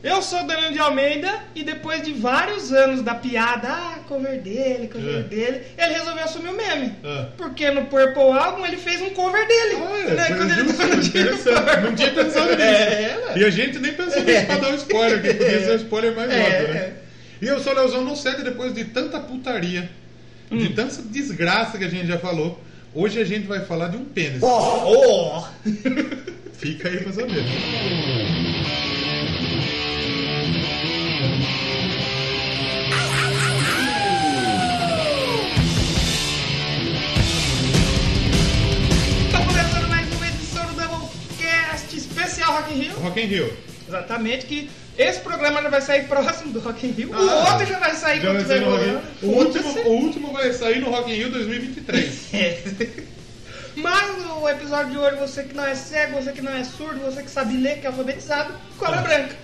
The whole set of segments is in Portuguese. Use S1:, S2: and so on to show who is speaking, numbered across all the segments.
S1: Eu sou o Danilo de Almeida e depois de vários anos da piada, ah, cover dele, cover
S2: É.
S1: dele, ele resolveu assumir o meme.
S2: É.
S1: Porque no Purple Album ele fez um cover dele.
S2: Ah,
S1: né?
S2: é,
S1: Quando ele
S2: justo,
S1: tava no dia do
S2: interessante.
S1: Purple.
S2: Não tinha pensado nisso.
S1: É, né?
S2: e a gente nem pensou nisso pra dar um spoiler, que podia ser um spoiler mais
S1: É,
S2: alto, né?
S1: é.
S2: E eu sou o Leozão não cede depois de tanta putaria,
S1: Hum.
S2: de tanta desgraça que a gente já falou. Hoje a gente vai falar de um pênis.
S1: Oh, oh.
S2: Fica aí pra saber.
S1: Tá começando mais uma edição do Doublecast especial Rock in Rio.
S2: Rock in Rio.
S1: Exatamente, que esse programa já vai sair próximo do Rock in Rio. o
S2: Ah,
S1: outro já vai sair
S2: Já
S1: quando
S2: vai sair
S1: tiver
S2: no Rock in
S1: rolando.
S2: Rio. o, último,
S1: Foda-se.
S2: o último vai sair no Rock in Rio 2023.
S1: É. Mas o episódio de hoje, você que não é cego, você que não é surdo, você que sabe ler, que é alfabetizado, cola
S2: Ah.
S1: branca.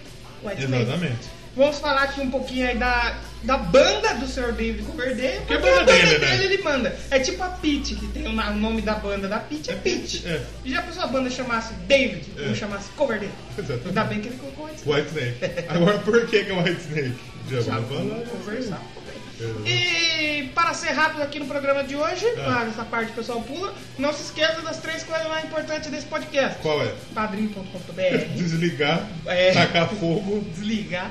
S1: White Snake.
S2: Exatamente.
S1: Vamos falar aqui um pouquinho aí da, da banda do Sr. David Coverdale, porque
S2: Que
S1: a
S2: banda
S1: banda
S2: dele,
S1: dele,
S2: né?
S1: ele manda. É tipo a Pete, que tem o na- o nome da banda da Pete, é Pete.
S2: É.
S1: E já pensou a banda chamasse David,
S2: É.
S1: não chamasse Coverdale?
S2: Exatamente.
S1: Ainda bem que ele colocou antes.
S2: White Snake. Agora por que, que é White Snake? Já,
S1: Já
S2: vamos
S1: vamos
S2: falar.
S1: conversar.
S2: É.
S1: E para ser rápido aqui no programa de hoje,
S2: Ah.
S1: claro, essa parte o pessoal pula, não se esqueça das três coisas mais importantes desse podcast.
S2: Qual é?
S1: Padrim.com.br,
S2: Desligar,
S1: É.
S2: tacar fogo.
S1: desligar.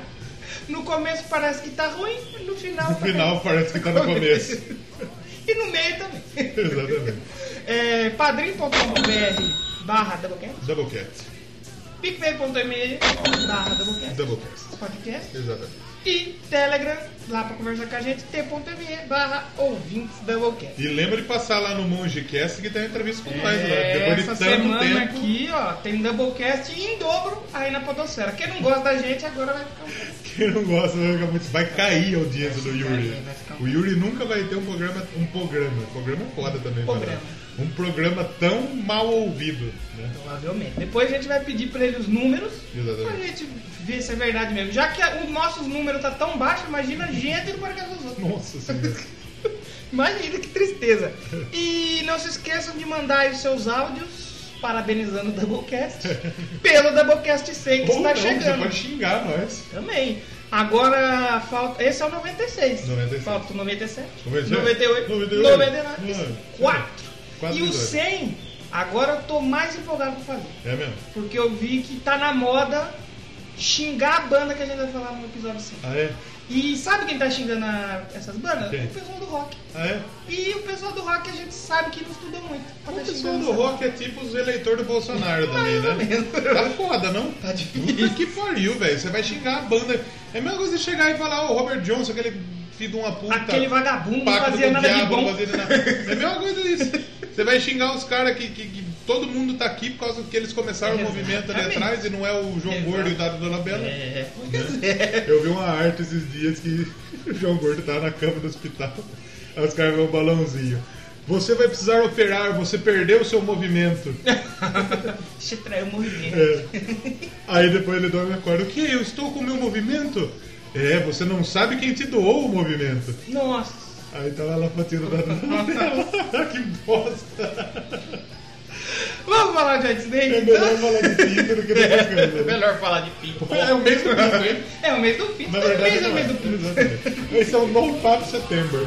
S1: No começo parece que tá ruim, no final
S2: No final parece que tá no começo.
S1: e no meio também.
S2: Exatamente.
S1: É, padrim.com.br barra doublecast,
S2: Doublecast.
S1: picpay.me barra doublecast,
S2: Doublecast.
S1: podcast.
S2: Exatamente.
S1: E Telegram, lá pra conversar com a gente, t.me barra ouvintes doublecast.
S2: E lembra de passar lá no MongeCast que tem uma entrevista com nós lá.
S1: É,
S2: Depois de
S1: essa
S2: tanto
S1: semana
S2: tempo.
S1: aqui, ó, tem Doublecast em dobro aí na Podosfera. Quem não gosta da gente agora vai ficar um pouco.
S2: Quem não gosta vai ficar muito. Vai cair a audiência do Yuri.
S1: vai ficar-
S2: O Yuri nunca vai ter um programa. Um programa. Programa é foda também,
S1: Programa.
S2: falar. Um programa tão mal ouvido. Né?
S1: Provavelmente. Depois a gente vai pedir pra ele os números pra
S2: Exatamente.
S1: gente ver se é verdade mesmo. Já que a- o nosso número tá tão baixo, imagina a gente do podcast dos outros.
S2: Nossa senhora.
S1: Imagina que tristeza. E não se esqueçam de mandar aí os seus áudios parabenizando o Doublecast pelo Doublecast 100 que
S2: Ou
S1: está
S2: não, Você
S1: tá chegando.
S2: pode xingar nós.
S1: Também. Agora falta. Esse é o 96.
S2: 96.
S1: Falta o 97.
S2: 97,
S1: 98.
S2: 98,
S1: 99.
S2: hum,
S1: 4.
S2: quatro
S1: E o
S2: episódios.
S1: 100, agora eu tô mais empolgado pra fazer.
S2: É mesmo?
S1: Porque eu vi que tá na moda xingar a banda que a gente vai falar no episódio 100.
S2: Ah é?
S1: E sabe quem tá xingando a- essas bandas?
S2: Quem?
S1: O pessoal do rock.
S2: Ah é?
S1: E o pessoal do rock a gente sabe que não estuda muito. pra
S2: O
S1: tá
S2: pessoal
S1: xingando
S2: do
S1: essa-
S2: rock é tipo os eleitores do Bolsonaro também,
S1: Mais ou
S2: né?
S1: menos.
S2: Tá foda, não?
S1: Tá difícil.
S2: Puta que pariu, velho. Você vai xingar a banda. É a mesma coisa de chegar e falar, ó, o Robert Johnson, aquele filho de uma puta. um
S1: Aquele vagabundo não
S2: pacto
S1: fazia
S2: do
S1: nada de
S2: diabo,
S1: bom.
S2: não fazia nada. É a mesma coisa isso. Você vai xingar os caras que, que- que todo mundo tá aqui por causa que eles começaram o movimento ali
S1: Exatamente.
S2: atrás e não é o João
S1: Exato.
S2: Gordo e o Dado Dolabella.
S1: É,
S2: Né? Eu vi uma arte esses dias que o João Gordo tava na cama do hospital. Aí os caras vão um balãozinho. Você vai precisar operar, você perdeu o seu movimento.
S1: Deixa eu trair o movimento.
S2: É. Aí depois ele dorme e acorda. O que? Eu estou com o meu movimento? É, você não sabe quem te doou o movimento.
S1: Nossa.
S2: Aí tava lá batendo da dela. que bosta.
S1: Vamos falar de White Snake?
S2: É melhor falar de pinto do que da bacana.
S1: melhor falar de Pink.
S2: É o mesmo pinto, hein?
S1: É o mês do Pink.
S2: Na verdade,
S1: é o
S2: não é.
S1: mês do Pink.
S2: Exatamente. Esse é o novo Papo Setembro.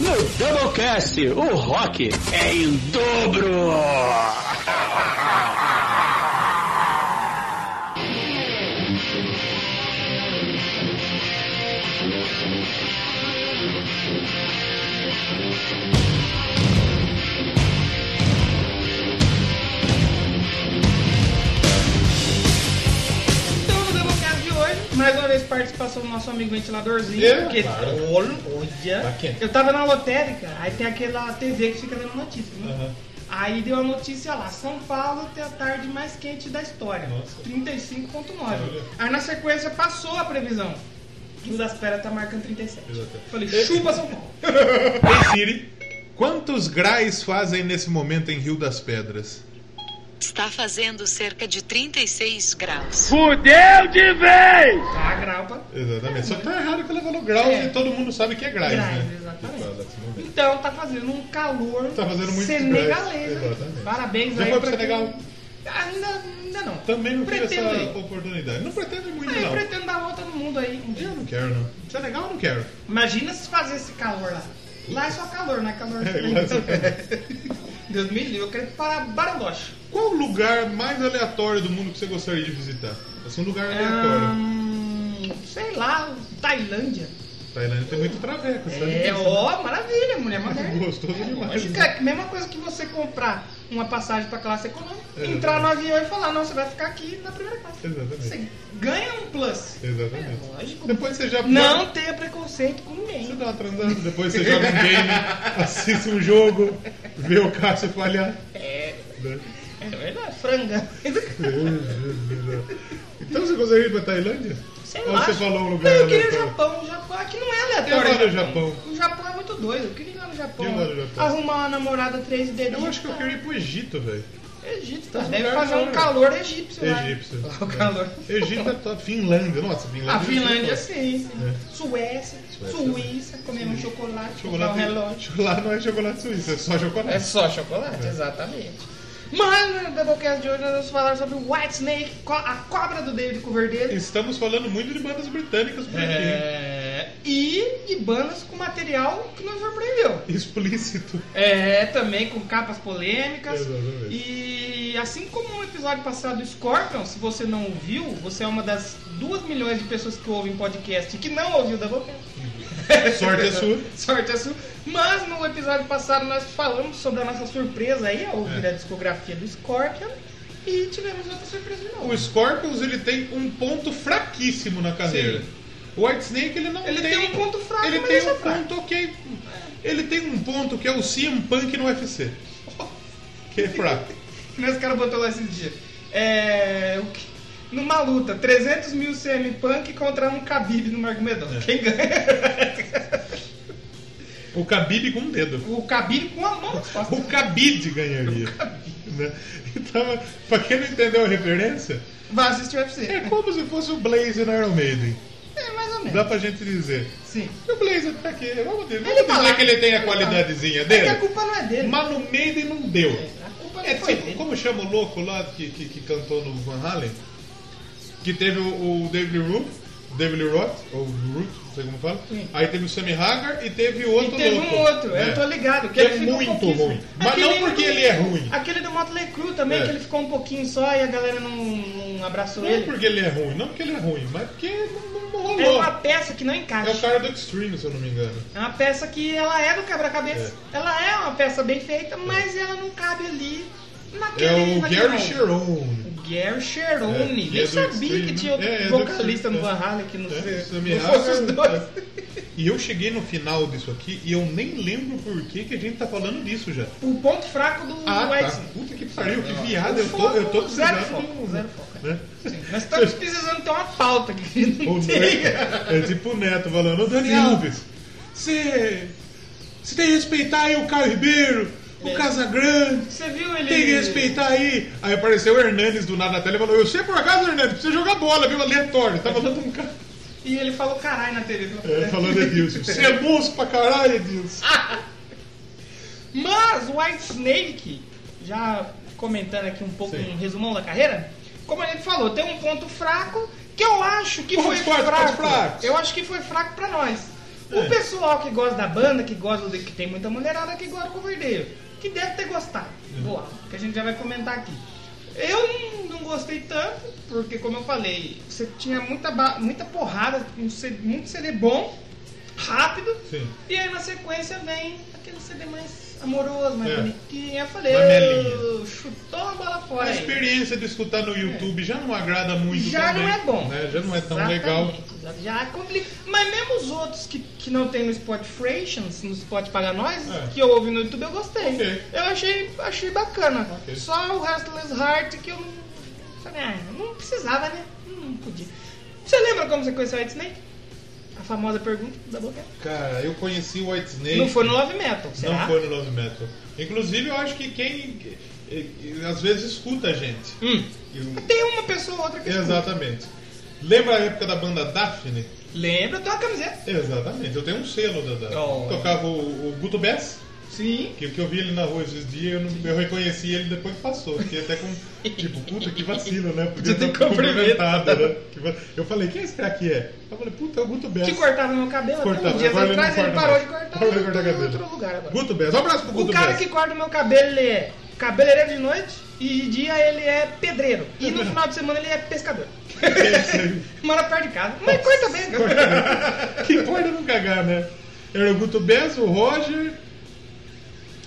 S3: No Doublecast, o rock é em dobro!
S1: Então, no Doublecast de hoje, mais uma vez participação do nosso amigo ventiladorzinho.
S2: É,
S1: porque,
S2: claro.
S1: olha, olha.
S2: Tá quente.
S1: Eu tava na lotérica, aí tem aquela TV que fica dando notícias, né? Aí deu a notícia lá, São Paulo tem a tarde mais quente da história,
S2: Nossa.
S1: 35.9.
S2: Olha.
S1: Aí na sequência passou a previsão. E o das Peras tá marcando 37.
S2: Exatamente.
S1: Falei, chupa São Paulo.
S2: Ei, Siri, quantos graus fazem nesse momento em Rio das Pedras?
S4: Está fazendo cerca de 36 graus.
S1: Tá, grava.
S2: Exatamente. Só que tá errado que ela falou graus
S1: É.
S2: e todo mundo sabe que é graus,
S1: Graus,
S2: né?
S1: exatamente.
S2: Que fala nesse momento.
S1: Então tá fazendo um calor
S2: Tá fazendo muito
S1: senegalês.
S2: graus,
S1: né?
S2: exatamente.
S1: Parabéns
S2: Já
S1: aí
S2: foi
S1: pra
S2: pro
S1: quem- Ah,
S2: Senegal?
S1: Ainda, ainda não.
S2: Também não tive
S1: pretendo
S2: essa
S1: ir.
S2: oportunidade. Não pretendo muito,
S1: Ah, eu
S2: não.
S1: pretendo dar a volta no mundo aí um dia.
S2: Eu não quero, não. Senegal eu não quero.
S1: Imagina se fazer esse calor lá. Lá é só calor, não é calor.
S2: É, lá é só
S1: Deus me livre, eu quero ir para Bariloche.
S2: Qual o lugar mais aleatório do mundo que você gostaria de visitar? Esse é um lugar
S1: Ah.
S2: aleatório.
S1: Hum, sei lá, Tailândia.
S2: Tailândia tem muito traveco, sabe?
S1: É, ó, maravilha, mulher moderna.
S2: Gostoso demais.
S1: Lógico, é a mesma coisa que você comprar uma passagem para classe econômica,
S2: É.
S1: entrar no avião e falar, não, você vai ficar aqui na primeira classe.
S2: Exatamente.
S1: Você ganha um plus.
S2: Exatamente.
S1: É, lógico.
S2: Depois você já.
S1: Não tenha preconceito com
S2: Você
S1: ninguém.
S2: dá uma transada, depois você joga um game, assiste um jogo, vê o Cássio falhar.
S1: É,
S2: né?
S1: é verdade, franga.
S2: Então você gostaria de ir pra Tailândia?
S1: Sei
S2: Ou
S1: lá.
S2: você falou um
S1: Não,
S2: lugar
S1: eu queria o
S2: aleatório?
S1: Japão. O Japão aqui não é
S2: Eu adoro
S1: aleatório.
S2: o Japão.
S1: O Japão é muito doido. Eu queria ir lá no Japão.
S2: Eu adoro o Japão.
S1: Arrumar uma namorada 3D.
S2: Eu acho que eu queria ir pro Egito, velho.
S1: Egito, tá?
S2: Tá
S1: Deve
S2: lugar
S1: fazer
S2: da
S1: um
S2: hora.
S1: calor egípcio lá.
S2: Egípcio.
S1: Lá o calor.
S2: É. Egito é top. Finlândia, nossa, Finlândia.
S1: A Finlândia, sim. sim.
S2: É.
S1: Suécia,
S2: Suécia.
S1: Suíça, comer um chocolate, comprar um
S2: Chocolate,
S1: relógio.
S2: chocolate não é chocolate suíço, é só chocolate.
S1: É só chocolate, exatamente. Mas no Doublecast de hoje nós vamos falar sobre White Snake, a cobra do David Coverdale.
S2: Estamos falando muito de bandas britânicas por aqui.
S1: É, E de bandas com material que nos surpreendeu.
S2: Explícito.
S1: É, também com capas polêmicas.
S2: Exatamente.
S1: E assim como no episódio passado do Scorpion, se você não ouviu, você é uma das duas milhões de pessoas que ouvem podcast e que não ouviu da boca.
S2: Sorte é sua.
S1: Sorte é sua. Mas no episódio passado nós falamos sobre a nossa surpresa aí, ao
S2: É.
S1: ouvir a discografia do Scorpion. E tivemos outra surpresa de novo.
S2: O Scorpions ele tem um ponto fraquíssimo na carreira.
S1: Sim.
S2: O White Snake ele não
S1: Ele tem um ponto fraco,
S2: Ele
S1: mas
S2: tem
S1: esse é
S2: um
S1: fraco.
S2: ponto ok. Ele tem um ponto que é o CM Punk no UFC. Que é fraco.
S1: Que nem os caras botou lá esses dias. É. o que- Numa luta, 300 mil CM Punk contra um Khabib no Margomedon.
S2: É.
S1: Quem ganha?
S2: O Khabib com um dedo.
S1: O Khabib com a mão nas costas.
S2: O Khabib ganharia. Né? Então, pra quem não entendeu a referência,
S1: Vai assistir o UFC.
S2: é como se fosse o Blaze no Iron Maiden.
S1: É, mais ou menos.
S2: Dá pra gente dizer.
S1: Sim.
S2: E o Blaze tá aqui. Vamos dizer,
S1: Ele
S2: vamos
S1: tá
S2: dizer
S1: lá.
S2: que ele tem a
S1: Ele tá lá.
S2: qualidadezinha
S1: É que a
S2: dele.
S1: culpa não é dele.
S2: Mas no Maiden não deu.
S1: A culpa
S2: É
S1: não foi
S2: tipo,
S1: dele.
S2: como chama o louco lá que, que, que cantou no Van Halen? Que teve o, o David Lee Roth, David Lee Roth, ou Root, não sei como fala.
S1: Sim.
S2: Aí teve o Sammy Hagar e teve o outro
S1: e teve
S2: louco.
S1: um outro,
S2: É.
S1: eu tô ligado.
S2: Que
S1: ele
S2: é
S1: ficou um
S2: muito
S1: pouquíssimo.
S2: ruim. Mas não porque
S1: do-
S2: ele é ruim.
S1: Aquele do Motley Crue também,
S2: É.
S1: que ele ficou um pouquinho só e a galera não, não abraçou
S2: Não
S1: ele.
S2: porque ele é ruim, não porque ele é ruim, mas porque não, não- não
S1: É
S2: rolou.
S1: uma peça que não encaixa.
S2: É o cara do Extreme, se eu não me engano.
S1: É uma peça que ela é do quebra-cabeça. Ela é uma peça bem feita, mas ela não cabe ali naquele.
S2: É o
S1: naquele
S2: Gary
S1: rol.
S2: Cherone.
S1: O Gary Cherone.
S2: É, que é
S1: Nem
S2: do
S1: sabia que
S2: Extreme,
S1: tinha outro
S2: né? É, é do
S1: vocalista
S2: Extreme,
S1: no Van
S2: é.
S1: Halen que não
S2: É,
S1: sei-
S2: isso é
S1: não
S2: meio
S1: fosse os
S2: raro,
S1: dois.
S2: E eu cheguei no final disso aqui e eu nem lembro por que, que a gente tá falando disso já.
S1: O ponto fraco do
S2: Ah, tá.
S1: White.
S2: Puta que pariu, que viado. Eu tô, eu tô precisando.
S1: Zero foco,
S2: de um-
S1: zero foco. assim.
S2: né?
S1: Nós estamos precisando ter uma pauta que a gente
S2: O
S1: não
S2: Neto,
S1: tem.
S2: é tipo o Neto falando, ô Dani Alves, você. Você tem que respeitar aí o Caio Ribeiro,
S1: É.
S2: o Casagrande,
S1: Você viu ele?
S2: tem que respeitar aí. Aí apareceu o Hernandes do nada na tela e falou, eu sei por acaso, Hernandes, precisa jogar bola, viu? Aleatório. Tava falando com um cara.
S1: E ele falou caralho na TV.
S2: É, falando Edilson. Você é moço pra caralho, Edilson.
S1: Mas o White Snake, já comentando aqui um pouco
S2: Sim.
S1: um resumão da carreira, como a gente falou, tem um ponto fraco que eu acho que
S2: Pontos
S1: foi
S2: fortes,
S1: fraco.
S2: pontos fracos. É.
S1: Eu acho que foi fraco pra nós. O pessoal que gosta da banda, que gosta do, que tem muita mulherada, que gosta do Coverdeio, que deve ter gostado.
S2: É.
S1: Boa, que a gente já vai comentar aqui. Eu não, não gostei tanto, porque como eu falei, você tinha muita, ba- muita porrada, um C- muito CD bom, rápido,
S2: Sim.
S1: e aí na sequência vem aquele CD mais amoroso, mais
S2: É.
S1: bonitinho. Eu falei,
S2: Uma melinha.
S1: "Ô, chutou a bola fora.
S2: A
S1: aí."
S2: experiência de escutar no YouTube já não agrada muito
S1: Já
S2: também,
S1: não é bom.
S2: né? Já não é tão
S1: Exatamente.
S2: legal.
S1: Já, já é complicado. Mas mesmo os outros que, que não tem no Spotify, no Spotify para nós,
S2: É.
S1: que eu ouvi no YouTube, eu gostei.
S2: Ok.
S1: Eu achei, achei bacana.
S2: Ok.
S1: Só o Restless Heart que eu não. Falei, ah, não precisava, né? Não podia. Você lembra como você conheceu o White Snake? A famosa pergunta da boca.
S2: Cara, eu conheci o White Snake.
S1: Não foi no Love Metal, será?
S2: Não foi no Love Metal. Inclusive, eu acho que quem que- que- às vezes escuta a gente.
S1: Hum.
S2: Eu-
S1: Tem uma pessoa ou outra que
S2: Exatamente. Lembra a época da banda Daphne?
S1: Lembra? Tem uma camiseta.
S2: Exatamente. Eu tenho um selo da Daphne.
S1: Oh.
S2: Tocava o, o Guto Bess,
S1: Sim.
S2: que, que eu vi ele na rua esses dias, eu, não- eu reconheci ele depois que passou. Fiquei até com. Tipo, puta, que vacilo, né? Porque
S1: Você tem
S2: tá
S1: cumprimentado.
S2: cumprimentado, né? Que va- Eu falei, quem será que é? Eu falei, puta, é o Guto Bess.
S1: Que cortava meu cabelo até
S2: Cortava.
S1: uns dias
S2: Agora ele não
S1: atrás, ele,
S2: corta
S1: parou
S2: mais.
S1: de cortar.
S2: Parou de
S1: ele
S2: cortar
S1: tá em
S2: cabelo.
S1: outro lugar agora.
S2: Guto Bess. Um abraço pro Guto
S1: O cara
S2: Bess.
S1: que corta meu cabelo, ele é cabeleireiro de noite e de dia ele é pedreiro. E no final de semana ele é pescador. Mora perto de casa. Mas corta bem, cara.
S2: que importa não cagar, né? Era o Guto Bez, o Roger.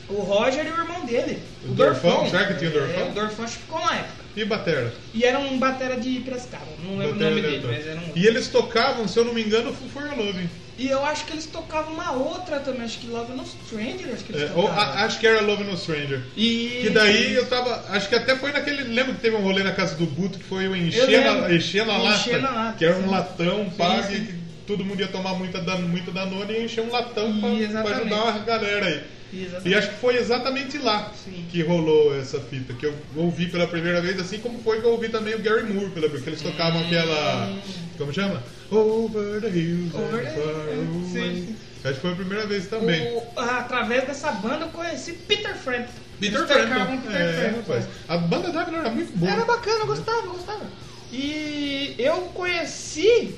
S1: O Roger e o irmão dele.
S2: O Dorfão? Será que tinha o Dorfão?
S1: É, o Dorfão acho que ficou na época.
S2: E Batera.
S1: E era um batera de Piracicaba. Não lembro
S2: Batera
S1: o nome dele,
S2: eletrônica.
S1: mas era um...
S2: E eles tocavam, se eu não me engano, o For Your Loving.
S1: E eu acho que eles tocavam uma outra também. Acho que Love No Stranger, acho que eles
S2: É, ou,
S1: tocavam.
S2: a- acho que era Love No Stranger.
S1: E...
S2: Que daí eu tava. Acho que até foi naquele. Lembra que teve um rolê na casa do Guto que foi eu enchendo,
S1: Eu
S2: a-
S1: lembro.
S2: enchendo a lata?
S1: Enchendo a lata,
S2: Que era um
S1: sim.
S2: latão,
S1: Sim,
S2: pá, que-
S1: sim.
S2: que todo mundo ia tomar muita, dan, muita Danone e encher um latão pra,
S1: E
S2: pra ajudar uma galera aí.
S1: Exatamente.
S2: E acho que foi exatamente lá
S1: Sim.
S2: que rolou essa fita, que eu ouvi pela primeira vez, assim como foi que eu ouvi também o Gary Moore, pela, porque eles tocavam aquela. Como chama? Over the Hills. and
S1: Over the
S2: far
S1: Hills,
S2: away.
S1: sim, sim.
S2: Acho que foi a primeira vez também.
S1: O- através dessa banda eu conheci Peter Frampton.
S2: Peter
S1: Eles tocavam
S2: Frampton.
S1: Peter
S2: É,
S1: Frampton.
S2: rapaz. A banda da Abner era muito boa.
S1: Era bacana, eu gostava, eu gostava. E eu conheci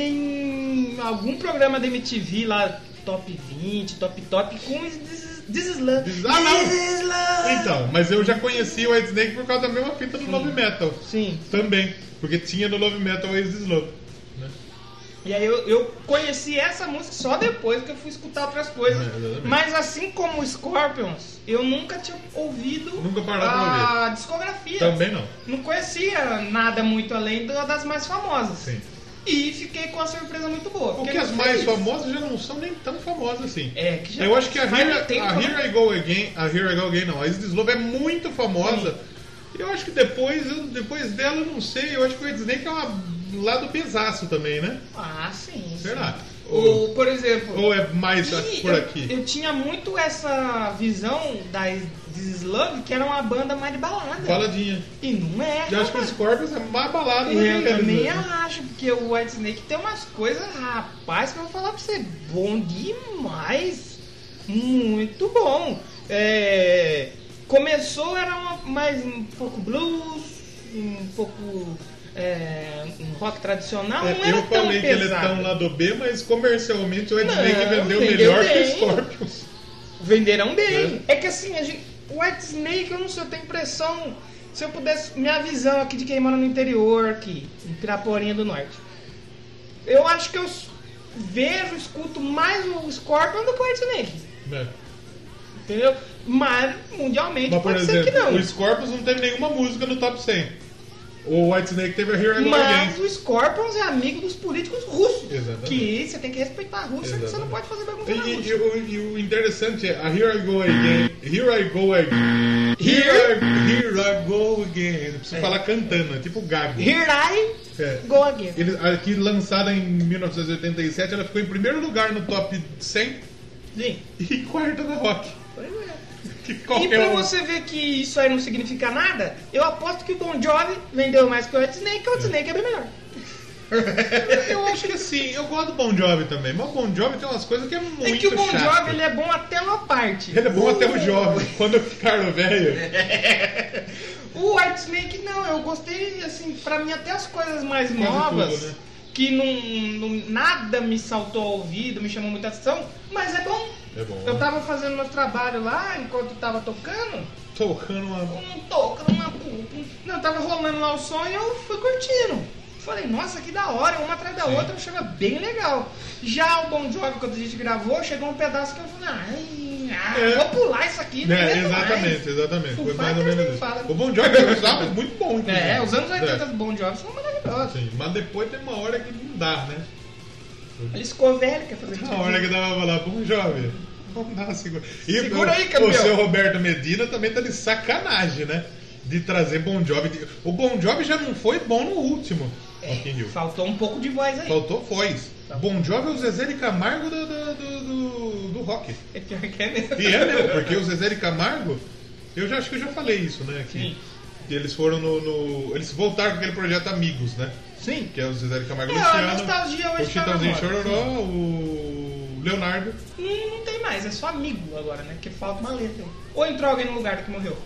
S1: em algum programa da MTV lá, top 20, top top, com This Is- This Is Love.
S2: This Is- ah, não!
S1: This Is Love.
S2: Então, mas eu já conheci o White Snake por causa da mesma fita do Love Metal.
S1: Sim.
S2: Também. Porque tinha no Love Metal o Slow.
S1: E aí eu, eu conheci essa música só depois que eu fui escutar outras coisas.
S2: É, exatamente.
S1: Mas assim como o Scorpions, eu nunca tinha ouvido
S2: Nunca parado pra
S1: a discografia.
S2: Também não.
S1: Não conhecia nada muito além da- das mais famosas.
S2: Sim.
S1: E fiquei com uma surpresa muito boa.
S2: Porque
S1: fiquei
S2: as
S1: muito
S2: mais
S1: feliz.
S2: famosas já não são nem tão famosas assim.
S1: É, que já
S2: Eu acho que a
S1: faz
S2: Here,
S1: um tempo,
S2: a
S1: né?
S2: Here I Go Again, a Here I Go Again não, a Is This Love é muito famosa. Eu acho que depois, eu- depois dela, eu não sei, eu acho que o White Snake é uma, um lado pesaço também, né?
S1: Ah, sim.
S2: Será?
S1: sim.
S2: Ou,
S1: Ou, por exemplo.
S2: ou é mais
S1: e
S2: por
S1: eu,
S2: aqui?
S1: Eu tinha muito essa visão da This Is Love, que era uma banda mais de balada.
S2: Baladinha.
S1: E não é.
S2: Eu acho que o
S1: rapaz.
S2: Scorpions é mais balada do que
S1: Eu
S2: eles,
S1: também
S2: né?
S1: acho, porque o White Snake tem umas coisas, rapaz, que eu vou falar pra você, bom demais. Muito bom. É, começou, era uma- mais um pouco blues, um pouco é, um rock tradicional,
S2: É,
S1: não era
S2: eu
S1: tão
S2: falei que ele é tão
S1: pesado.
S2: lado B, mas comercialmente o White
S1: Não,
S2: Snake vendeu
S1: vendeu
S2: melhor que o
S1: bem.
S2: Scorpions.
S1: Venderão bem. É. que assim, a gente, o White Snake, eu não sei, eu tenho impressão. Se eu pudesse, minha visão aqui de quem mora no interior, aqui, em Piraporinha do Norte. Eu acho que eu s- vejo, escuto mais o Scorpion do que o White Snake.
S2: né?
S1: Entendeu? Mas mundialmente
S2: Mas, por
S1: pode ser que
S2: exemplo,
S1: não.
S2: o Scorpions não teve nenhuma música no top 100. O White Snake teve a Here I Go Again.
S1: Mas o Scorpions é amigo dos políticos russos.
S2: Exatamente.
S1: Que você tem que respeitar a Rússia, que você não pode fazer
S2: E,
S1: bagunça na
S2: e-
S1: Rússia.
S2: e o- e o interessante é, a Here I Go Again, Here I Go Again, Here,
S1: Here-
S2: I- here I Go Again, eu preciso
S1: É.
S2: falar cantando, é tipo gago.
S1: Here I
S2: É.
S1: go again.
S2: Ele- aqui lançada em 1987, ela ficou em primeiro lugar no top 100
S1: Sim.
S2: e quarta na rock.
S1: Pois é.
S2: Que
S1: E
S2: qualquer
S1: pra
S2: um.
S1: você ver que isso aí não significa nada, eu aposto que o Bon Jovi vendeu mais que o White Snake, o White Snake é bem melhor. É
S2: Eu acho que assim, eu gosto do Bon Jovi também, mas o Bon Jovi tem umas coisas que é muito
S1: é que o Bon
S2: chato.
S1: Jovi ele Uh! é bom até uma parte.
S2: Ele é bom até o jovem, quando eu ficar no velho.
S1: O White Snake não, eu gostei assim, pra mim até as coisas mais
S2: Quase
S1: novas.
S2: tudo, né?
S1: Que não, não- nada me saltou ao ouvido, me chamou muita atenção, mas é bom.
S2: É bom,
S1: Eu
S2: né?
S1: tava fazendo meu trabalho lá, enquanto eu tava tocando,
S2: Tocando uma.
S1: um toca, uma pupa. Não, tava rolando lá o som e eu fui curtindo. Falei, nossa, que da hora, uma atrás da outra, chega bem legal. Já o Bon Jovi, quando a gente gravou, chegou um pedaço que eu falei, ai, ah,
S2: É.
S1: vou pular isso aqui, não
S2: É,
S1: aguento
S2: exatamente, exatamente.
S1: O
S2: Foi mais
S1: Fighters
S2: ou menos
S1: nem
S2: isso.
S1: fala.
S2: O Bon Jovi eu gostava, mas muito bom,
S1: mais.
S2: inclusive.
S1: É, os anos 80
S2: É,
S1: do Bon Jovi são maravilhosos.
S2: sim, mas depois tem uma hora que não dá, né?
S1: Ele ficou velho, quer fazer
S2: Na hora que dava pra falar, bom jovem. Vamos dar uma segura. E
S1: Segura
S2: o-
S1: aí, campeão.
S2: O seu Roberto Medina também tá de sacanagem, né? De trazer Bon Jovi. O Bon Jovi já não foi bom no último.
S1: É.
S2: Rock in Rio.
S1: Faltou um pouco de voz aí.
S2: Faltou voz.
S1: Tá.
S2: Bon Jovi é o Zezé de Camargo do, do, do, do- do rock.
S1: É pior que é mesmo.
S2: E é mesmo, porque o Zezé de Camargo, eu já acho que eu já falei isso, né? Que,
S1: Sim.
S2: que eles foram no, no- Eles voltaram com aquele projeto Amigos, né?
S1: Sim.
S2: Que é o Zezé de Camargo
S1: É,
S2: Luciano.
S1: a nostalgia hoje
S2: o
S1: tá na
S2: Chitãozinho
S1: moda,
S2: Chororó, o Leonardo.
S1: Não, não tem mais, é só amigo agora, né? Porque falta uma letra. aí. Ou entrou alguém no lugar que morreu.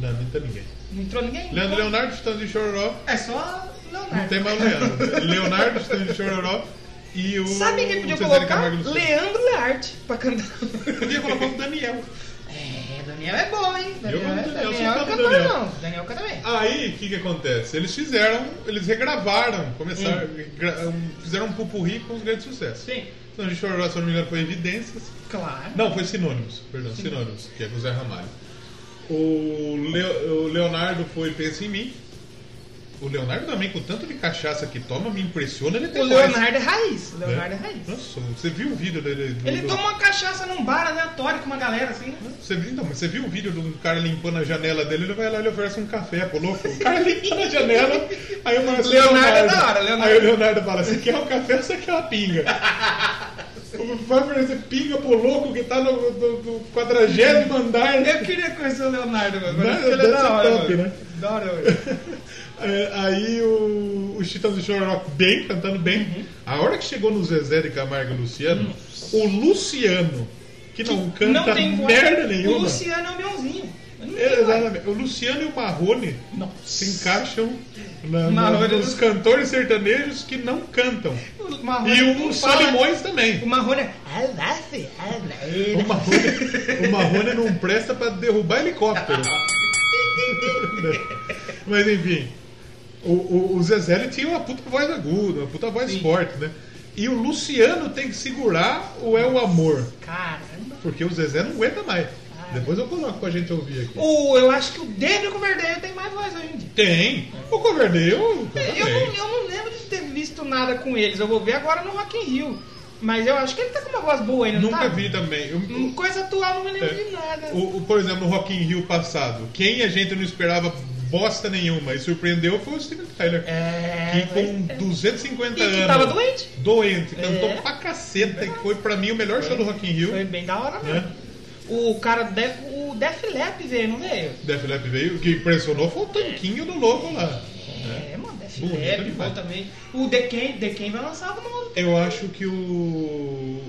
S2: Não, não tem ninguém.
S1: Não entrou ninguém?
S2: Leandro
S1: Então,
S2: Leonardo, Chitãozinho Chororó.
S1: É só Leonardo.
S2: Não tem mais o Leandro. Leonardo, Chitãozinho Chororó. E o.
S1: Sabe quem podia
S2: o Zezé de
S1: colocar?
S2: Camargo Luciano.
S1: Leandro Learte pra cantar.
S2: Podia colocar o Daniel.
S1: É, Daniel é bom, hein? Daniel,
S2: amo Daniel,
S1: Daniel,
S2: sou
S1: é
S2: fã do
S1: cantor,
S2: Daniel.
S1: não. Daniel canta bem.
S2: Aí, o que que acontece? Eles fizeram, eles regravaram, começaram, gra- um- fizeram um pupurri com os grandes sucessos.
S1: Hum. Sim.
S2: Então, de Chororó, se eu não me engano, foi Evidências.
S1: Claro.
S2: Não, foi Sinônimos, perdão, Sinônimos, que é com o Zé Ramalho. O, Leo- o Leonardo foi Pensa em Mim. O Leonardo também, com tanto de cachaça que toma, me impressiona, ele tem
S1: O
S2: voz,
S1: Leonardo é raiz. O
S2: né?
S1: Leonardo é raiz.
S2: Nossa, você viu o vídeo dele? do-
S1: Ele
S2: do-
S1: toma uma cachaça num bar aleatório com uma galera assim.
S2: Você viu, então, mas você viu o vídeo do cara limpando a janela dele? Ele vai lá e ele oferece um café pro louco. O cara limpando a janela. Aí o Marcelo
S1: Leonardo é da hora, Leonardo.
S2: Aí o Leonardo fala: Você quer um café ou você quer uma pinga? vai oferecer pinga pro louco que tá no, no, no 40 andar. né?
S1: Eu queria conhecer o Leonardo, mano.
S2: Não,
S1: Parece que ele é
S2: Né? deve ser
S1: da hora.
S2: top,
S1: mano.
S2: né?
S1: Da hora, mano.
S2: É, aí o, o Chitão do Chororó bem, cantando bem.
S1: Uhum.
S2: A hora que chegou no Zezé de Camargo e Luciano, o Luciano, que não canta
S1: Não tem voz.
S2: merda nenhuma.
S1: O Luciano é o Mionzinho. Eu não tenho voz.
S2: Exatamente. O Luciano e o Marrone
S1: Nossa.
S2: se encaixam na, na-
S1: Marrone
S2: nos
S1: dos-
S2: cantores sertanejos que não cantam.
S1: O Marrone
S2: E
S1: não
S2: o
S1: fala.
S2: Solimões também.
S1: O Marrone é. "Ah, lá, fi, ah, lá."
S2: O Marrone, o Marrone não presta pra derrubar helicóptero. Mas enfim, o, o, o Zezé ele tinha uma puta voz aguda, uma puta voz forte, né? E o Luciano tem que segurar o É o Amor,
S1: Caramba.
S2: porque o Zezé não aguenta mais. Depois eu coloco pra gente ouvir aqui.
S1: O, eu acho que o Daniel Coverdeia tem mais voz hoje em dia.
S2: Tem! O Coverdale canta
S1: Eu
S2: bem.
S1: não, eu não lembro de ter visto nada com eles. Eu vou ver agora no Rock in Rio. Mas eu acho que ele tá com uma voz boa ainda, não
S2: Nunca
S1: tá?
S2: vi também. Eu-
S1: Hum, Coisa atual, não me lembro
S2: É.
S1: de nada.
S2: O, o- por exemplo, no Rock in Rio passado, quem a gente não esperava bosta nenhuma e surpreendeu foi o Steven Tyler.
S1: É.
S2: Que com 250
S1: E
S2: anos.
S1: que tava doente.
S2: Doente, cantou
S1: É.
S2: pra caceta, que foi pra mim o melhor show do Rock in Rio.
S1: Foi bem da hora mesmo.
S2: Né?
S1: O cara, def, o Def Lap veio, não veio?
S2: Def Leppard veio, o que impressionou foi o tanquinho do louco lá. né?
S1: É, mano, Def
S2: Bonito
S1: Lap
S2: demais.
S1: bom também. O The Ken, The Ken vai lançar alguma outra.
S2: Eu acho que o.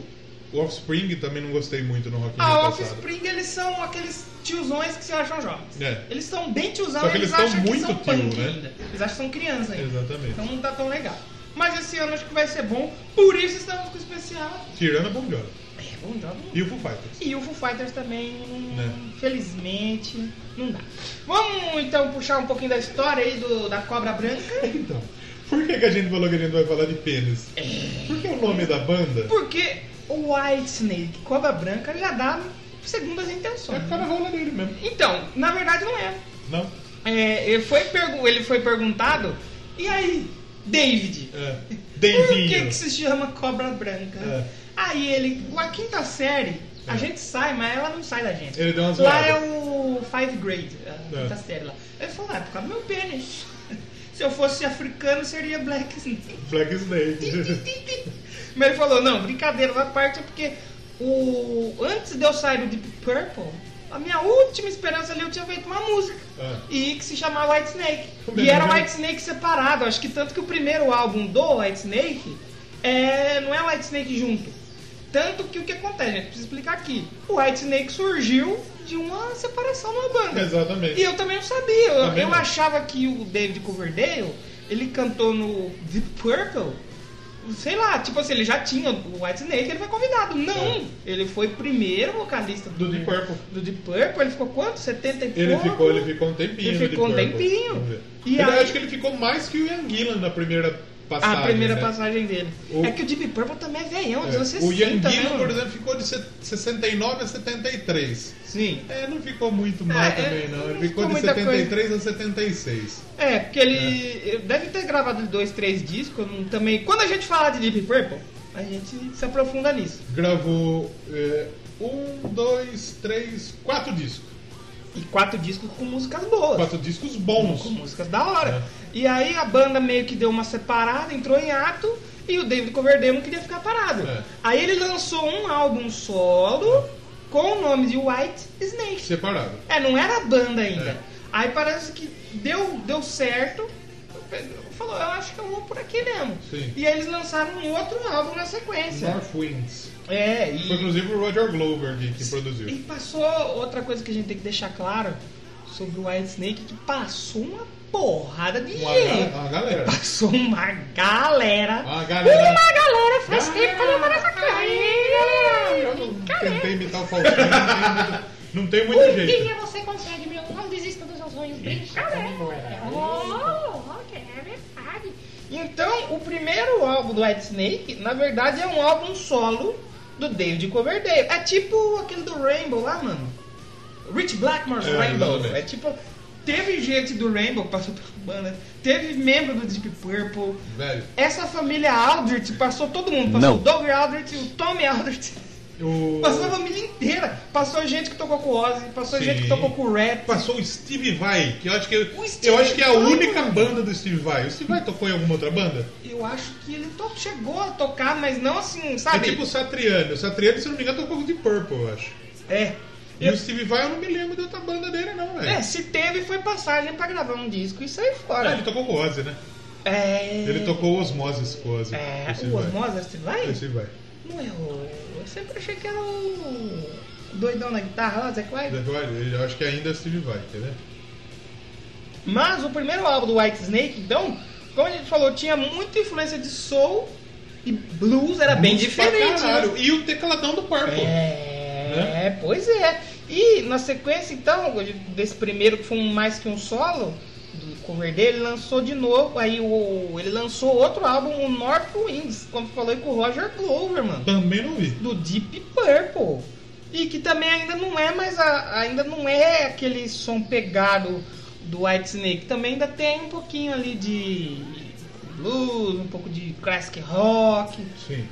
S2: O Offspring também não gostei muito no Rock in Rio
S1: A
S2: passado.
S1: Offspring, Ah, eles são aqueles tiozões que se acham jovens.
S2: É.
S1: Eles são bem tiozão,
S2: Só que
S1: eles
S2: eles tão
S1: acham que
S2: muito
S1: são
S2: tio,
S1: punk
S2: né?
S1: ainda. Eles acham que são crianças ainda.
S2: Exatamente.
S1: Então não tá tão legal. Mas esse ano acho que vai ser bom, por isso estamos com o especial.
S2: Tirando a Bonjola.
S1: É, bom jogo.
S2: E o Foo Fighters.
S1: E o Foo Fighters também,
S2: Né.
S1: infelizmente, não dá. Vamos então puxar um pouquinho da história aí do, da Cobra Branca.
S2: Então, por que, que a gente falou que a gente vai falar de pênis?
S1: É.
S2: Porque o nome da banda
S1: Porque o White Snake, Cobra Branca, já dá segundo as
S2: é
S1: intenções.
S2: ficar na rola dele mesmo.
S1: Então, na verdade não é.
S2: Não?
S1: É, ele, foi pergu- ele foi perguntado, e aí, David?
S2: É.
S1: Por que, que
S2: Davinho.
S1: se chama Cobra Branca?
S2: É.
S1: Aí ele, a quinta série, a
S2: É.
S1: gente sai, mas ela não sai da gente.
S2: Ele deu umas
S1: lá
S2: zoadas.
S1: é o Five Grade, a
S2: É.
S1: quinta série lá. Ele falou, ah, é por causa do meu pênis. Se eu fosse africano, seria Black Snake.
S2: Black Snake.
S1: Mas ele falou, não, brincadeira da parte é porque o... antes de eu sair do Deep Purple, a minha última esperança ali eu tinha feito uma música.
S2: Ah.
S1: E que se chamava White Snake.
S2: Como é
S1: E
S2: que
S1: era
S2: chama?
S1: White Snake separado. Acho que tanto que o primeiro álbum do White Snake é... não é White Snake junto. Tanto que o que acontece, gente, preciso explicar aqui. O White Snake surgiu de uma separação numa banda.
S2: Exatamente.
S1: E eu também não sabia. Eu,
S2: Também
S1: eu
S2: não.
S1: achava que o David Coverdale, ele cantou no Deep Purple. Sei lá, tipo assim, ele já tinha o White Snake, ele foi convidado. Não!
S2: É.
S1: Ele foi primeiro vocalista
S2: Do Deep Purple.
S1: Do Deep Purple, ele ficou quanto? 70 e
S2: Ele
S1: pouco?
S2: ficou, ele ficou um tempinho.
S1: Ele
S2: no
S1: ficou
S2: Deep
S1: um
S2: Purple.
S1: tempinho.
S2: Vamos ver.
S1: E
S2: Eu
S1: aí-
S2: acho que ele ficou mais que o Ian Gillan na primeira passagem.
S1: A primeira
S2: né?
S1: passagem dele.
S2: O-
S1: É que o Deep Purple também é veião, dos
S2: É.
S1: anos 60.
S2: O Ian
S1: né,
S2: Gillan,
S1: mano?
S2: por exemplo, ficou de se- 69 a 73.
S1: Sim.
S2: É, não ficou muito mal
S1: É,
S2: também,
S1: é,
S2: não.
S1: não
S2: Ele ficou
S1: ficou
S2: de
S1: muita coisa.
S2: 73 a 76.
S1: É, porque ele deve ter gravado dois, três discos. não- Também. Quando a gente fala de Deep Purple, a gente se aprofunda nisso.
S2: Gravou é, um, dois, três, quatro discos.
S1: E quatro discos com músicas boas.
S2: Quatro discos
S1: Com
S2: bons.
S1: músicas da
S2: É.
S1: hora. E aí a banda meio que deu uma separada, entrou em ato e o David Coverdale não queria ficar parado.
S2: É.
S1: Aí ele lançou um álbum solo com o nome de White Snake.
S2: Separado.
S1: É, não era banda ainda.
S2: É.
S1: Aí parece que deu, deu certo. Falou, eu acho que eu vou por aqui mesmo.
S2: Sim.
S1: E aí eles lançaram um outro álbum na sequência.
S2: North Winds.
S1: É, e,
S2: Foi inclusive o Roger Glover que, que produziu.
S1: e passou outra coisa que a gente tem que deixar claro sobre o White Snake, que passou uma porrada de
S2: Uma,
S1: gente.
S2: ga- uma galera.
S1: Passou uma galera.
S2: Uma galera.
S1: Uma galera faz
S2: Galera.
S1: tempo que eu não moro nessa
S2: Eu
S1: carreira.
S2: não tentei imitar o Faustão. Não tem muito não tem muito jeito.
S5: você consegue, meu. Não desista dos seus sonhos. Brincadeira. Oh, ok, é verdade.
S1: Então, o primeiro álbum do White Snake, na verdade, é um álbum solo do David Coverdale. É tipo aquele do Rainbow lá, mano. Rich Blackmore's
S2: É,
S1: Rainbow.
S2: exatamente.
S1: É tipo. Teve gente do Rainbow que passou pela banda, teve membro do Deep Purple.
S2: Velho,
S1: Essa família Aldrich passou todo mundo. Passou
S3: Não.
S1: o Doug Aldrich, o Tommy Aldrich.
S2: o...
S1: Passou a família inteira. Passou gente que tocou com o Ozzy, passou
S2: Sim.
S1: gente que tocou com o Rat.
S2: Passou o Steve Vai, que eu acho que,
S1: O Steve
S2: eu acho que é a
S1: Vai,
S2: única
S1: mano.
S2: banda do Steve Vai. O Steve Vai tocou em alguma outra banda?
S1: Eu acho que ele to- chegou a tocar, mas não assim, sabe?
S2: É tipo o Satriani. O Satriani, se não me engano, tocou com o Deep Purple, eu acho.
S1: É.
S2: E o Steve Vai, eu não me lembro de outra banda dele, não, velho.
S1: É, se teve foi passagem pra gravar um disco e sair
S2: Ah, ele
S1: fora.
S2: tocou com o Ozzy, né?
S1: É.
S2: Ele tocou Osmosis com o Ozzy.
S1: É,
S2: o Steve
S1: o
S2: Vai.
S1: Osmosis você vai?
S2: O Steve Vai.
S1: Não é o. Eu sempre achei que era o. Doidão na guitarra lá, Zé Clyde.
S2: Ele vai- ele- Eu acho que ainda é Steve Vai, quer ver?
S1: Mas o primeiro álbum do White Snake, então, como a gente falou, tinha muita influência de soul e blues, era É bem
S2: Blues pra
S1: diferente. né?
S2: caralho. E o tecladão do Purple.
S1: É, pois é. E na sequência, então, desse primeiro que foi um mais que um solo do cover dele, ele lançou de novo. Aí o, ele lançou outro álbum, o North Winds, como tu falou, aí com o Roger Glover, mano.
S2: Também não vi.
S1: Do Deep Purple. E que também ainda não é mais a- ainda não é aquele som pegado do White Snake. Também ainda tem um pouquinho ali de blues, um pouco de classic rock
S2: Sim.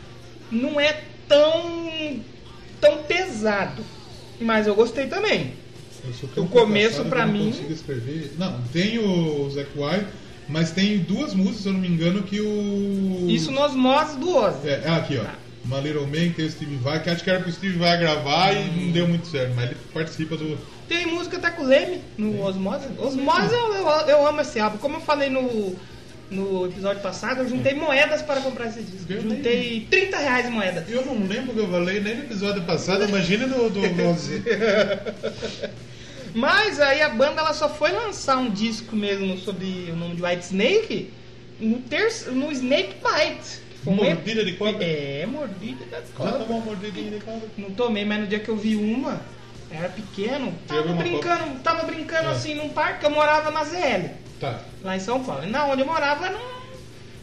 S1: não é tão tão pesado, mas eu gostei também.
S2: Eu sou tão
S1: O começo,
S2: fracassado
S1: pra
S2: que eu
S1: mim-
S2: Não consigo escrever. Não, tem o Zac White, mas tem duas músicas, se eu não me engano, que o.
S1: Isso Tá. no osmose do Ozzy.
S2: É, ah, aqui, ó. Uma Little Man, que tem o Steve Vai, que acho que era pro Steve Vai gravar e
S1: Hum.
S2: não deu muito certo, mas ele participa do.
S1: Tem música até com o Leme no Osmose. Osmose eu, eu, eu amo esse álbum. Como eu falei no, no episódio passado, eu juntei moedas para comprar esse disco. Eu
S2: Eu
S1: juntei 30 reais em moeda.
S2: Eu não lembro o que eu falei nem no episódio passado, imagina no. do, do...
S1: Mas aí a banda ela só foi lançar um disco mesmo sob o nome de White Snake no, terço, no Snake Bite. que foi um EP.
S2: Mordida de cobra.
S1: É, mordida da
S2: Já
S1: cobra.
S2: tomou uma mordidinha de cobra?
S1: Não tomei, mas no dia que eu vi uma, eu era pequeno, tava
S2: Teve uma
S1: brincando, tava brincando
S2: É.
S1: assim num parque, eu morava na ZL,
S2: Tá.
S1: lá em São Paulo. E na onde eu morava era, um-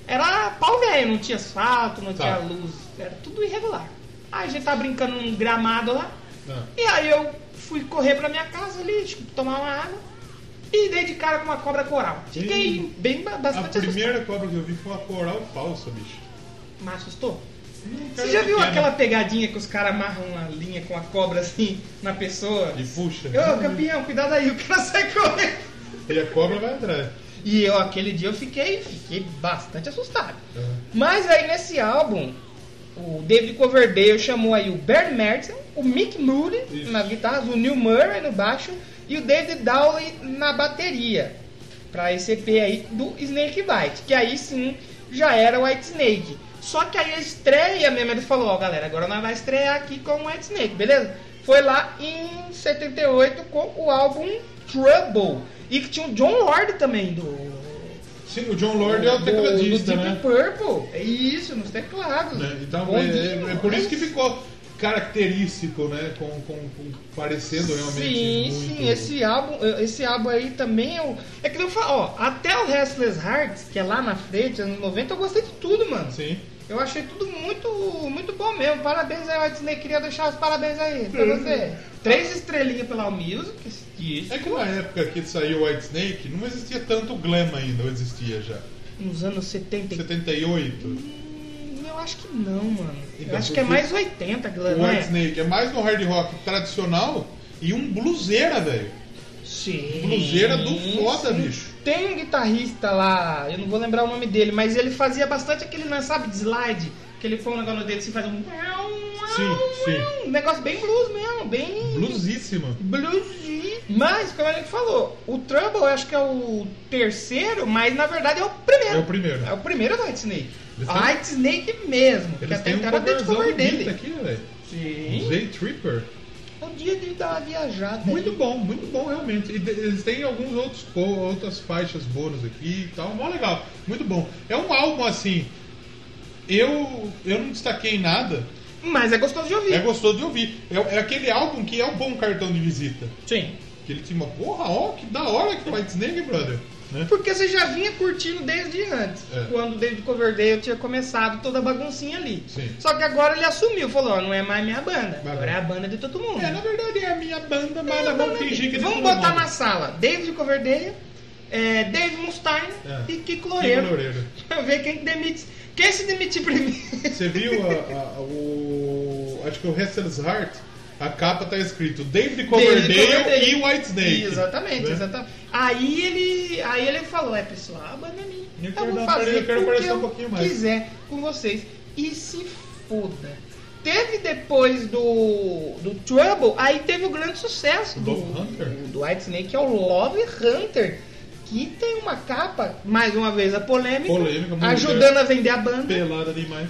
S1: era pau velho, não tinha asfalto, não
S2: Tá.
S1: tinha luz, era tudo irregular. Aí a gente tava brincando num gramado lá,
S2: Ah,
S1: e aí eu fui correr pra minha casa ali, tipo, tomar uma água, e dei de cara com uma cobra coral. Fiquei
S2: Ih.
S1: bem ba-
S2: A
S1: bastante
S2: primeira cobra que eu vi foi uma coral falsa, bicho.
S1: assustado. Mas assustou?
S2: Um cara
S1: Você já viu
S2: pequeno
S1: aquela pegadinha que os caras amarram uma linha com a cobra assim na pessoa?
S2: E puxa.
S1: Ô, campeão, cuidado aí, o cara sai correndo.
S2: E a é cobra vai atrás.
S1: E eu, aquele dia, eu fiquei, fiquei bastante assustado.
S2: Uhum.
S1: Mas aí, nesse álbum, o David Coverdale chamou aí o Bert Merton, o Mick Moody
S2: Isso.
S1: na guitarra, o Neil Murray no baixo e o David Dowley na bateria. Pra esse EP aí do Snake Bite, que aí sim já era o White Snake. Só que aí a estreia mesmo, ele falou, ó galera, agora nós vamos estrear aqui com o White Snake, beleza? Foi lá em 78 com o álbum Trouble. E que tinha o John Lord também do
S2: Sim, o John Lord é o
S1: do-
S2: tecladista,
S1: do Deep
S2: né?
S1: Purple. É isso, nos teclados.
S2: Né? Então,
S1: Bom
S2: é,
S1: dia,
S2: é- é por isso que ficou característico, né? Com, com- com- parecendo realmente.
S1: Sim,
S2: muito-
S1: sim, esse álbum, eh, esse álbum aí também é o. É que eu falo, ó, até o Restless Hearts, que é lá na frente, anos 90, eu gostei de tudo, mano.
S2: Sim.
S1: Eu achei tudo muito, muito bom mesmo. Parabéns aí, White Snake. Queria deixar os parabéns aí pra você. Três estrelinhas pela All Music, esse disco.
S2: É que na época que saiu White Snake, não existia tanto glam ainda, ou existia já.
S1: Nos anos 70.
S2: 78.
S1: Hum, Eu acho que não, mano. eu
S2: Então,
S1: acho que é
S2: porque
S1: mais 80, Glenn.
S2: O
S1: né?
S2: White Snake é mais no hard rock tradicional e um bluseira, velho.
S1: Sim.
S2: Bluseira é do foda, bicho.
S1: Tem um guitarrista lá, eu não vou lembrar o nome dele, mas ele fazia bastante aquele, né, sabe, de slide. Que ele põe um negócio no dedo e faz um.
S2: Sim, sim.
S1: Um negócio bem blues mesmo, bem.
S2: Blusíssima.
S1: Bluesy. Mas, como a gente falou, o Trouble eu acho que é o terceiro, mas na verdade é o primeiro.
S2: É o primeiro.
S1: É o primeiro do White Snake. Ah,
S2: Eles têm-
S1: White Snake mesmo. que
S2: Eles
S1: até
S2: têm um
S1: então era dentro do
S2: coverzão
S1: cover
S2: bonito
S1: dele.
S2: aqui, né, velho.
S1: Sim.
S2: Jay Tripper.
S1: Podia de dar uma viajada.
S2: Muito
S1: aí.
S2: bom, muito bom realmente. E de- eles têm alguns outros co- outras faixas bônus aqui e tal, mó legal, muito bom. É um álbum assim. Eu eu não destaquei nada.
S1: Mas é gostoso de ouvir.
S2: É gostoso de ouvir. É, é aquele álbum que é um bom cartão de visita.
S1: Sim.
S2: Que ele tinha uma porra, ó, que da hora que White Snake, brother. Né?
S1: Porque você já vinha curtindo desde antes.
S2: É.
S1: Quando desde o Coverdale tinha começado toda a baguncinha ali.
S2: Sim.
S1: Só que agora ele assumiu, falou, ó, não é mais minha banda. Agora é a banda de todo mundo.
S2: É, na verdade é a minha banda, mas
S1: É a
S2: nós vamos
S1: banda
S2: fingir que
S1: dele.
S2: eles
S1: Vamos
S2: não
S1: botar
S2: vão.
S1: na sala David Coverdale, é, Dave Mustaine
S2: É.
S1: e Kiko
S2: Quem é
S1: Loureiro.
S2: Loureiro?
S1: Pra ver quem que demite. Quem se demitir primeiro?
S2: Você viu a- a- o. Acho que o Wrestler's Heart, a capa tá escrito David Coverdale,
S1: Coverdale.
S2: e White Snake. Né?
S1: Exatamente, exatamente. Aí ele, aí ele falou, é pessoal, a banda é minha.
S2: Eu
S1: Eu,
S2: quero dar
S1: vou
S2: uma
S1: fazer
S2: parada, eu quero
S1: o que
S2: aparecer
S1: eu
S2: um pouquinho mais."
S1: quiser com vocês. E se foda. Teve depois do, do Trouble, aí teve o grande sucesso do,
S2: Love Hunter?
S1: do, do White Snake, que é o Love Hunter. Que tem uma capa, mais uma vez, a polêmica,
S2: Polêmica, muito
S1: ajudando a vender a banda.
S2: Pelada demais.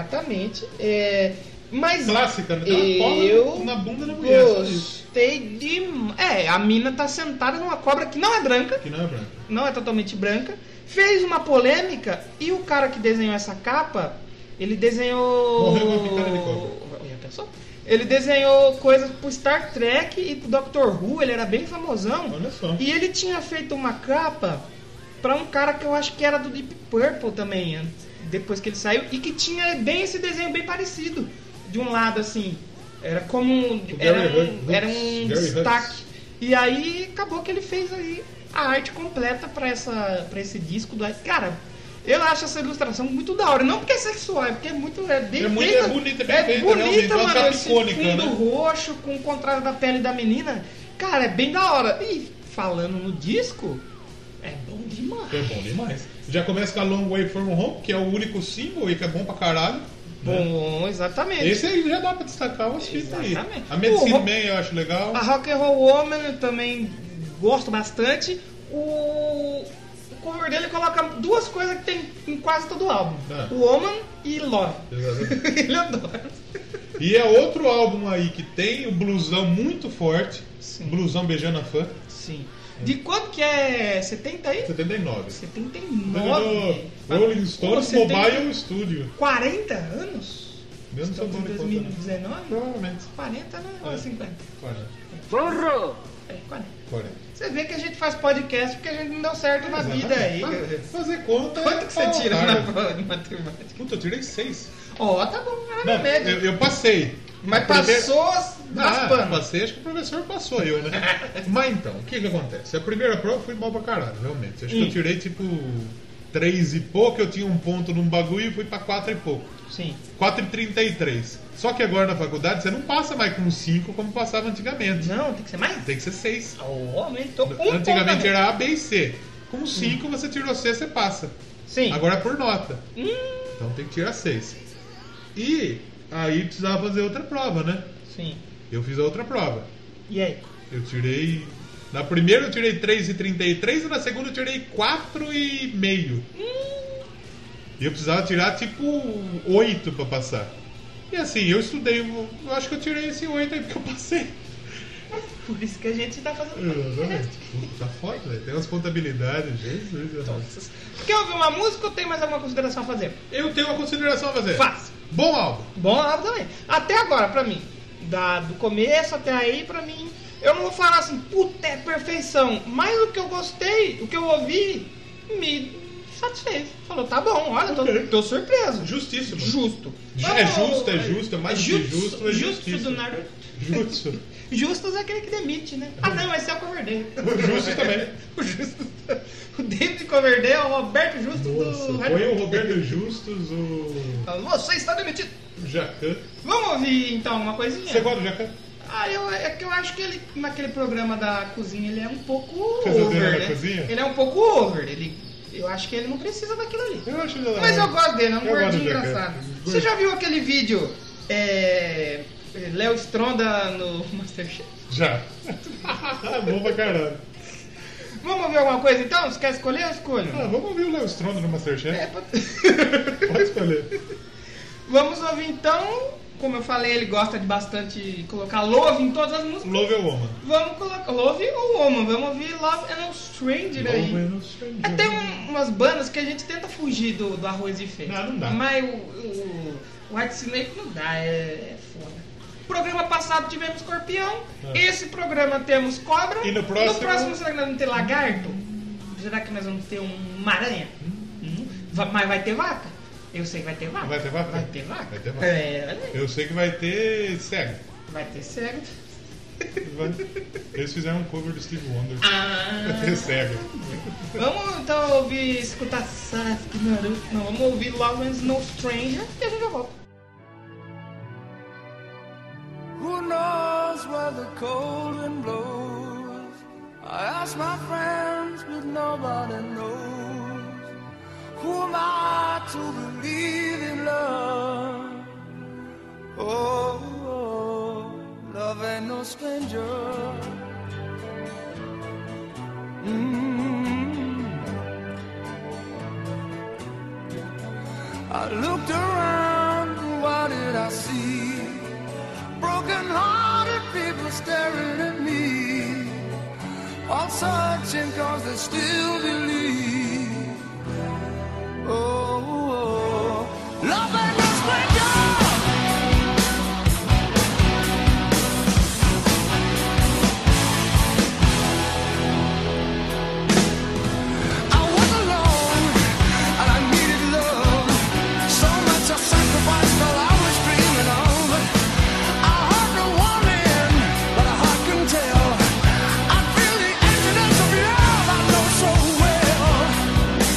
S1: Exatamente. É, mas
S2: Clássica, né? Dá uma cobra
S1: eu
S2: na bunda da mulher. só isso.
S1: gostei demais. É, a mina tá sentada numa cobra que não é branca,
S2: Que não é branca.
S1: não é totalmente branca. Fez uma polêmica e o cara que desenhou essa capa, ele desenhou.
S2: Morreu com uma picada de cobra.
S1: Já pensou? Ele desenhou coisas pro Star Trek e pro Doctor Who, ele era bem famosão.
S2: Olha só.
S1: E ele tinha feito uma capa pra um cara que eu acho que era do Deep Purple também, an- depois que ele saiu, e que tinha bem esse desenho bem parecido. De um lado, assim, era como um,
S2: Gary
S1: era
S2: Hux,
S1: um, era um
S2: Gary Hux.
S1: destaque. E aí acabou que ele fez aí a arte completa pra essa pra esse disco do cara. Eu acho essa ilustração muito da hora. Não porque é sexual, é porque é muito. É, bem
S2: É muito- é
S1: feita.
S2: bonita, é bem
S1: é
S2: feita, realmente, é
S1: bonita,
S2: uma
S1: mano.
S2: capa
S1: Esse
S2: icônica,
S1: fundo
S2: né?
S1: roxo com o contraste da pele da menina. Cara, é bem da hora. E falando no disco, é bom demais.
S2: É bom demais. Já começa com a Long Way From Home, que é o único single e que é bom pra caralho. né?
S1: Bom, exatamente.
S2: Esse aí já dá pra destacar umas fitas aí.
S1: É. Exatamente. Ah.
S2: A Medicine
S1: O-
S2: Man eu acho legal.
S1: A Rock and Roll Woman eu também gosto bastante. O, o cover dele coloca duas coisas que tem em quase todo o álbum.
S2: Tá.
S1: O Woman e Love. Ele adora.
S2: E é outro álbum aí que tem o blusão muito forte.
S1: Sim.
S2: Blusão beijando a fã.
S1: Sim. De quanto que é? 70 aí?
S2: 79.
S1: 79.
S2: Ganhou Rolling Stones
S1: Você tem
S2: Mobile Studio.
S1: 40 anos?
S2: Eu não sou bom
S1: Estamos em
S2: de conta, né?
S1: 2019?
S2: Provavelmente.
S1: 40, né? Ou
S2: É.
S1: 50?
S2: 40.
S1: É, 40.
S2: 40.
S1: Você vê que a gente faz podcast porque a gente não deu certo na vida aí.
S2: Mas Fazer conta. é
S1: Quanto que você
S2: pau,
S1: tira
S2: cara.
S1: na prova de matemática?
S2: Puta, eu tirei 6.
S1: Ó, tá bom, era
S2: Não,
S1: na média.
S2: eu, eu passei.
S1: Mas
S2: Primeiro-
S1: passou
S2: Ah,
S1: raspando.
S2: passei, acho que o professor passou eu, né? Mas então, o que que acontece? A primeira prova foi mal pra caralho, realmente. Acho que eu
S1: Hum.
S2: tirei tipo 3 e pouco, eu tinha um ponto num bagulho e fui pra 4 e pouco.
S1: Sim.
S2: 4,33. Só que agora na faculdade você não passa mais com 5 como passava antigamente.
S1: Não, tem que ser mais?
S2: Tem que ser 6.
S1: Ó, aumentou um ponto a menos.
S2: Antigamente era A, B e C. Com 5 você tirou C, você passa.
S1: Sim.
S2: Agora é por nota.
S1: Hum,
S2: Então tem que tirar 6. E aí precisava fazer outra prova, né?
S1: sim.
S2: Eu fiz a outra prova.
S1: E aí?
S2: Eu tirei. Na primeira eu tirei 3,33 e na segunda eu tirei 4,5.
S1: Hum.
S2: E eu precisava tirar tipo 8 pra passar. E assim, eu estudei, eu eu acho que eu tirei esse 8 aí porque eu passei.
S1: Por isso que a gente tá fazendo podcast.
S2: Puta, Tá foda, velho. Tem umas contabilidades, Jesus. né?
S1: Então,
S2: amado.
S1: Quer ouvir uma música ou tem mais alguma consideração a fazer?
S2: Eu tenho uma consideração a fazer.
S1: Faça.
S2: Bom álbum.
S1: Bom álbum também. Até agora, pra mim. Da, do começo até aí, pra mim. Eu não vou falar assim, puta, é perfeição. Mas o que eu gostei, o que eu ouvi, me satisfez. Falou, tá bom, olha, tô,
S2: Ok.
S1: tô surpreso.
S2: Justíssimo.
S1: Justo.
S2: É justo, é justo, é mais do que justo, é
S1: Justo do
S2: justíssimo.
S1: Naruto.
S2: Justo.
S1: Justus é aquele que demite, né? Ah, não, esse é o Coverdale.
S2: O Justo também.
S1: O Justus. O David Coverdale é o Roberto Justo do
S2: Nossa,
S1: Red
S2: foi o
S1: Hot.
S2: Roberto Justus, o
S1: Fala, Você está demitido.
S2: Jacan.
S1: Vamos ouvir então uma coisinha?
S2: Você gosta do Jacan?
S1: Ah, eu, é que eu acho que ele, naquele programa da cozinha, ele é um pouco
S2: Pesadelo
S1: over,
S2: na
S1: né?
S2: tá cozinha?
S1: Ele é um pouco over. Ele, eu acho que ele não precisa daquilo ali.
S2: Eu acho ele da
S1: Mas eu
S2: hora.
S1: gosto dele, é um
S2: Eu gosto
S1: gordinho
S2: do Jacan.
S1: engraçado.
S2: Gordo.
S1: Você já viu aquele vídeo é, Léo Stronda no Masterchef?
S2: Já. Ah, Bom pra caralho.
S1: Vamos ouvir alguma coisa então? Você quer escolher? Eu escolho.
S2: Ah, vamos ouvir o Léo Stronda no Masterchef?
S1: É, pode- É.
S2: Pode escolher.
S1: Vamos ouvir então. Como eu falei, ele gosta de bastante colocar love em todas as músicas.
S2: Love a Woman.
S1: Vamos colocar love ou woman. Vamos ouvir Love and a Stranger aí.
S2: Love and a Stranger.
S1: É, tem um- umas bandas que a gente tenta fugir do, do arroz e feijão.
S2: Não, não dá.
S1: Mas o, o, o White Snake não dá, é, é foda. Programa passado tivemos escorpião,
S2: É.
S1: esse programa temos cobra.
S2: E no próximo-
S1: será que nós vamos ter lagarto? Será que nós vamos ter um maranha? Hum. Va- Mas vai ter vaca? Eu sei que vai ter vaca.
S2: Vai ter vaca?
S1: Vai ter vaca.
S2: Vai ter vaca.
S1: É, olha aí.
S2: Eu sei que vai ter cego.
S1: vai ter cego.
S2: Vai- Eles fizeram um cover do Steve Wonder. Vai
S1: Ah,
S2: ter cego.
S1: Vamos então ouvir, escutar Sasuke, Naruto. Não, vamos ouvir Love and Snow Stranger e a gente já volta.
S6: Who knows where the cold wind blows? I ask my friends, but nobody knows. Who am I to believe in love? Oh, oh, love ain't no stranger. Mm. I looked around, and what did I see? Broken hearted people staring at me. All searching cause they still believe. Oh, oh, oh. love and no stranger. I was alone and I needed love. So much I sacrificed while I was dreaming of. I heard no warning, but a heart can tell. I feel the emptiness of love I know so well.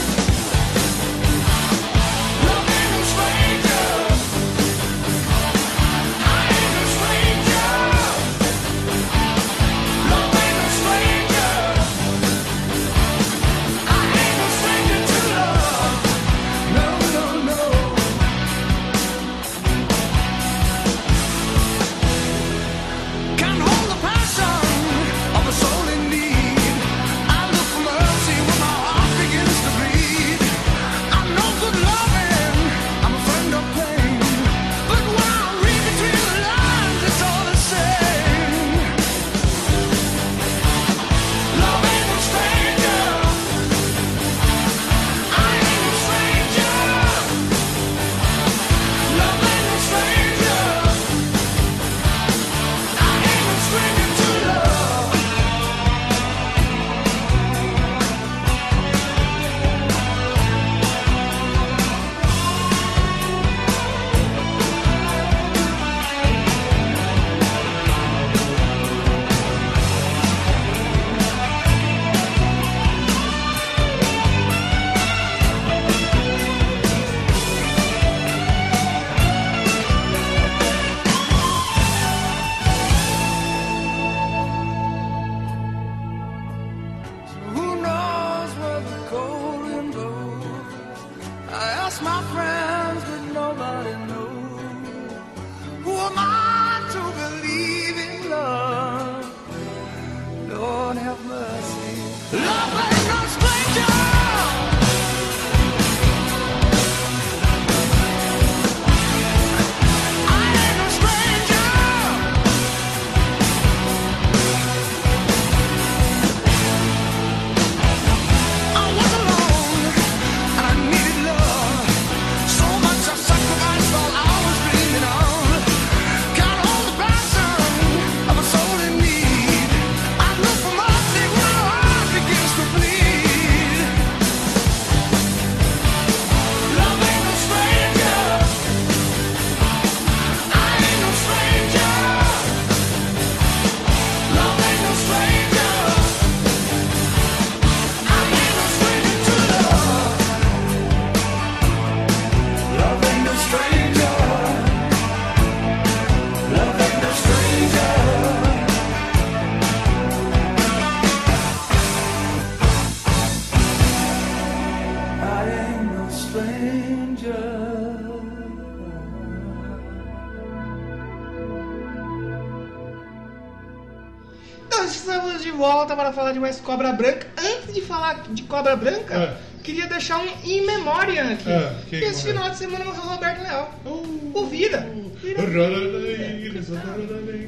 S6: stranger.
S1: Então estamos de volta para falar de mais Cobra Branca. Antes de falar de Cobra Branca,
S2: É.
S1: queria deixar um in memoriam aqui.
S2: É, que
S1: que esse
S2: memória?
S1: final de semana morreu Roberto Leal.
S2: Uh.
S1: O Vira. Vira.
S2: Por-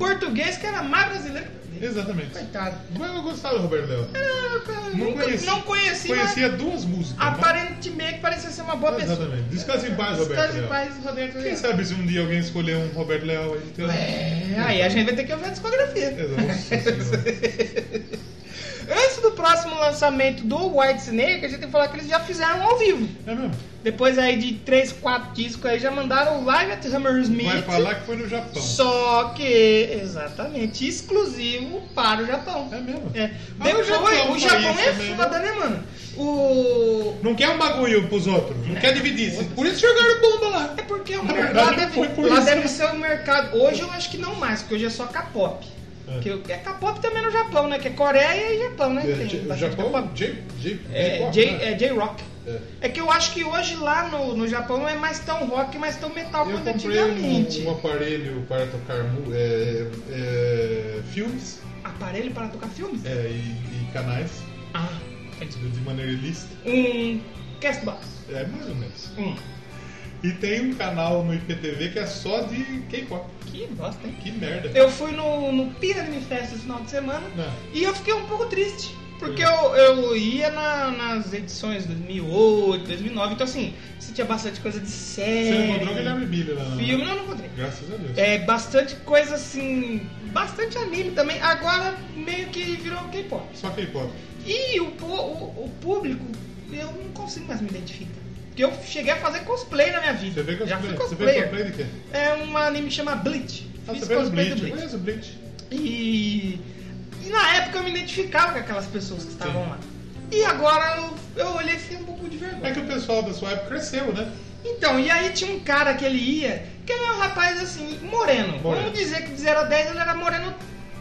S1: Português que era mais brasileiro.
S2: Exatamente.
S1: Coitado.
S2: Mas eu gostava do Roberto Leal.
S1: Eu, cara,
S2: Não
S1: nunca,
S2: conheci-
S1: não conheci,
S2: Conhecia duas músicas.
S1: mas
S2: mas-
S1: aparentemente parecia ser uma boa pessoa.
S2: Exatamente. Descanse em paz, Roberto
S1: Descanse em
S2: Leal.
S1: paz, Roberto
S2: Quem
S1: Leal.
S2: sabe se um dia alguém escolher um Roberto Leal aí. Tem...
S1: É, aí a gente vai ter que ouvir a discografia.
S2: É. Exato.
S1: Antes do próximo lançamento do White Snake, a gente tem que falar que eles já fizeram ao vivo.
S2: É mesmo?
S1: Depois aí de 3, 4 discos aí já mandaram o Live at Hammersmith.
S2: Vai falar que foi no Japão.
S1: Só que, exatamente, exclusivo para o Japão.
S2: É mesmo?
S1: É.
S2: Ah,
S1: Depois,
S2: o Japão
S1: o
S2: faz
S1: Japão
S2: isso
S1: é
S2: mesmo.
S1: foda, né, mano? O.
S2: Não quer um bagulho pros outros. Não, quer dividir. Por isso jogaram bomba lá.
S1: É porque o
S2: Na
S1: mercado
S2: verdade,
S1: deve,
S2: foi por
S1: lá
S2: isso. né?
S1: deve ser o mercado. Hoje eu acho que não mais, porque hoje é só K-pop.
S2: É.
S1: Que é K-pop também no Japão, né? Que é Coreia e Japão, né?
S2: É,
S1: Tem
S2: J-
S1: bastante
S2: Japão,
S1: K-pop.
S2: J, J,
S1: É
S2: J-pop,
S1: J-
S2: né?
S1: é J-Rock.
S2: É.
S1: É que eu acho que hoje lá no, no Japão não é mais tão rock, mas tão metal
S2: Eu
S1: quanto
S2: comprei
S1: antigamente.
S2: um, um aparelho para tocar mu- é, é, filmes
S1: Aparelho para tocar filmes?
S2: é, e, e canais
S1: Ah,
S2: de de maneira ilícita.
S1: um Castbox.
S2: É mais ou menos.
S1: Hum.
S2: E tem um canal no IPTV que é só de K-pop.
S1: Que bosta, hein?
S2: Que merda.
S1: Eu fui no, no Pyramid Fest esse final de semana
S2: Não.
S1: e eu fiquei um pouco triste.
S2: É.
S1: Porque eu, eu ia na- nas edições 2008, 2009, então assim, você tinha bastante coisa de
S2: Você
S1: série.
S2: encontrou o Guilherme Billy lá. na-
S1: É. filme, não, não encontrei.
S2: Graças a Deus.
S1: É, bastante coisa assim, bastante anime também. Agora meio que virou K-pop.
S2: Só K-pop.
S1: E o, po- o- o público, eu não consigo mais me identificar. Porque eu cheguei a fazer cosplay na minha vida.
S2: Você vê
S1: Já fui
S2: cosplay? Você
S1: cosplayer.
S2: vê cosplay de quê?
S1: É um anime que chama Bleach.
S2: Ah,
S1: Fiz
S2: você fez o
S1: cosplay do
S2: Bleach. Eu
S1: Bleach.
S2: conheço o Bleach.
S1: E, e na época eu me identificava com aquelas pessoas que estavam lá. E agora eu, eu olhei e fiquei um pouco de
S2: É
S1: vergonha.
S2: que o pessoal da sua época cresceu, né?
S1: Então, e aí tinha um cara que ele ia, que era um rapaz assim, moreno.
S2: Moreno.
S1: Vamos dizer que de 0 a 10 ele era moreno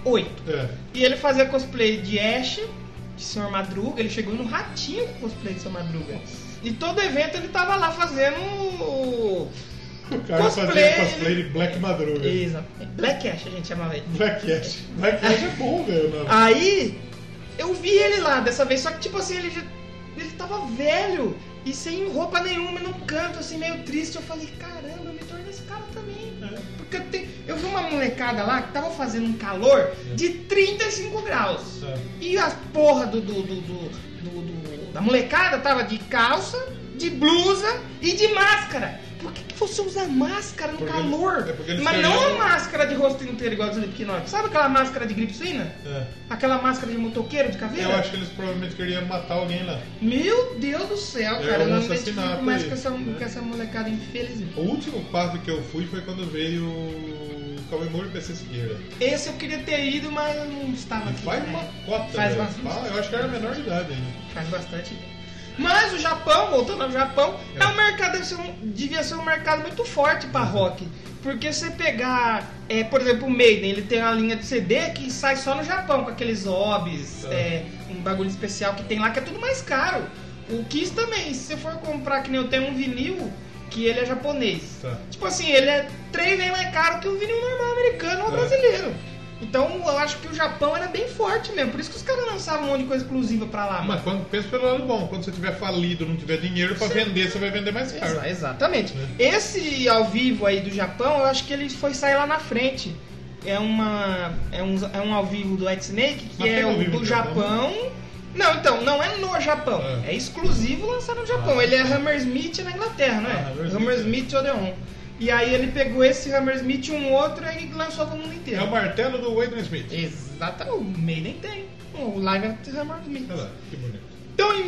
S1: 8.
S2: É.
S1: E ele fazia cosplay de Ash, de Sr. Madruga, ele chegou no ratinho com cosplay de Sr. Madruga. E todo evento ele tava lá fazendo o-
S2: O cara
S1: Cosplay. né?
S2: fazia cosplay de Black Madruga.
S1: Exatamente. Black Ash a gente chamava ele.
S2: Black Ash. Black Ash é bom, velho. não.
S1: Ah. Aí eu vi ele lá dessa vez, só que tipo assim, ele já. Ele tava velho e sem roupa nenhuma, num canto, assim, meio triste. Eu falei, caramba, eu me tornei esse cara também.
S2: É.
S1: Porque eu, te- eu vi uma molecada lá que tava fazendo um calor de 35 graus.
S2: É.
S1: E a porra do, do, do, do- do- do- da molecada tava de calça, de blusa e de máscara. Por que, que você usa máscara no
S2: Porque eles-
S1: calor?
S2: é porque eles
S1: Mas
S2: querem-
S1: não a máscara de rosto inteiro igual a do Slipknot. Sabe aquela máscara de gripsina?
S2: É.
S1: Aquela máscara de motoqueiro de
S2: Eu
S1: caveira?
S2: acho que eles provavelmente queriam matar alguém lá.
S1: Meu Deus do céu,
S2: É
S1: cara.
S2: um
S1: eu não me
S2: assassinato
S1: identifico mais com
S2: aí,
S1: essa,
S2: né?
S1: com essa molecada,
S2: O
S1: infelizmente.
S2: último parto que eu fui foi quando veio o Cauê Moura e PC Siqueira.
S1: Esse eu queria ter ido, mas eu não estava
S2: E
S1: aqui.
S2: faz
S1: né?
S2: uma cota,
S1: Faz
S2: velho.
S1: bastante.
S2: Fala, Eu acho que era a menor de idade ainda.
S1: Faz bastante tempo. Mas o Japão, voltando ao Japão, é, um mercado, deve ser um- devia ser um mercado muito forte
S2: Uhum.
S1: pra rock. Porque você pegar, é, por exemplo, o Maiden, ele tem uma linha de CD que sai só no Japão, com aqueles obs,
S2: Ah.
S1: é, um bagulho especial que tem lá, que é tudo mais caro. O Kiss também, se você for comprar, que nem eu tenho um vinil, que ele é japonês.
S2: Tá.
S1: Tipo assim, ele é três vezes mais caro que um vinil normal americano ou
S2: É.
S1: brasileiro. Então eu acho que o Japão era bem forte mesmo. Por isso que os caras lançavam um monte de coisa exclusiva pra lá.
S2: Ah,
S1: mano.
S2: Mas quando, pensa pelo lado bom, quando você tiver falido, não tiver dinheiro pra vender, você vai vender mais caro.
S1: Exa- exatamente.
S2: Né?
S1: Esse ao vivo aí do Japão, eu acho que ele foi sair lá na frente. É uma é um, é um ao vivo do White Snake que
S2: Mas tem
S1: é
S2: ao
S1: o
S2: vivo
S1: do
S2: no
S1: Japão.
S2: Japão? né?
S1: Não, então, não é no Japão. É,
S2: É.
S1: exclusivo lançado no Japão.
S2: Ah.
S1: ele é Hammersmith na Inglaterra, não é?
S2: Ah, Hammersmith,
S1: Hammersmith Odeon. E aí ele pegou esse Hammersmith e um outro e lançou pro mundo
S2: É
S1: inteiro.
S2: o martelo do Wayne Smith.
S1: Exatamente. O Maiden tem. né? O Live at Hammersmith.
S2: Olha lá, que bonito.
S1: Então em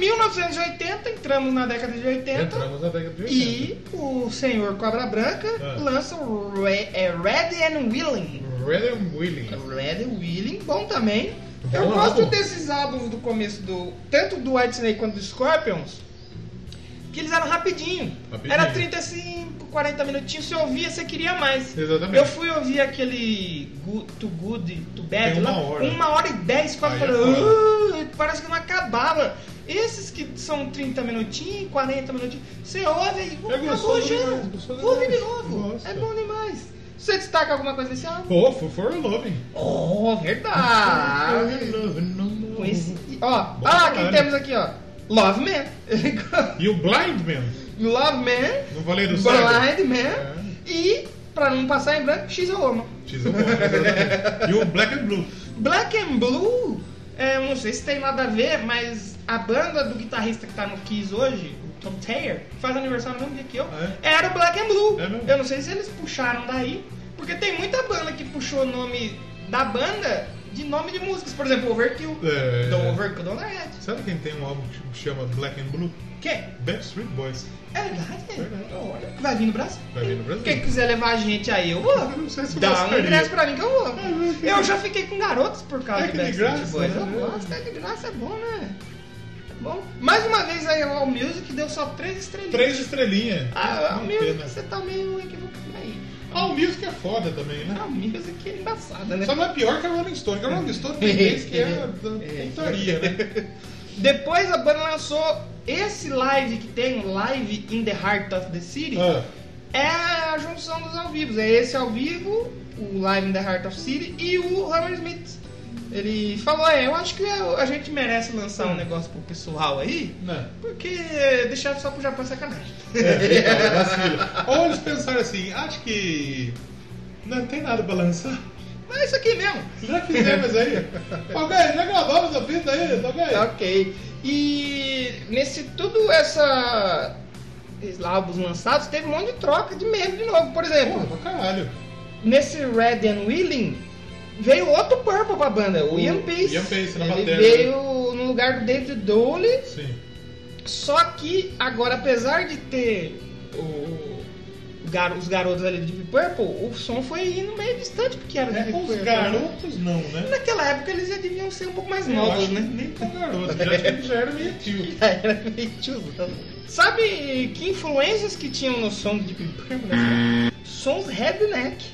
S1: 1980, entramos na década de 80.
S2: Entramos na década de 80.
S1: E o senhor Cobra Branca
S2: Ah.
S1: lança o Re- é Red and Willing.
S2: Red and Willing.
S1: Red and Willing, bom também. Eu
S2: Bom
S1: gosto
S2: álbum.
S1: desses álbuns do começo do. Tanto do White Snake quanto do Scorpions. Que eles eram rapidinho.
S2: Rapidinho.
S1: Era 35, 40 minutinhos. Você ouvia, você queria mais.
S2: Exatamente.
S1: Eu fui ouvir aquele Good, Too Good, Too Bad.
S2: Tem uma
S1: lá,
S2: hora.
S1: uma hora e dez, quase.
S2: Aí
S1: falei,
S2: é foda.
S1: "Ah, parece que não acabava. Esses que são 30 minutinhos, 40 minutinhos, você olha e
S2: É
S1: acabou
S2: gostoso
S1: já.
S2: demais, gostoso
S1: Ouve de
S2: demais.
S1: novo.
S2: Gosto.
S1: É bom demais. Você destaca alguma coisa desse álbum?
S2: Pô, for for loving.
S1: Oh, verdade.
S2: For loving, no more.
S1: Com esse- Ó,
S2: Bom
S1: ah, quem
S2: caralho.
S1: temos aqui, ó? Love Man.
S2: E o Blind Man?
S1: Love Man.
S2: Não falei do Cyber?
S1: Blind
S2: É.
S1: Man. E, pra não passar em branco, X é Roma.
S2: X o Blind, exatamente. E o Black and Blue.
S1: Black and Blue, é, eu não sei se tem nada a ver, mas a banda do guitarrista que tá no Kiss hoje, o Tom Taylor, que faz aniversário no mesmo dia que eu,
S2: Ah,
S1: era o Black and Blue.
S2: É mesmo?
S1: eu não sei se eles puxaram daí, porque tem muita banda que puxou o nome da banda de nome de músicas. Por exemplo, Overkill.
S2: É.
S1: Então, Overkill Donerhead.
S2: Sabe quem tem um álbum que chama Black and Blue?
S1: Que é
S2: Backstreet Boys.
S1: verdade,
S2: Verdade.
S1: Olha, vai vir no Brasil.
S2: Vai vir no Brasil.
S1: Quem quiser levar a gente aí, eu vou.
S2: não sei se eu
S1: Dá um
S2: gostaria. É,
S1: ingresso pra mim que eu vou.
S2: mas que-
S1: Eu já fiquei com garotos por causa
S2: É
S1: de
S2: que de
S1: Backstreet
S2: graça,
S1: Boys. Eu
S2: né?
S1: gosto, é que de graça é bom, né? É bom. Mais uma vez aí, o All Music deu só três estrelinhas.
S2: Três estrelinhas.
S1: Ah, All
S2: Uma
S1: Music,
S2: pena.
S1: você tá meio equivocado aí.
S2: Ah, o Music é foda também, né?
S1: All Music é embaçada, né?
S2: Só não é pior que a Rolling Stone, que a Rolling Stone tem vez que é da putaria, né?
S1: Depois a banda lançou esse live que tem, o Live in the Heart of the City.
S2: Ah,
S1: É a junção dos ao vivos. É esse ao vivo, o Live in the Heart of City e o Hammersmith. Ele falou, é, eu acho que a gente merece lançar
S2: Hum.
S1: um negócio pro pessoal aí,
S2: não.
S1: porque deixar só pro Japão é sacanagem.
S2: Ou eles pensaram assim, acho que não tem nada pra lançar.
S1: Mas é isso aqui mesmo.
S2: Já fizemos é aí. Alguém, já gravamos a fita aí, alguém?
S1: Ok. E nesse tudo essa esses álbuns lançados, teve um monte de troca de membro de novo. Por exemplo,
S2: Porra, pra caralho.
S1: nesse Red and Willing veio outro Purple pra banda, o,
S2: O
S1: Ian Pace.
S2: Ian Pace na
S1: Ele
S2: bateria.
S1: veio no lugar do David Dooley,
S2: Sim.
S1: só que agora apesar de ter o- o gar- os garotos ali do Deep Purple, o som foi indo meio distante porque era Deep
S2: É, Os
S1: Purple.
S2: garotos não, né?
S1: Naquela época eles já deviam ser um pouco mais
S2: Eu acho
S1: novos,
S2: que
S1: né?
S2: Nem tão garoto, já acho que eles já era meio tio.
S1: Era meio tiozão. Sabe que influências que tinham no som do Deep Purple? né? Sons redneck.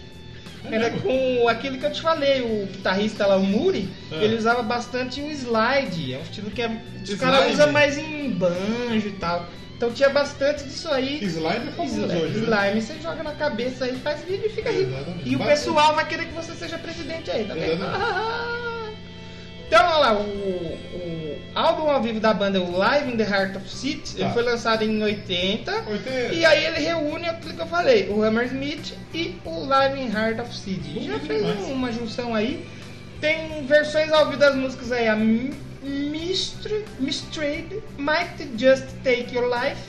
S1: Era com aquele que eu te falei, o guitarrista lá, o Muri,
S2: É.
S1: ele usava bastante o slide. É um estilo que é, os
S2: Slide?
S1: caras usam mais em banjo e tal. Então tinha bastante disso aí.
S2: Slime é famoso
S1: Slime,
S2: hoje, né?
S1: slime, você joga na cabeça aí, faz vídeo e fica rico.
S2: Exatamente.
S1: E o
S2: Bastante.
S1: pessoal vai querer que você seja presidente aí, tá vendo?
S2: Exatamente.
S1: Então, olha lá, o, o álbum ao vivo da banda, é o Live in the Heart of City, ele
S2: Tá.
S1: foi lançado em 80.
S2: Oitenta.
S1: E aí ele reúne aquilo que eu falei, o Hammersmith e o Live in Heart of City. Já
S2: Bonito
S1: fez um,
S2: demais.
S1: uma junção aí. Tem versões ao vivo das músicas aí, a Mi- Mistre- Mistrade, Might Just Take Your Life,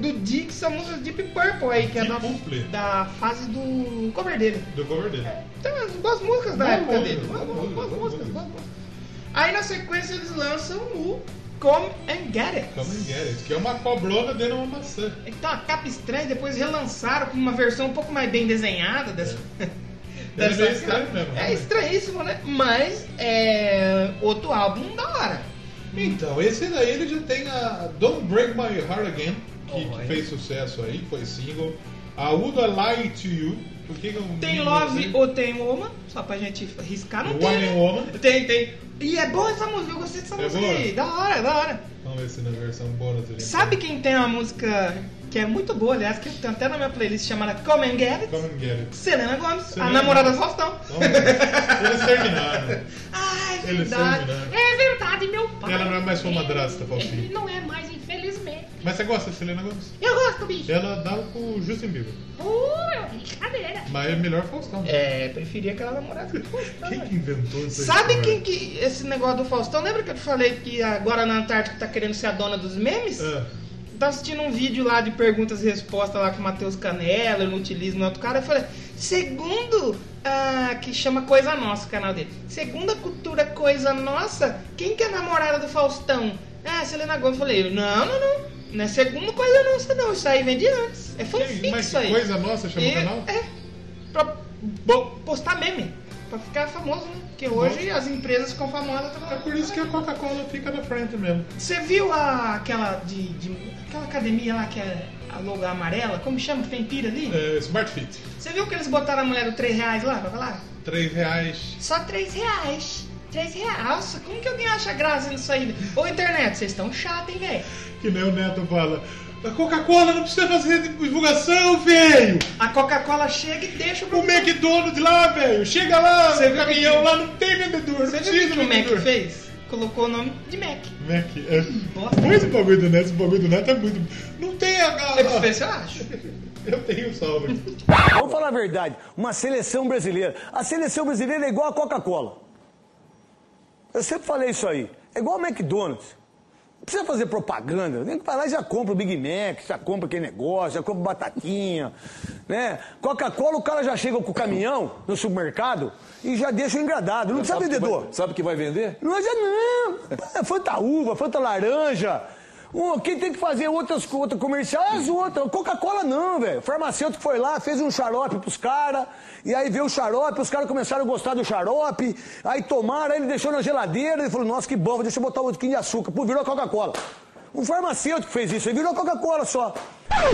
S1: do Dixon, música Deep Purple aí, que é
S2: Deep
S1: da,
S2: Purple.
S1: da fase do cover dele.
S2: Do cover dele.
S1: Então, as boas músicas da
S2: Boa
S1: época
S2: música,
S1: dele.
S2: boa
S1: Boas, boas, boas
S2: música,
S1: músicas, boas
S2: boa
S1: músicas. Aí na sequência eles lançam o Come and Get It.
S2: Come and get it, que é uma cobrona dentro de uma maçã.
S1: Então a capa estranha depois relançaram com uma versão um pouco mais bem desenhada dessa.
S2: É meio estranho mesmo,
S1: É
S2: realmente.
S1: estranhíssimo, né? Mas é outro álbum da hora.
S2: Então, esse daí ele já tem a Don't Break My Heart Again, que, que
S1: Olha.
S2: fez sucesso aí, foi single. A Would I Lie to You, por que é um que eu não
S1: Tem
S2: vi
S1: Love
S2: você?
S1: ou tem Woman, só pra gente riscar, não tem.
S2: Wine
S1: né?
S2: and Woman.
S1: Tem, tem. E é boa essa música, eu gostei dessa
S2: É
S1: música
S2: boa?
S1: aí. Da hora, da hora.
S2: Vamos ver se na versão bônus ele.
S1: Sabe quem tem uma música que é muito boa, aliás, que tem até na minha playlist chamada Come and Get It?
S2: Come and get it.
S1: Selena Gomes, a
S2: Selena
S1: namorada do
S2: Gomez.
S1: Faustão.
S2: Vamos ver. é Eles terminaram.
S1: Ah, é
S2: Eles
S1: verdade.
S2: terminaram.
S5: É verdade, meu pai.
S2: né? Ela não é mais sua madrasta, Faustinho.
S5: Ele não é mais, infelizmente.
S2: Mas você gosta de Selena Gomez?
S5: Eu gosto, bicho.
S2: Ela dá com o Justin Bieber.
S5: Uh, é uma brincadeira.
S2: Mas é melhor Faustão.
S1: É, preferia aquela namorada do Faustão.
S2: Quem
S1: né?
S2: que inventou isso aí?
S1: Sabe
S2: cara?
S1: quem que. Esse negócio do Faustão, lembra que eu te falei que agora na Antártica tá querendo ser a dona dos memes?
S2: Ah,
S1: Tá assistindo um vídeo lá de perguntas e respostas lá com o Matheus Canela, eu não utilizo no outro cara. Eu falei, segundo. ah, que chama Coisa Nossa o canal dele. Segundo a cultura Coisa Nossa, quem que é a namorada do Faustão? Ah, Selena Gomes. Eu falei, não, não, não. Não é segundo Coisa Nossa, não. Isso aí vem de antes. É
S2: quem-
S1: fanfic
S2: mas
S1: isso
S2: que
S1: aí.
S2: coisa nossa chama
S1: E-
S2: o canal?
S1: É. Pra bo- postar meme. Pra ficar famoso, né? Porque hoje as empresas ficam famosas.
S2: É por isso que a Coca-Cola fica na frente mesmo.
S1: Você viu a, aquela de, de- aquela academia lá que é a logo amarela? Como chama? que Tem pira ali?
S2: É, Smart Fit.
S1: Você viu que eles botaram a mulher do 3 reais lá? Vai lá?
S2: R$ 3 reais.
S1: Só 3 reais. Três reais? Como que alguém acha graça nisso aí? Ô internet, vocês estão chato, hein, velho?
S2: Que nem o Neto fala. A Coca-Cola não precisa fazer divulgação, velho!
S1: A Coca-Cola chega e deixa o
S2: O McDonald's lá, velho! Chega lá,
S1: Você
S2: o
S1: viu
S2: caminhão
S1: que-
S2: lá não tem vendedor, não
S1: Você viu
S2: precisa
S1: o que o Mac fez? Colocou o nome de Mac.
S2: Mac, é.
S1: Bosta.
S2: Põe esse bagulho do Neto, esse bagulho do Neto é muito. Não tem a. a-
S1: Você precisa ver se eu acho.
S2: Eu tenho salvo aqui.
S7: Vamos falar a verdade. Uma seleção brasileira. A seleção brasileira é igual a Coca-Cola. Eu sempre falei isso aí. É igual ao McDonald's. Não precisa fazer propaganda. Nem que vai lá e já compra o Big Mac, já compra aquele negócio, já compra batatinha. Né? Coca-Cola, o cara já chega com o caminhão no supermercado e já deixa o engradado. Não precisa vendedor.
S8: Sabe o que vai vender?
S7: Não adianta não. É Fanta uva, Fanta laranja. Um, quem tem que fazer outras co- outro comercial é as outras. Coca-Cola não, velho. O farmacêutico foi lá, fez um xarope pros caras, e aí veio o xarope, os caras começaram a gostar do xarope, aí tomaram, aí ele deixou na geladeira, ele falou, nossa, que bom, deixa eu botar outro quilo de açúcar. Pô, virou Coca-Cola. Um farmacêutico fez isso, ele virou Coca-Cola só.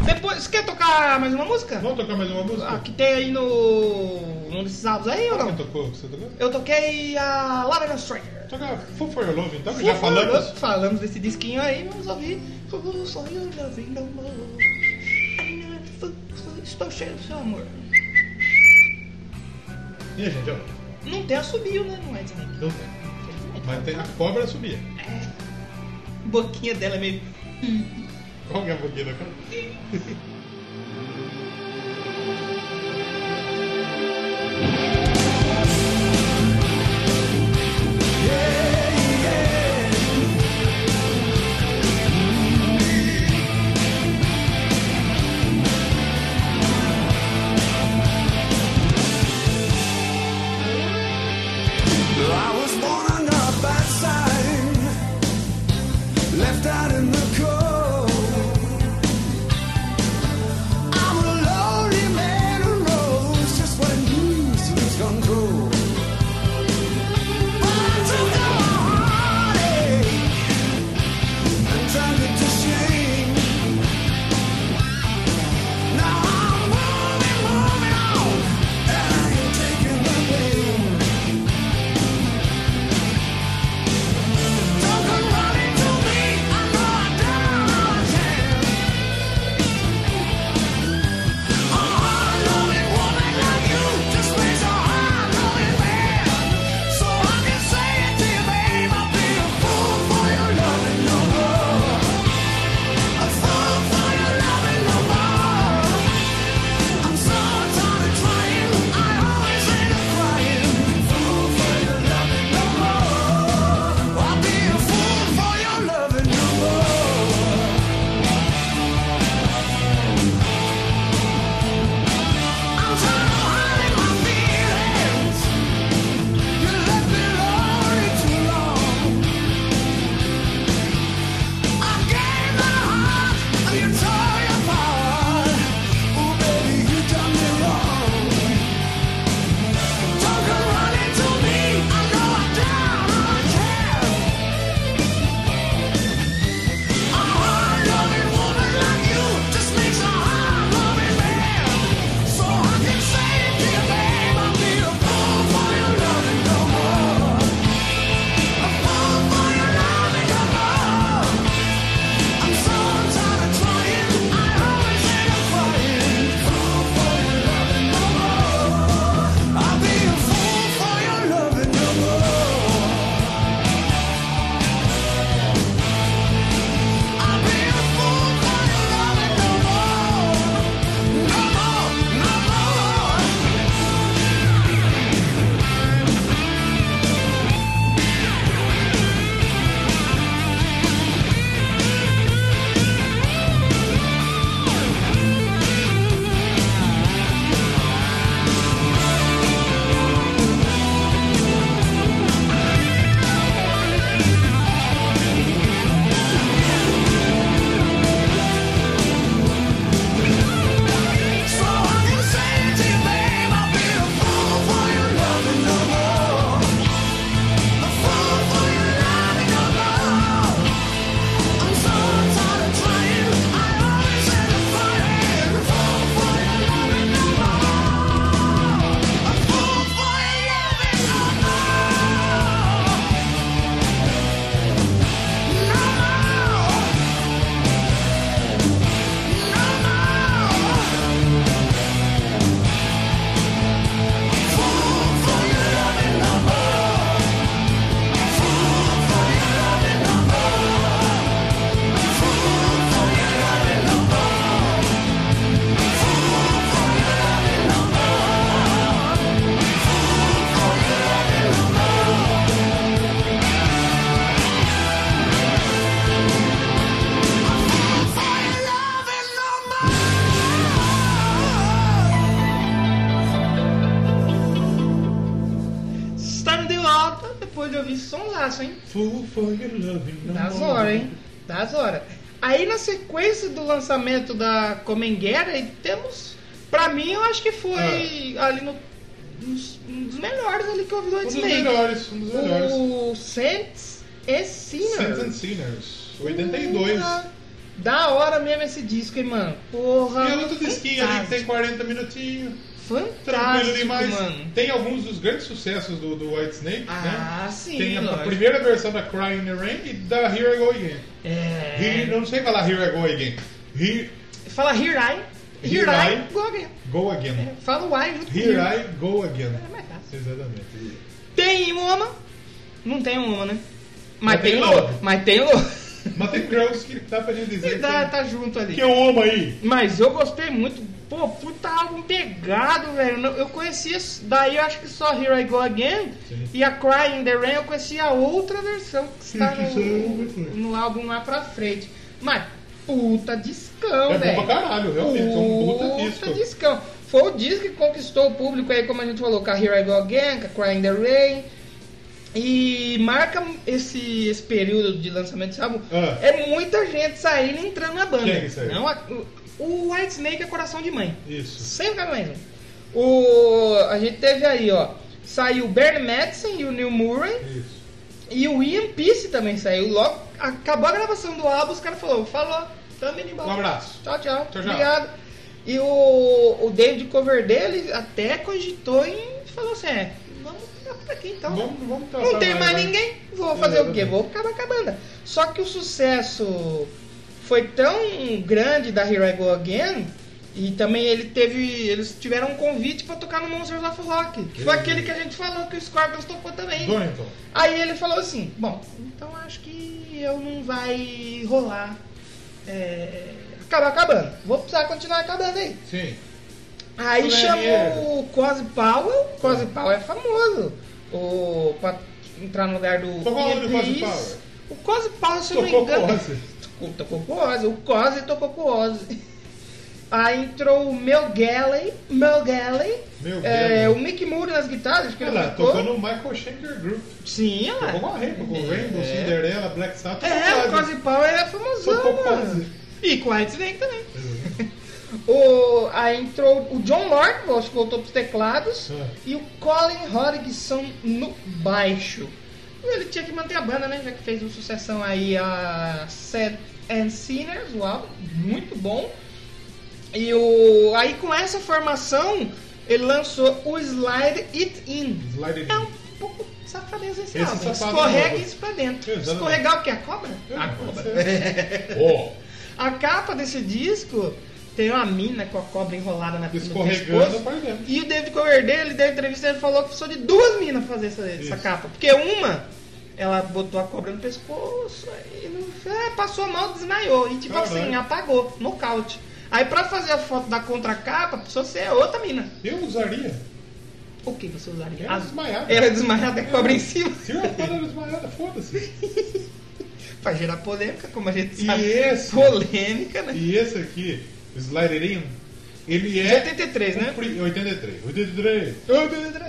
S1: Depois, você quer tocar mais uma música?
S2: Vamos tocar mais uma música?
S1: Ah, que tem aí no. Num desses álbuns aí ou
S2: Você
S1: não?
S2: tocou? Você tocou?
S1: Eu toquei a Lavender Stranger.
S2: Toca Full For Your Love, então, que já falamos.
S1: Falamos desse disquinho aí, vamos ouvir. O sonho da vida, amor. Estou cheio do seu amor.
S2: E a gente, ó.
S1: Não tem assobio, né? Não é Disney.
S2: Não tem. Mas tem a cobra subia.
S1: Boquinha dela é meio.
S2: Qual que é a boquinha da cobra?
S6: I was born on a bad sign, left out in the cold.
S1: vi esse sonsaço, um hein?
S2: Full for your love. no
S1: Das
S2: more.
S1: horas, Tá hein? Das horas. Aí na sequência do lançamento da Comenguera, aí temos. Pra mim, eu acho que foi ali no. uns- Um dos melhores ali que eu vi do
S2: Ah. Um dos
S1: Snake.
S2: melhores, um dos melhores.
S1: O Saints e Sinners.
S2: Saints and Sinners, 82.
S1: Porra, Da hora mesmo esse disco, hein, mano? Porra.
S2: E é outro disquinho ali que tem
S1: Hum, fantástico,
S2: 40 minutinhos. Tranquilo
S1: Fantástico,
S2: demais. né?
S1: mano.
S2: Tem alguns dos grandes sucessos do, do White Snake,
S1: Ah,
S2: né?
S1: sim,
S2: Tem a,
S1: lógico.
S2: primeira versão da Cry in the Rain e da Here I Go Again.
S1: É.
S2: Here, eu não sei falar Here I Go Again. Here
S1: Fala Here I. Here,
S2: Here
S1: I.
S2: I.
S1: Go again.
S2: Go Again.
S1: É, Fala o I junto com
S2: Here
S1: o
S2: I Go Again.
S1: É mais fácil.
S2: Exatamente.
S1: Tem uma. Não tem uma, né? Mas,
S2: Mas
S1: tem
S2: tem
S1: Lua.
S2: outra.
S1: Mas tem um Lua.
S2: Mas tem Kraus que dá pra gente dizer
S1: Tá,
S2: que,
S1: tá junto ali.
S2: que eu amo aí.
S1: Mas eu gostei muito. Pô, puta álbum pegado, velho. Não- Eu conhecia. Daí eu acho que só Here I Go Again
S2: Sim.
S1: e a Cry in the Rain eu conhecia a outra versão que está
S2: que isso é né? aí
S1: no,
S2: eu nunca fui.
S1: no álbum lá pra frente. Mas, puta discão,
S2: É
S1: Então, velho.
S2: bom pra caralho, realmente. É um puta disco.
S1: discão. Foi o disco que conquistou o público aí, como a gente falou, com a Here I Go Again, com a Cry in the Rain. E marca esse, esse período de lançamento desse álbum.
S2: Ah.
S1: É muita gente saindo e entrando na banda.
S2: Quem é que saiu?
S1: Não, a- o White Snake é coração de mãe.
S2: Isso.
S1: Sempre é mais um. O, a gente teve aí, ó. Saiu o Bernie Madison e o Neil Murray.
S2: Isso.
S1: E o Ian Peace também saiu. Logo, acabou a gravação do álbum, os caras falaram, falou, tamo indo embora.
S2: Um abraço.
S1: Tchau, tchau.
S2: Tchau, tchau.
S1: Obrigado. E o, o David Coverdale até cogitou em falou assim, é, vamos ficar por aqui então.
S2: Vamos, vamos
S1: Não
S2: trabalhar,
S1: tem mais
S2: né?
S1: ninguém, vou fazer o quê?
S2: Exatamente.
S1: Vou acabar com a banda. Só que o sucesso foi tão grande da Here I Go Again e também ele teve, eles tiveram um convite pra tocar no Monsters of Rock, que foi
S2: Que-
S1: aquele que a gente falou que o Scorpions tocou também.
S2: Donington.
S1: Aí ele falou assim, bom, então acho que eu não vai rolar. É, acabar acabando. Vou precisar continuar acabando aí.
S2: Sim.
S1: Aí
S2: Não é
S1: chamou
S2: dinheiro.
S1: o Cosy Powell. O Cosy Powell é famoso. O, pra entrar no lugar do.
S2: Qual é o nome do
S1: Ian
S2: Cosy
S1: Peace.
S2: Powell?
S1: O Cosy Powell, se eu não me
S2: Tocou
S1: engano.
S2: com Ozzy.
S1: Tocou- Tocou com o Ozzy. O Cosy tocou com o Ozzy. Aí entrou o Mel Galley. Mel Galley.
S2: Mel
S1: é,
S2: Galley.
S1: o Mick Moore nas guitarras, acho que
S2: Olha
S1: ele
S2: lá,
S1: tocou.
S2: tocou no Michael Schenker Group.
S1: Sim, olha lá.
S2: Tocou com a Rainbow, com Rainbow, Cinderella, Black Sabbath.
S1: Ah. É, o
S2: tocou
S1: Cosy Power era famosão,
S2: Tocou
S1: mano.
S2: Cosy.
S1: E com a White Snake também. O, aí entrou o John Lord, acho que voltou pros teclados,
S2: É.
S1: e o Colin Hodgson no baixo. Ele tinha que manter a banda, né? Já que fez uma sucessão aí a Set and Sinners, o álbum, muito bom. E o, aí com essa formação, ele lançou o Slide It In.
S2: Slide It
S1: É
S2: In.
S1: um pouco safadeza esse,
S2: Esse
S1: álbum.
S2: safado
S1: Escorrega
S2: novo.
S1: isso pra dentro.
S2: Exatamente.
S1: Escorregar o que? A cobra? A cobra.
S2: Ah, Ó,
S1: A capa desse disco tem uma mina com a cobra enrolada na no
S2: escorregando
S1: pescoço.
S2: pra dentro.
S1: E o David Coverdale, ele deu entrevista, ele falou que precisou de duas minas fazer essa, essa
S2: Isso.
S1: capa. Porque uma, ela botou a cobra no pescoço, aí não- é, passou mal, desmaiou. E tipo
S2: Caralho.
S1: assim, apagou, nocaute. Aí pra fazer a foto da contracapa, precisou ser outra mina.
S2: Eu usaria.
S1: O que você usaria?
S2: Era
S1: As-
S2: É desmaiada.
S1: Era desmaiada e cobra em cima.
S2: Se eu era desmaiada, foda-se.
S1: pra gerar polêmica, como a gente
S2: E
S1: sabe.
S2: esse?
S1: Polêmica, né?
S2: E esse aqui, Sliderinho, ele
S1: De
S2: é.
S1: 83, né?
S2: o pri- 83. 83.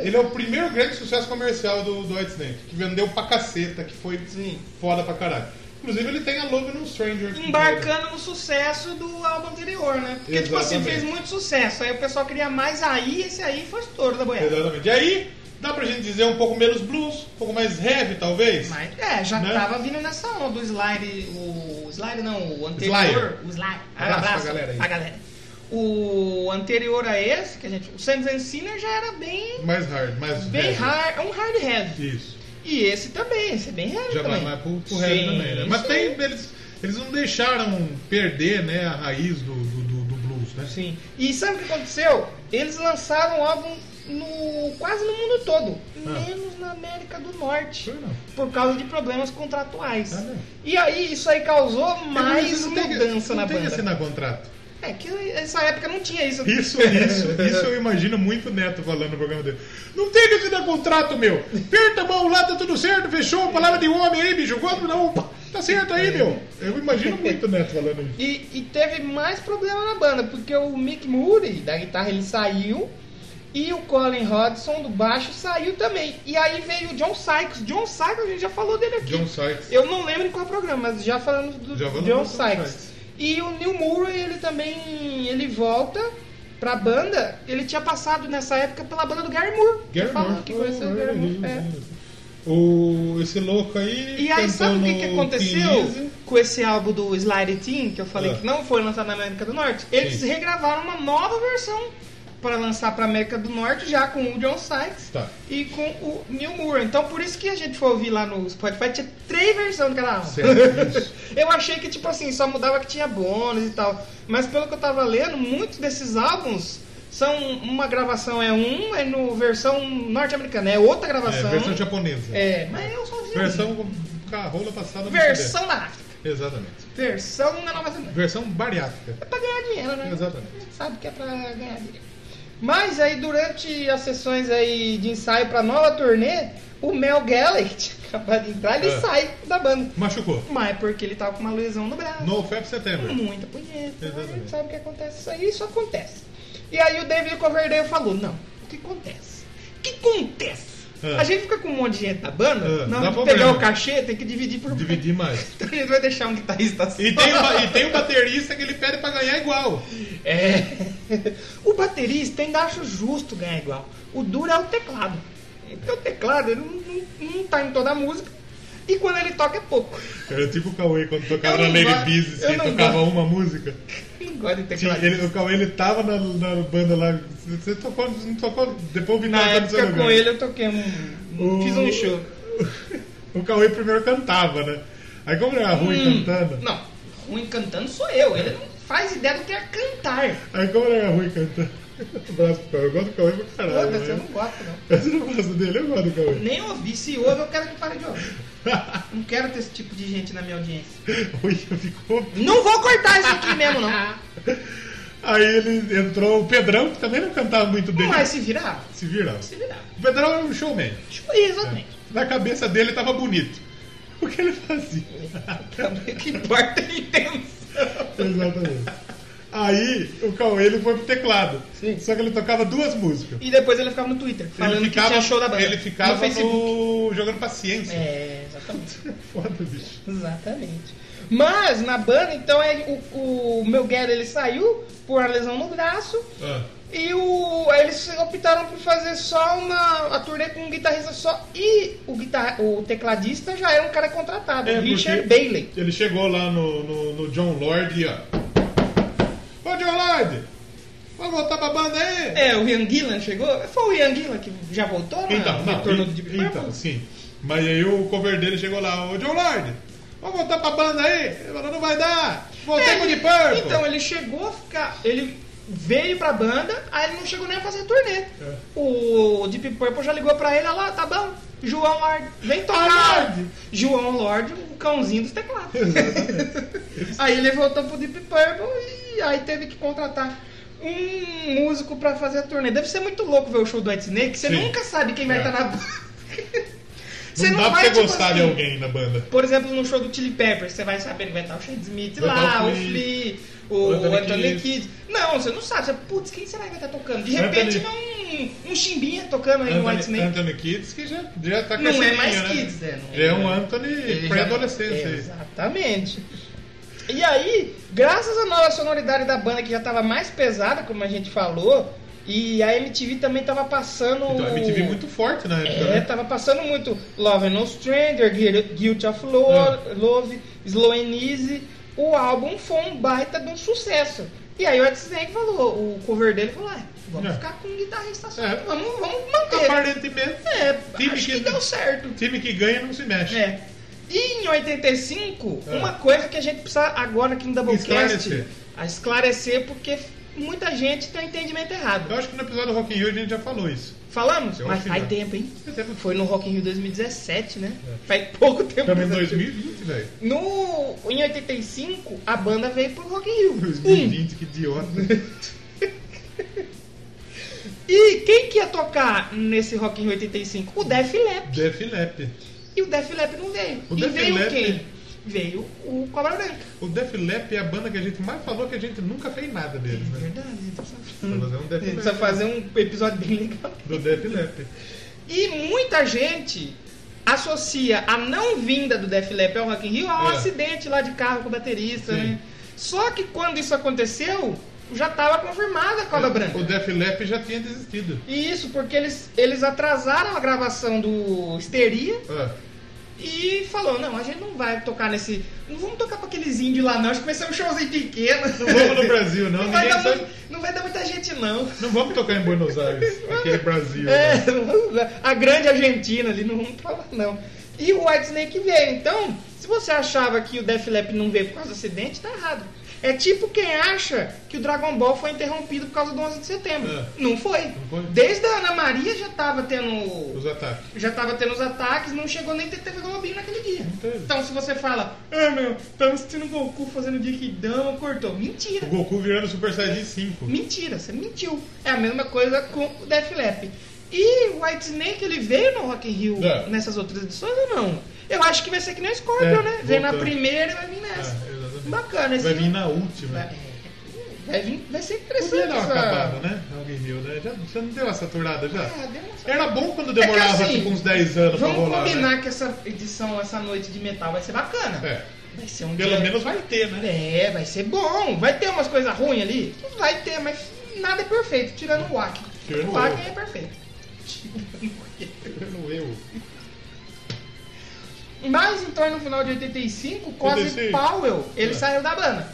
S2: Ele é o primeiro grande sucesso comercial do, do White Snake, que vendeu pra caceta, que foi
S1: Sim.
S2: foda pra caralho. Inclusive, ele tem a Love no Stranger.
S1: embarcando no sucesso do álbum anterior, né? Porque, tipo assim,
S2: Exatamente.
S1: fez muito sucesso. Aí o pessoal queria mais aí, esse aí foi estouro da boiada.
S2: Exatamente. E aí, dá pra gente dizer um pouco menos blues, um pouco mais heavy, talvez?
S1: Mas, é, já
S2: Né?
S1: tava vindo nessa onda, o slide, o slide não, o anterior,
S2: Slider.
S1: o slide,
S2: Abraço pra galera aí.
S1: a galera. O anterior a esse, que a gente, o Sands and Sinners já era bem,
S2: Mais hard, mais
S1: bem
S2: heavy.
S1: hard, é um hard heavy.
S2: Isso.
S1: E esse também, esse é bem heavy
S2: Já vai
S1: também.
S2: mais pro, pro heavy
S1: Sim,
S2: também, né? Mas
S1: sim.
S2: tem, eles, eles não deixaram perder né, a raiz do, do, do- do blues, né?
S1: Sim. E sabe o que aconteceu? Eles lançaram o álbum no, quase no mundo todo,
S2: Ah.
S1: menos na América do Norte,
S2: Foi, não.
S1: por causa de problemas contratuais.
S2: Ah, não.
S1: E aí isso aí causou
S2: Eles
S1: mais
S2: não têm-
S1: mudança na
S2: não tem
S1: banda.
S2: assinar contrato.
S1: É que nessa época não tinha isso.
S2: Isso, isso, isso eu imagino muito o Neto falando no programa dele. Não tem que assinar contrato, meu! Aperta a mão lá, tá tudo certo, fechou, palavra de homem aí, bicho, quando não, tá certo aí, meu! Eu imagino muito o Neto falando isso.
S1: E, e teve mais problema na banda, porque o Mick Moody, da guitarra, ele saiu. E o Colin Hodgson do baixo saiu também. E aí veio o John Sykes. John Sykes, a gente já falou dele aqui.
S2: John Sykes.
S1: Eu não lembro em qual programa, mas já falando do
S2: Já falamos
S1: John
S2: do John
S1: Sykes.
S2: Sykes.
S1: E o Neil Murray, ele também ele volta pra banda. Ele tinha passado nessa época pela banda do Gary Moore.
S2: Gary
S1: Falou
S2: Moore. Oh,
S1: que conheceu o Gary Moore. é.
S2: O, esse louco aí.
S1: E aí, sabe o que, que
S2: cantou no
S1: aconteceu
S2: King Lizzy.
S1: com esse álbum do Slide Team, que eu falei
S2: Ah.
S1: que não foi lançado na América do Norte? Eles
S2: Sim.
S1: regravaram uma nova versão para lançar para América do Norte, já com o John Sykes
S2: Tá.
S1: e com o Neil Moore. Então, por isso que a gente foi ouvir lá no Spotify, tinha três versões de cada álbum.
S2: Certo, é isso.
S1: Eu achei que, tipo assim, só mudava que tinha bônus e tal. Mas pelo que eu tava lendo, muitos desses álbuns são uma gravação é um, é no versão norte-americana, é outra
S2: É,
S1: gravação.
S2: versão japonesa.
S1: É, mas eu só vi.
S2: Versão um com- com a rola passada no
S1: Versão na África.
S2: CD. Exatamente.
S1: Versão na Nova Zelândia.
S2: Versão bariátrica.
S1: É pra ganhar dinheiro, né?
S2: Exatamente.
S1: A gente sabe que é pra ganhar dinheiro. Mas aí durante as sessões aí de ensaio pra nova turnê, o Mel Gallagher, que tinha acabado de entrar, ele
S2: É.
S1: sai da banda.
S2: Machucou.
S1: Mas é porque ele tava com uma lesão no braço.
S2: No FEP Setembro.
S1: Muita punheta. A gente
S2: Exatamente.
S1: sabe que acontece isso aí, isso acontece. E aí o David Coverdale falou, não, o que acontece? O que acontece?
S2: É.
S1: A gente fica com um monte de gente da banda, na
S2: É, dá
S1: hora de
S2: problema.
S1: pegar o cachê, tem que dividir por
S2: Dividir mais.
S1: Então a gente vai deixar um guitarrista assim.
S2: E tem, uma, e tem um baterista que ele pede pra ganhar igual.
S1: É. O baterista ainda acho justo ganhar igual. O duro é o teclado. Porque o teclado ele não, não, não tá em toda a música. E quando ele toca é pouco.
S2: Era tipo o Cauê quando
S1: Eu
S2: tocava na
S1: não
S2: Lady
S1: gosto-
S2: Business,
S1: eu
S2: que
S1: não
S2: tocava
S1: gosto.
S2: uma música.
S1: Não gosta de
S2: Tinha-
S1: teclado.
S2: ele- o Cauê ele tava na, na banda lá. Você tocou, não tocou? Depois o
S1: Na
S2: Vinal tá no seu
S1: época com
S2: lugar.
S1: ele eu toquei um.
S2: O-
S1: Fiz um show.
S2: O Cauê primeiro cantava, né? Aí como ele era ruim cantando.
S1: Não, ruim cantando sou eu. Ele não faz ideia do que é cantar.
S2: Aí como ele era ruim cantando. um Abraço pro Cauê. Eu gosto do Cauê pra caralho.
S1: Foda-se, eu não
S2: né?
S1: gosto não.
S2: Mas eu não gosto dele, eu gosto do Cauê.
S1: Nem ouvi. Se ouve, eu quero que pare de ouvir. Não quero ter esse tipo de gente na minha audiência.
S2: Oi, eu fico.
S1: Não vou cortar isso aqui mesmo, não.
S2: Aí ele entrou o Pedrão, que também não cantava muito bem.
S1: Mas se virar,
S2: Se virava.
S1: se virar.
S2: O Pedrão era um showman.
S1: Tipo isso, também.
S2: Na cabeça dele tava bonito. O que ele fazia?
S1: O que importa é a intenção.
S2: Exatamente. Aí o Cauê ele foi pro teclado.
S1: Sim.
S2: Só que ele tocava duas músicas.
S1: E depois ele ficava no Twitter, falando
S2: ele ficava,
S1: que tinha show da banda.
S2: Ele
S1: no
S2: ficava no
S1: Facebook.
S2: jogando paciência.
S1: É, exatamente.
S2: Foda, bicho.
S1: Exatamente. Mas na banda, então, é, o, o meu Guerra ele saiu por uma lesão no braço.
S2: Ah,
S1: E o, aí eles optaram por fazer só uma a turnê com um guitarrista só. E o, guitar, o tecladista já era um cara contratado,
S2: É,
S1: o Richard
S2: porque-
S1: Bailey.
S2: ele chegou lá no, no, no John Lord e ó. Ô John Lord! Vai voltar pra banda aí!
S1: É, o Ian Gillan chegou. Foi o Ian Gillan que já voltou, né?
S2: Então, não,
S1: Retorno do
S2: e-
S1: Deep Purple.
S2: então, sim. Mas aí o cover dele chegou lá, ô John Lord, vamos voltar pra banda aí? Ele falou, não vai dar, voltei
S1: É,
S2: com o
S1: ele-
S2: Deep Purple.
S1: Então, ele chegou a ficar. Ele veio pra banda, aí ele não chegou nem a fazer turnê.
S2: É.
S1: O Deep Purple já ligou pra ele, olha lá, tá bom. João Lorde, vem
S2: Ah,
S1: tocar.
S2: Lorde.
S1: João Lorde, o cãozinho dos teclados. aí ele voltou pro Deep Purple e aí teve que contratar um músico pra fazer a turnê. Deve ser muito louco ver o show do White Snake, que você
S2: Sim.
S1: nunca sabe quem vai
S2: É.
S1: estar na banda.
S2: não,
S1: Você
S2: dá pra
S1: vai,
S2: você
S1: tipo
S2: gostar de
S1: assim,
S2: alguém na banda.
S1: por exemplo, no show do Chili Peppers, você vai saber que vai estar o Shane Smith
S2: Vai estar
S1: lá,
S2: o
S1: o Flea,
S2: Flea,
S1: o
S2: o Anthony
S1: Anthony Kidd. Não, você não sabe. Você, putz, quem será que vai estar tocando? De
S2: Anthony-
S1: repente, vem um, um chimbinha tocando aí no White
S2: Anthony,
S1: Snake.
S2: Anthony Kids, que já, já tá
S1: Não é
S2: crescidinho,
S1: mais
S2: né?
S1: Kids, é, não
S2: Já é um
S1: é.
S2: Anthony
S1: Ele
S2: pré-adolescente.
S1: já- É,
S2: aí.
S1: Exatamente. E aí, graças à nova sonoridade da banda, que já tava mais pesada, como a gente falou, e a MTV também tava passando...
S2: Então, a MTV muito forte na época,
S1: É,
S2: né?
S1: tava passando muito Love and No Stranger, Guil- Guilt of Lo-
S2: Ah.
S1: Love, Slow and Easy. O álbum foi um baita de um sucesso. E aí o Ed Snake falou, o cover dele falou, ah, vamos
S2: É.
S1: ficar com o guitarrista só,
S2: É.
S1: vamos, vamos manter.
S2: Aparentemente,
S1: É,
S2: Time
S1: acho que
S2: que-
S1: deu certo.
S2: time que ganha não se mexe.
S1: É. E em 85,
S2: É.
S1: uma coisa que a gente precisa agora aqui no Doublecast
S2: Esclarecer.
S1: a esclarecer, porque muita gente tem um entendimento errado.
S2: Eu Então, acho que no episódio do Rock in Rio a gente já falou isso.
S1: Falamos?
S2: Eu
S1: Mas
S2: acho que
S1: faz
S2: já.
S1: tempo, hein?
S2: Mas é-
S1: Foi no Rock in Rio 2017, né? Faz pouco tempo.
S2: Estamos É. em
S1: que aconteceu.
S2: 2020, velho.
S1: No, em 85, a banda veio pro Rock in Rio.
S2: 2020, que idiota.
S1: Um. E quem que ia tocar nesse Rock in Rio 85? O Def Leppard.
S2: Def Leppard.
S1: E o Def Leppard não veio.
S2: O
S1: e
S2: Def
S1: veio
S2: Leppard-
S1: quem? veio o Cobra Branca.
S2: O Def Leppard é a banda que a gente mais falou que a gente nunca fez nada deles, né?
S1: Verdade, a gente precisa-
S2: Pra fazer um
S1: a
S2: Def
S1: gente precisa
S2: Leppard.
S1: fazer um episódio bem legal.
S2: Do Def Leppard.
S1: E muita gente associa a não vinda do Def Leppard ao Rock in Rio ao
S2: É.
S1: acidente lá de carro com o baterista,
S2: Sim.
S1: né? Só que quando isso aconteceu, já estava confirmada a
S2: É.
S1: Cobra Branca.
S2: O Def Leppard já tinha desistido.
S1: E isso porque eles, eles atrasaram a gravação do Histeria
S2: Ah,
S1: e falou, não, a gente não vai tocar nesse... Não vamos tocar para aqueles índios lá não, acho que vai ser um showzinho pequeno.
S2: não vamos no Brasil, não.
S1: Não vai,
S2: Ninguém
S1: dar
S2: sabe.
S1: muito- não vai dar muita gente não.
S2: Não vamos tocar em Buenos Aires, aquele Brasil.
S1: É,
S2: né?
S1: não vamos lá. a grande Argentina ali, não vamos pra lá não. E o White Snake veio. Então, se você achava que o Def Leppard não veio por causa do acidente, tá errado. É tipo quem acha que o Dragon Ball foi interrompido por causa do 11 de setembro.
S2: É.
S1: Não, foi.
S2: foi.
S1: Desde a Ana Maria já tava tendo
S2: Os ataques.
S1: já tava tendo os ataques, não chegou nem ter TV Globinho naquele dia.
S2: teve.
S1: Então, se você fala, ah, meu, estamos assistindo Goku fazendo Dama cortou. Mentira.
S2: O Goku virando Super Saiyajin 5.
S1: Mentira, você mentiu. É a mesma coisa com o Def Leppard. E o White Snake ele veio no Rock in Rio
S2: É.
S1: nessas outras edições ou não? Eu acho que vai ser que nem o Scorpion,
S2: É,
S1: né? Vem na
S2: voltando.
S1: primeira e vai vir nessa.
S2: É, exatamente.
S1: Bacana esse
S2: Vai vir na última.
S1: Vai, vai vir- vai ser
S2: Podia
S1: interessante
S2: dar uma
S1: É. essa-
S2: acabada, Tá né? Alguém viu, né? Já, já não deu uma saturada já?
S1: Ah, deu uma-
S2: Era bom quando
S1: É que
S2: demorava
S1: assim,
S2: tipo uns 10 anos pra
S1: Vamos
S2: rolar. né?
S1: combinar que essa edição, essa noite de metal vai ser bacana.
S2: É.
S1: Vai ser um
S2: Pelo
S1: dia-
S2: menos vai ter, né?
S1: É, vai ser bom. Vai ter umas coisas ruins ali? Vai ter, mas nada é perfeito, tirando o Wacken.
S2: Tirando
S1: O
S2: o
S1: Wacken
S2: eu.
S1: é perfeito. Tirando o Wacken.
S2: Pelo eu.
S1: Mas então aí no final de 85, o Cosby
S2: 85.
S1: Powell, ele
S2: É.
S1: saiu da banda.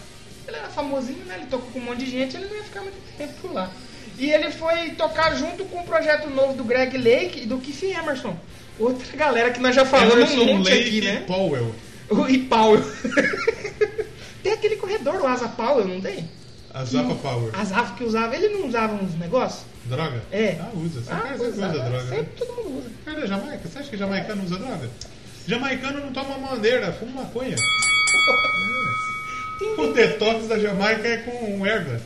S1: Ele era famosinho, né? Ele tocou com um monte de gente, ele não ia ficar muito tempo lá. E ele foi tocar junto com o projeto novo do Greg Lake e do Keith Emerson. Outra galera que nós já falamos um
S2: Emerson
S1: monte
S2: Lake
S1: aqui, né?
S2: e Powell.
S1: O- E Powell. tem aquele corredor, o Asa Powell, não tem?
S2: A Zappa Power.
S1: As Rafa que usava, ele não usava uns negócios?
S2: Droga?
S1: É.
S2: Ah, usa. Você
S1: Ah,
S2: quer usa,
S1: usava.
S2: droga. né?
S1: Sempre todo mundo usa.
S2: Cara, Jamaica, você acha que jamaicano usa droga? Jamaicano não toma madeira, fuma maconha. o detox da Jamaica é com erva.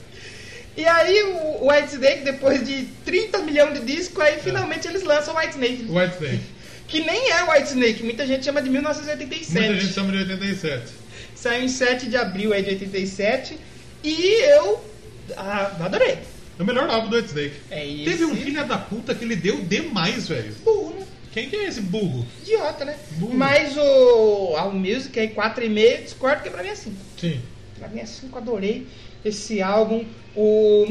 S1: E aí o o White Snake, depois de 30 milhões de discos,
S2: É.
S1: aí finalmente eles lançam o White Snake.
S2: White Snake.
S1: Que nem é White Snake, muita gente chama de
S2: Muita gente
S1: 1987.
S2: chama de 87.
S1: Saiu em 7 de abril aí de 87. E eu ah, adorei.
S2: É o melhor álbum do White Snake.
S1: É isso.
S2: Teve um filho da puta que ele deu demais, velho.
S1: burro, né?
S2: Quem que é esse burro?
S1: Idiota, né?
S2: Burro.
S1: Mas o All Music aí 4,5, discordo que pra mim é 5.
S2: Sim.
S1: Pra mim é 5, adorei esse álbum. O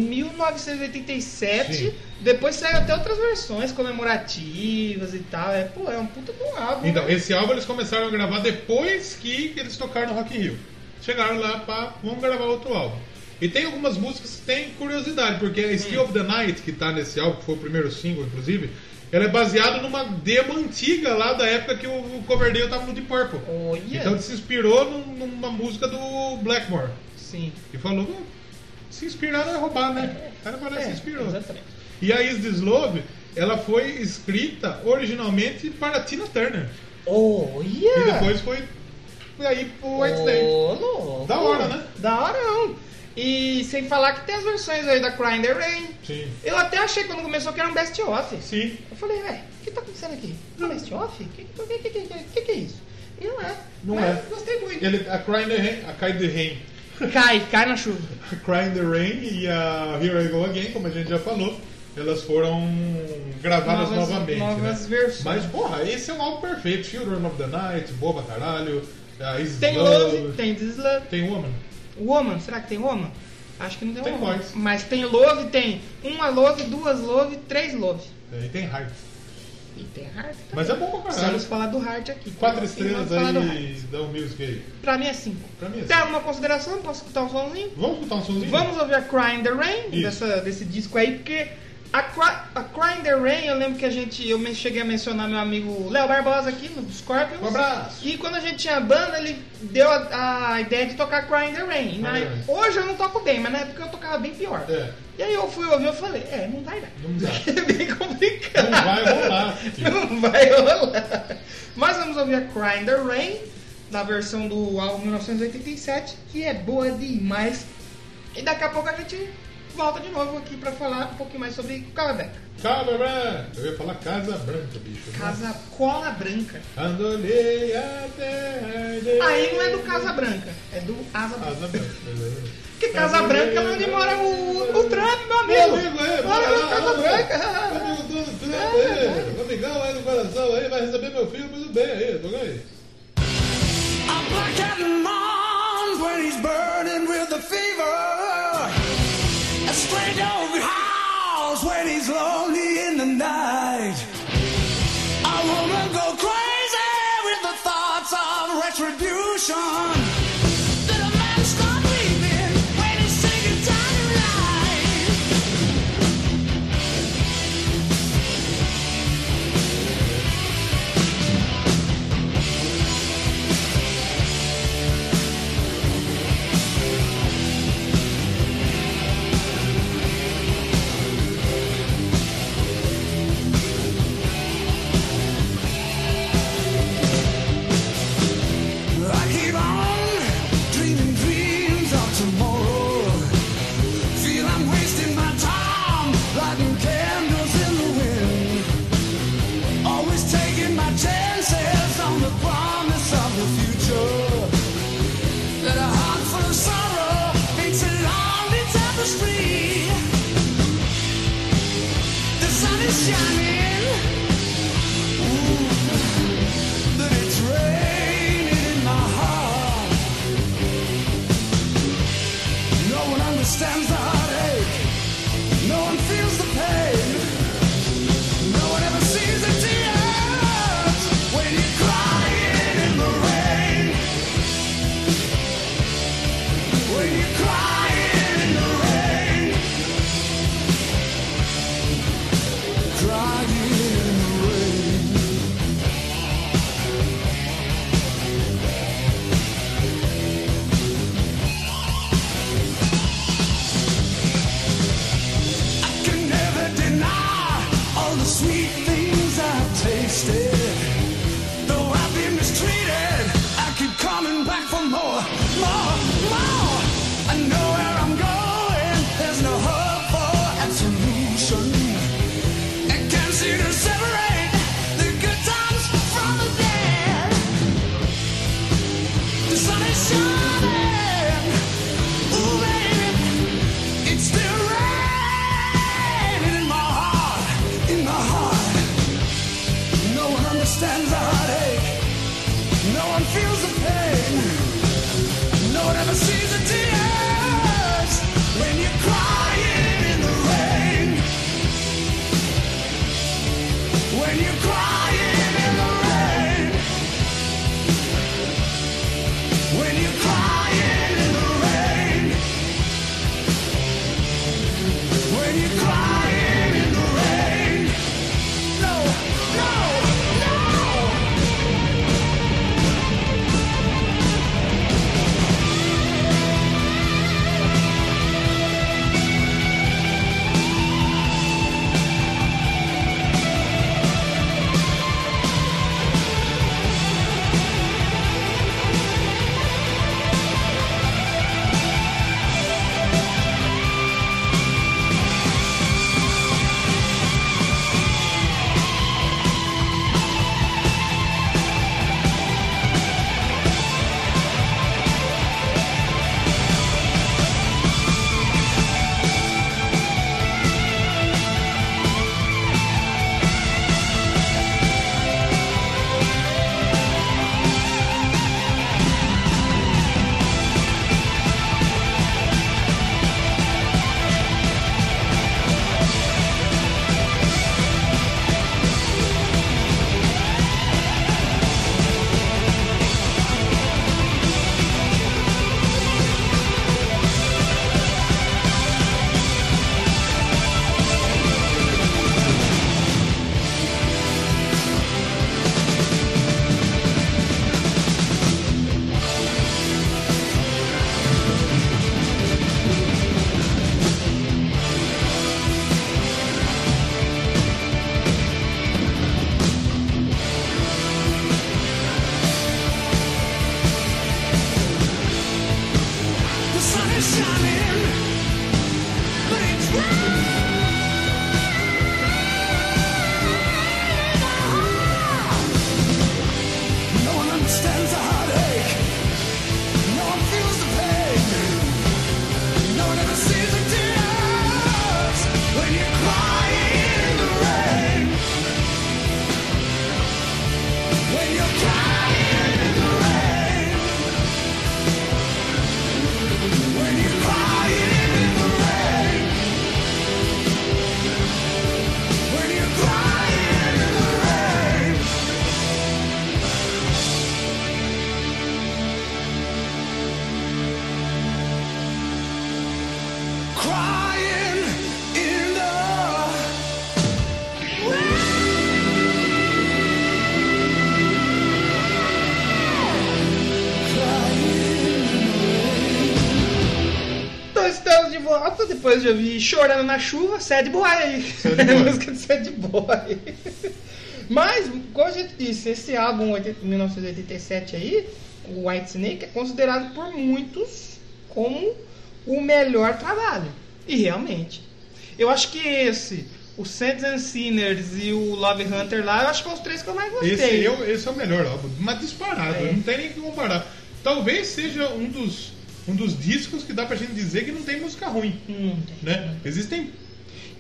S1: 1987.
S2: Sim.
S1: Depois saiu até outras versões comemorativas e tal. É, pô, é um puta bom álbum.
S2: Então,
S1: né?
S2: esse álbum eles começaram a gravar depois que eles tocaram no Rock in Rio. Chegaram lá pra... Vamos gravar outro álbum. E tem algumas músicas que tem curiosidade, porque a Steel of the Night, que tá nesse álbum, que foi o primeiro single, inclusive, ela é baseada numa demo antiga lá da época que o Coverdale tava no Deep Purple.
S1: Olha,
S2: Então ele se inspirou num- numa música do Blackmore.
S1: sim.
S2: E falou, "Bom, se inspirar não é roubar, né? O cara parece que se inspirou.
S1: exatamente.
S2: E a Is This Love, ela foi escrita originalmente para Tina Turner.
S1: Olha!
S2: E depois foi foi aí pro White Snake.
S1: Ô, louco.
S2: Da hora, né?
S1: Da hora, não. E sem falar que tem as versões aí da Crying the Rain.
S2: Sim.
S1: Eu até achei quando começou que era um best-of.
S2: Sim.
S1: Eu falei, ué, o que tá acontecendo aqui? É um best-of? O que, que, que, que, que, que é isso? E não é.
S2: Não
S1: Mas
S2: é.
S1: Gostei muito.
S2: Ele, a Crying the Rain, a Cry the Rain,
S1: Cai, cai na chuva.
S2: a Crying the Rain e a Here I Go Again, como a gente já falou, elas foram
S1: Novas-
S2: gravadas Tá novamente.
S1: novas
S2: né?
S1: versões.
S2: Mas porra, esse é um álbum perfeito. Children of the Night, boba caralho. A Is This
S1: Tem
S2: Love,
S1: Love, tem This is Love.
S2: tem Woman.
S1: Woman, será que tem Woman? Acho que não tem,
S2: Tem
S1: Woman.
S2: voz.
S1: Mas tem Love, tem uma Love, duas Love, três Love.
S2: E tem Heart.
S1: E tem Heart. também.
S2: Mas é bom pra
S1: Precisamos
S2: caralho.
S1: falar do Heart aqui.
S2: Quatro
S1: Precisamos
S2: estrelas
S1: falar do Heart.
S2: aí da um Music aí.
S1: Pra mim é cinco.
S2: Pra mim é
S1: Tem
S2: cinco.
S1: alguma consideração? Posso escutar um somzinho?
S2: Vamos escutar um somzinho?
S1: Vamos ouvir a Crying the Rain
S2: Isso.
S1: dessa- desse disco aí, porque a, Cry- a Crying the Rain, eu lembro que a gente, eu me- cheguei a mencionar meu amigo Léo Barbosa aqui no Scorpions.
S2: Um abraço.
S1: E quando a gente tinha banda, ele deu a, a ideia de tocar Crying the Rain. Na-
S2: the Rain.
S1: hoje eu não toco bem, mas na época eu tocava bem pior.
S2: É.
S1: E aí eu fui ouvir e falei, é, não vai dar.
S2: Não dá.
S1: É bem complicado.
S2: Não vai rolar.
S1: Não vai rolar. Mas vamos ouvir a Crying the Rain, da versão do álbum 1987, que é boa demais. E daqui a pouco a gente volta de novo aqui pra falar um pouquinho mais sobre Cola Branca.
S2: Casa Branca! Eu ia falar Casa Branca, bicho. né?
S1: Casa Cola Branca.
S2: Andolei até.
S1: Aí não é do Casa Branca, é do Asa Branca.
S2: Casa Branca. beleza.
S1: Porque Casa Branca é onde mora o, o Trump, meu
S2: Meu
S1: amigo.
S2: amigo, é,
S1: Olha
S2: bora
S1: lá,
S2: lá,
S1: Casa
S2: olha.
S1: Branca.
S2: Amigo do Trump, é. O amigão aí do coração aí vai receber meu filho muito bem aí, tá bem?
S6: I'm black at dawn when he's burning with the fever. A stray dog howls when he's lonely in the night. A woman go crazy with the thoughts of retribution. Then a man start weeping when he's sick and tired of life. I keep on dreaming dreams of tomorrow. Feel I'm wasting my time, lighting candles in the wind. Always taking my chances on the promise of the future. That a heart full of sorrow paints a lonely tapestry. The sun is shining. That it's raining in my heart. No one understands the heartache. No one feels the pain. No one ever sees the tears when you're crying in the rain. When you're crying in the rain. Crying in the rain. can never deny all the sweet things I've tasted. Though I've been mistreated, I keep coming back for more, more, more. I know where I'm going. There's no hope for absolution. I can't seem to separate the good times from the bad. The sun is shining. Ooh, baby. It's still raining in my heart, in my heart. No one understands the heartache. No one feels the pain. No one ever sees the tears when you're crying in the rain. When you're crying in the rain. When you're crying in the rain. When you're crying in the rain. No, no, no. The sun is shining, but crying in the
S1: Então estamos de volta depois de ouvir Chorando na Chuva, Sad Boy.
S2: Sad Boy.
S1: Música de Sad Boy. Mas, como a gente disse, esse álbum 80 1987 aí, o White Snake, é considerado por muitos como o melhor trabalho. E realmente. Eu acho que esse, o Saints and Sinners e o Love Hunter lá, eu acho que são os três que eu mais gostei.
S2: Esse, aí é o- esse é o melhor álbum, mas disparado,
S1: É.
S2: não tem nem o que comparar. Talvez seja um dos, um dos discos que dá pra gente dizer que não tem música ruim,
S1: Hum.
S2: né? Existem,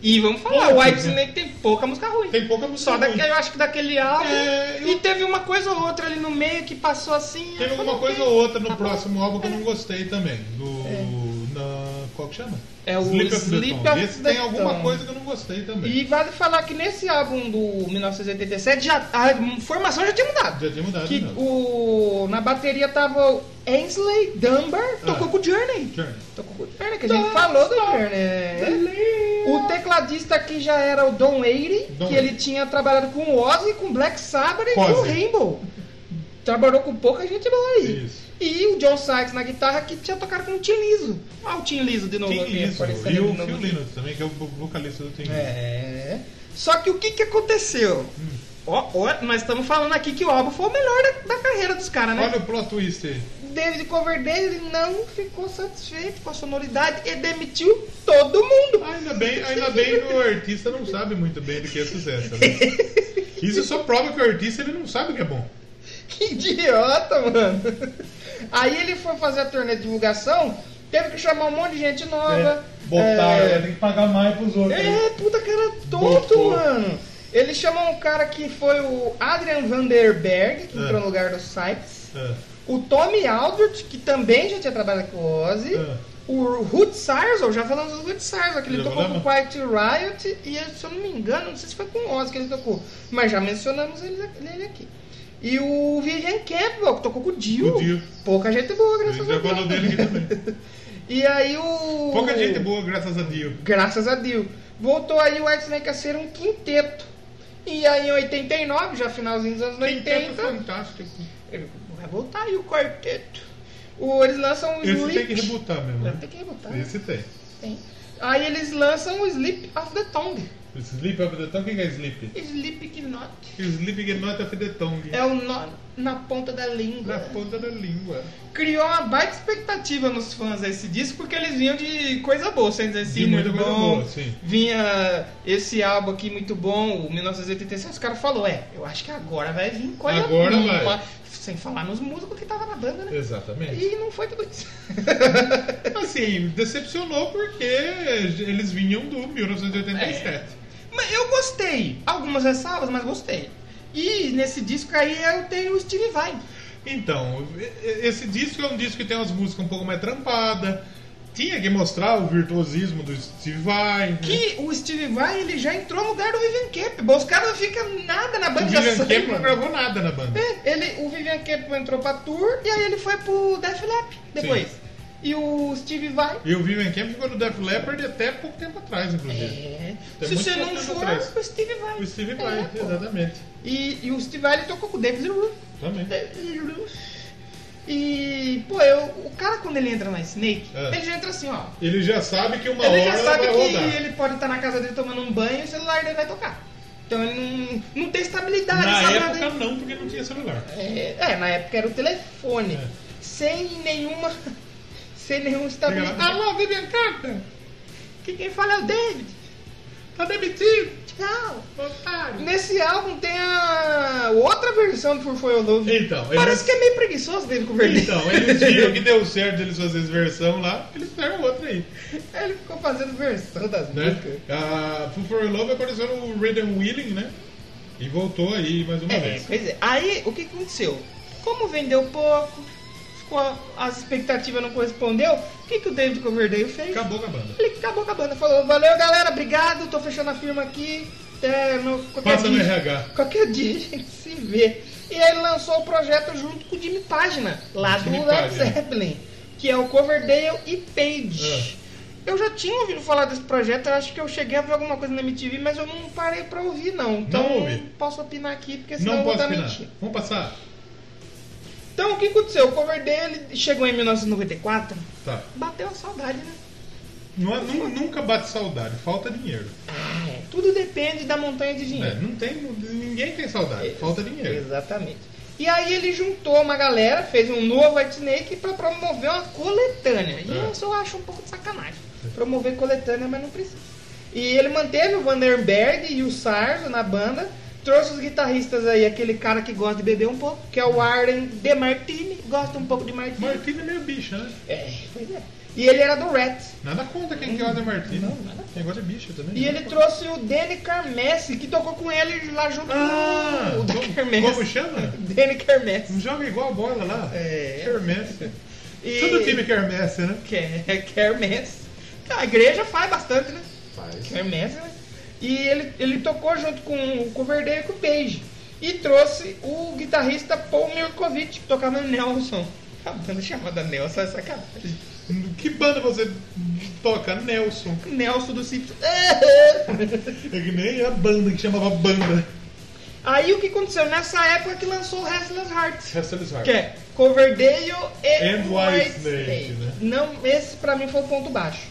S1: E vamos falar,
S2: Poucos,
S1: o White
S2: né?
S1: Snake tem pouca música ruim.
S2: tem pouca música
S1: Só
S2: ruim.
S1: daquele, eu acho que daquele álbum.
S2: É, eu-
S1: E teve uma coisa ou outra ali no meio que passou assim.
S2: Tem
S1: eu
S2: alguma
S1: falei,
S2: coisa ou outra no próximo álbum que eu não gostei também. Do. É. Na, qual que chama?
S1: É o
S2: Sleep of the
S1: Sleep
S2: Tongue.
S1: of
S2: Esse
S1: the
S2: tem alguma
S1: Tongue.
S2: coisa que eu não gostei também.
S1: E vale falar que nesse álbum do 1987 já, a formação já tinha mudado.
S2: Já tinha mudado,
S1: Que
S2: não.
S1: o, na bateria tava o Ainsley Dunbar, tocou
S2: Ah.
S1: com o Journey.
S2: Journey.
S1: Tocou com o Journey, que a gente falou do Journey. é. O tecladista aqui já era o Don Airy,
S2: Don
S1: que
S2: Airy.
S1: ele tinha trabalhado com o Ozzy, com Black Sabbath e com o
S2: Ozzy.
S1: Rainbow. Trabalhou com pouca gente boa aí.
S2: Isso.
S1: E o John Sykes na guitarra que tinha tocado com o Tim Liso. Ah, o Tim Liso de novo.
S2: Tim
S1: aqui,
S2: Lizzo.
S1: aparecendo
S2: E o
S1: é, de novo
S2: Phil
S1: aqui.
S2: Lynott também, que é o vocalista do Tim Lizzo.
S1: É. Só que o que que aconteceu? Ó, ó, nós estamos falando aqui que o álbum foi o melhor da, da carreira dos caras, né?
S2: Olha o plot twist aí.
S1: David Coverdale não ficou satisfeito com a sonoridade e demitiu todo mundo.
S2: Ainda bem, ainda bem que o artista não sabe muito bem do que é sucesso. Né? Isso só prova que o artista ele não sabe o que é bom.
S1: Que idiota, mano. Aí ele foi fazer a turnê de divulgação, teve que chamar um monte de gente nova. é,
S2: tem que pagar mais pros outros. né?
S1: É, puta cara tonto,
S2: Botou.
S1: mano. Ele chamou um cara que foi o Adrian Vanderberg, que
S2: É.
S1: entrou no lugar do Sykes. O Tommy Aldrich, que também já tinha trabalhado com o Ozzy.
S2: É.
S1: O Ruth Sarzel, já falamos do Ruth Sarzel, que ele
S2: Já
S1: tocou com o
S2: falamos?
S1: Quiet Riot. E ele, se eu não me engano, não sei se foi com o Ozzy que ele tocou. Mas já mencionamos ele, ele aqui. E o Vivian Campbell, que tocou com o Dio.
S2: O Dio.
S1: Pouca gente boa,
S2: A
S1: graças
S2: gente
S1: a
S2: já
S1: Deus.
S2: falou é dele aqui também.
S1: E aí o...
S2: Pouca gente boa, graças a Deus.
S1: Graças a Deus. Voltou aí o White Snake a ser um quinteto. E aí em 89, já finalzinho dos anos 80,
S2: É fantástico.
S1: ele vai voltar aí o quarteto. O, eles lançam o
S2: Esse tem
S1: Sleep.
S2: que rebutar
S1: Deve
S2: mesmo.
S1: ter que rebutar.
S2: Esse tem.
S1: Tem. Aí eles lançam o Sleep of the Tongue.
S2: Sleep of the Tongue, o que que é Sleep?
S1: Sleep Knot.
S2: Sleep Not of the Tongue.
S1: É o nó na ponta da língua.
S2: Na ponta da língua.
S1: Criou uma baita expectativa nos fãs esse disco, porque eles vinham de coisa boa, sendo assim,
S2: De muita
S1: muito
S2: coisa
S1: bom.
S2: boa, sim.
S1: Vinha esse álbum aqui muito bom, o 1986, os caras falaram, é, eu acho que agora vai vir coisa
S2: Agora
S1: boa.
S2: vai. É.
S1: Sem falar nos músicos que tava na banda, né?
S2: Exatamente.
S1: E não foi tudo isso.
S2: Assim, decepcionou porque eles vinham do 1987.
S1: Mas eu gostei. Algumas ressalvas, mas gostei. E nesse disco aí eu tenho o Steve Vai.
S2: Então, e- e- esse disco é um disco que tem umas músicas um pouco mais trampadas. Tinha que mostrar o virtuosismo do Steve Vai. né?
S1: Que o Steve Vai, ele já entrou no lugar do Vivian Campbell. Os caras não ficam nada na
S2: O
S1: banda já
S2: William
S1: sai,
S2: Campbell não
S1: mano.
S2: gravou nada na banda.
S1: É, ele, o Vivian Campbell entrou pra tour e aí ele foi pro Def Leppard depois.
S2: Sim.
S1: E o Steve Vai.
S2: E o William Campbell ficou no Def Leppard até pouco tempo atrás, inclusive.
S1: É.
S2: Tem
S1: Se
S2: muito
S1: você não
S2: tempo
S1: for,
S2: atrás.
S1: o Steve Vai.
S2: O Steve
S1: É,
S2: Vai,
S1: pô.
S2: exatamente.
S1: E, e o Steve Vai ele tocou com o David Lee Roth.
S2: Também.
S1: E, pô, eu, o cara quando ele entra na Snake,
S2: É.
S1: ele já entra assim, ó.
S2: Ele já sabe que uma
S1: Ele
S2: hora
S1: já sabe
S2: vai
S1: que
S2: rodar.
S1: ele pode estar na casa dele tomando um banho e o celular dele vai tocar. Então ele não, não tem estabilidade.
S2: Na
S1: sabe?
S2: época não, porque não tinha celular.
S1: É, é, na época era o telefone.
S2: É.
S1: Sem nenhuma. Sem nenhuma estabilidade.
S2: Legal.
S1: Tá Alô, Vivian Carter! Que quem fala é o David! Tá demitido! Tchau! Nesse álbum tem a outra versão do For For Your Love.
S2: Então,
S1: Parece
S2: eles-
S1: que é meio preguiçoso David Coverdale.
S2: Então, eles viram que deu certo eles fazerem essa versão lá, eles fizeram outra aí.
S1: Ele ficou fazendo versão das
S2: né?
S1: músicas.
S2: A Full For Your Love apareceu no Raiden Wheeling, né? E voltou aí mais uma
S1: É,
S2: vez.
S1: pois é. Aí, o que que aconteceu? Como vendeu pouco, ficou as expectativas não correspondeu, o que, que o David Coverdale fez?
S2: Acabou com a banda.
S1: Ele acabou com a banda, falou, valeu galera, obrigado, tô fechando a firma aqui. É, no- qualquer,
S2: Passa no
S1: dia,
S2: RH.
S1: qualquer dia a gente se vê. E aí ele lançou o projeto junto com o Jimmy Página, lá do
S2: Jimmy
S1: Led
S2: Pagina.
S1: Zeppelin, que é o Coverdale e Page. Eu já tinha ouvido falar desse projeto, eu acho que eu cheguei a ver alguma coisa na MTV, mas eu não parei pra ouvir, não. Então
S2: Não ouvi.
S1: posso opinar aqui, porque senão
S2: Não
S1: eu vou
S2: posso
S1: estar
S2: opinar.
S1: mentindo.
S2: Vamos passar?
S1: Então o que aconteceu? O cover dele chegou em 1994,
S2: Tá.
S1: bateu a saudade, né?
S2: Não- nu- nunca bate saudade, falta dinheiro.
S1: Tudo depende da montanha de
S2: É,
S1: dinheiro.
S2: não tem, ninguém tem
S1: É,
S2: saudade, falta dinheiro.
S1: Exatamente. E aí ele juntou uma galera, fez um novo White Snake pra promover uma coletânea. E
S2: É.
S1: isso eu acho um pouco de sacanagem. Promover coletânea, mas não precisa. E ele manteve o Vandenberg e o Sarzo na banda. Trouxe os guitarristas aí, aquele cara que gosta de beber um pouco, que é o Arlen De Martini, gosta um pouco de Martini.
S2: Martini é meio bicha, né?
S1: É, pois é. E ele era do Rats.
S2: Nada contra quem que gosta de Martini. Não, nada Quem gosta de bicha também.
S1: E é- ele trouxe o Danny Carmessi, que tocou com ele lá junto
S2: Ah,
S1: com o da
S2: como-
S1: Kermesse.
S2: como chama?
S1: Danny Kermesse.
S2: Não joga igual a bola lá.
S1: É.
S2: Quermesse.
S1: E-
S2: Todo time quermesse, né?
S1: Quer- Kermesse. A igreja faz bastante, né?
S2: Faz.
S1: Kermesse, né? E ele, ele tocou junto com o Coverdale e com o Page. E trouxe o guitarrista Paul Mirkovic, que tocava no Nelson. A banda chamada Nelson é sacanagem.
S2: Que banda você toca? Nelson.
S1: Nelson do Simpsons.
S2: É que nem a banda que chamava banda.
S1: Aí o que aconteceu? Nessa época que lançou o Restless Hearts.
S2: Restless Heart.
S1: Que é Coverdale e
S2: And Whitesnake,
S1: Whitesnake.
S2: né?
S1: Não, esse pra mim foi o ponto baixo.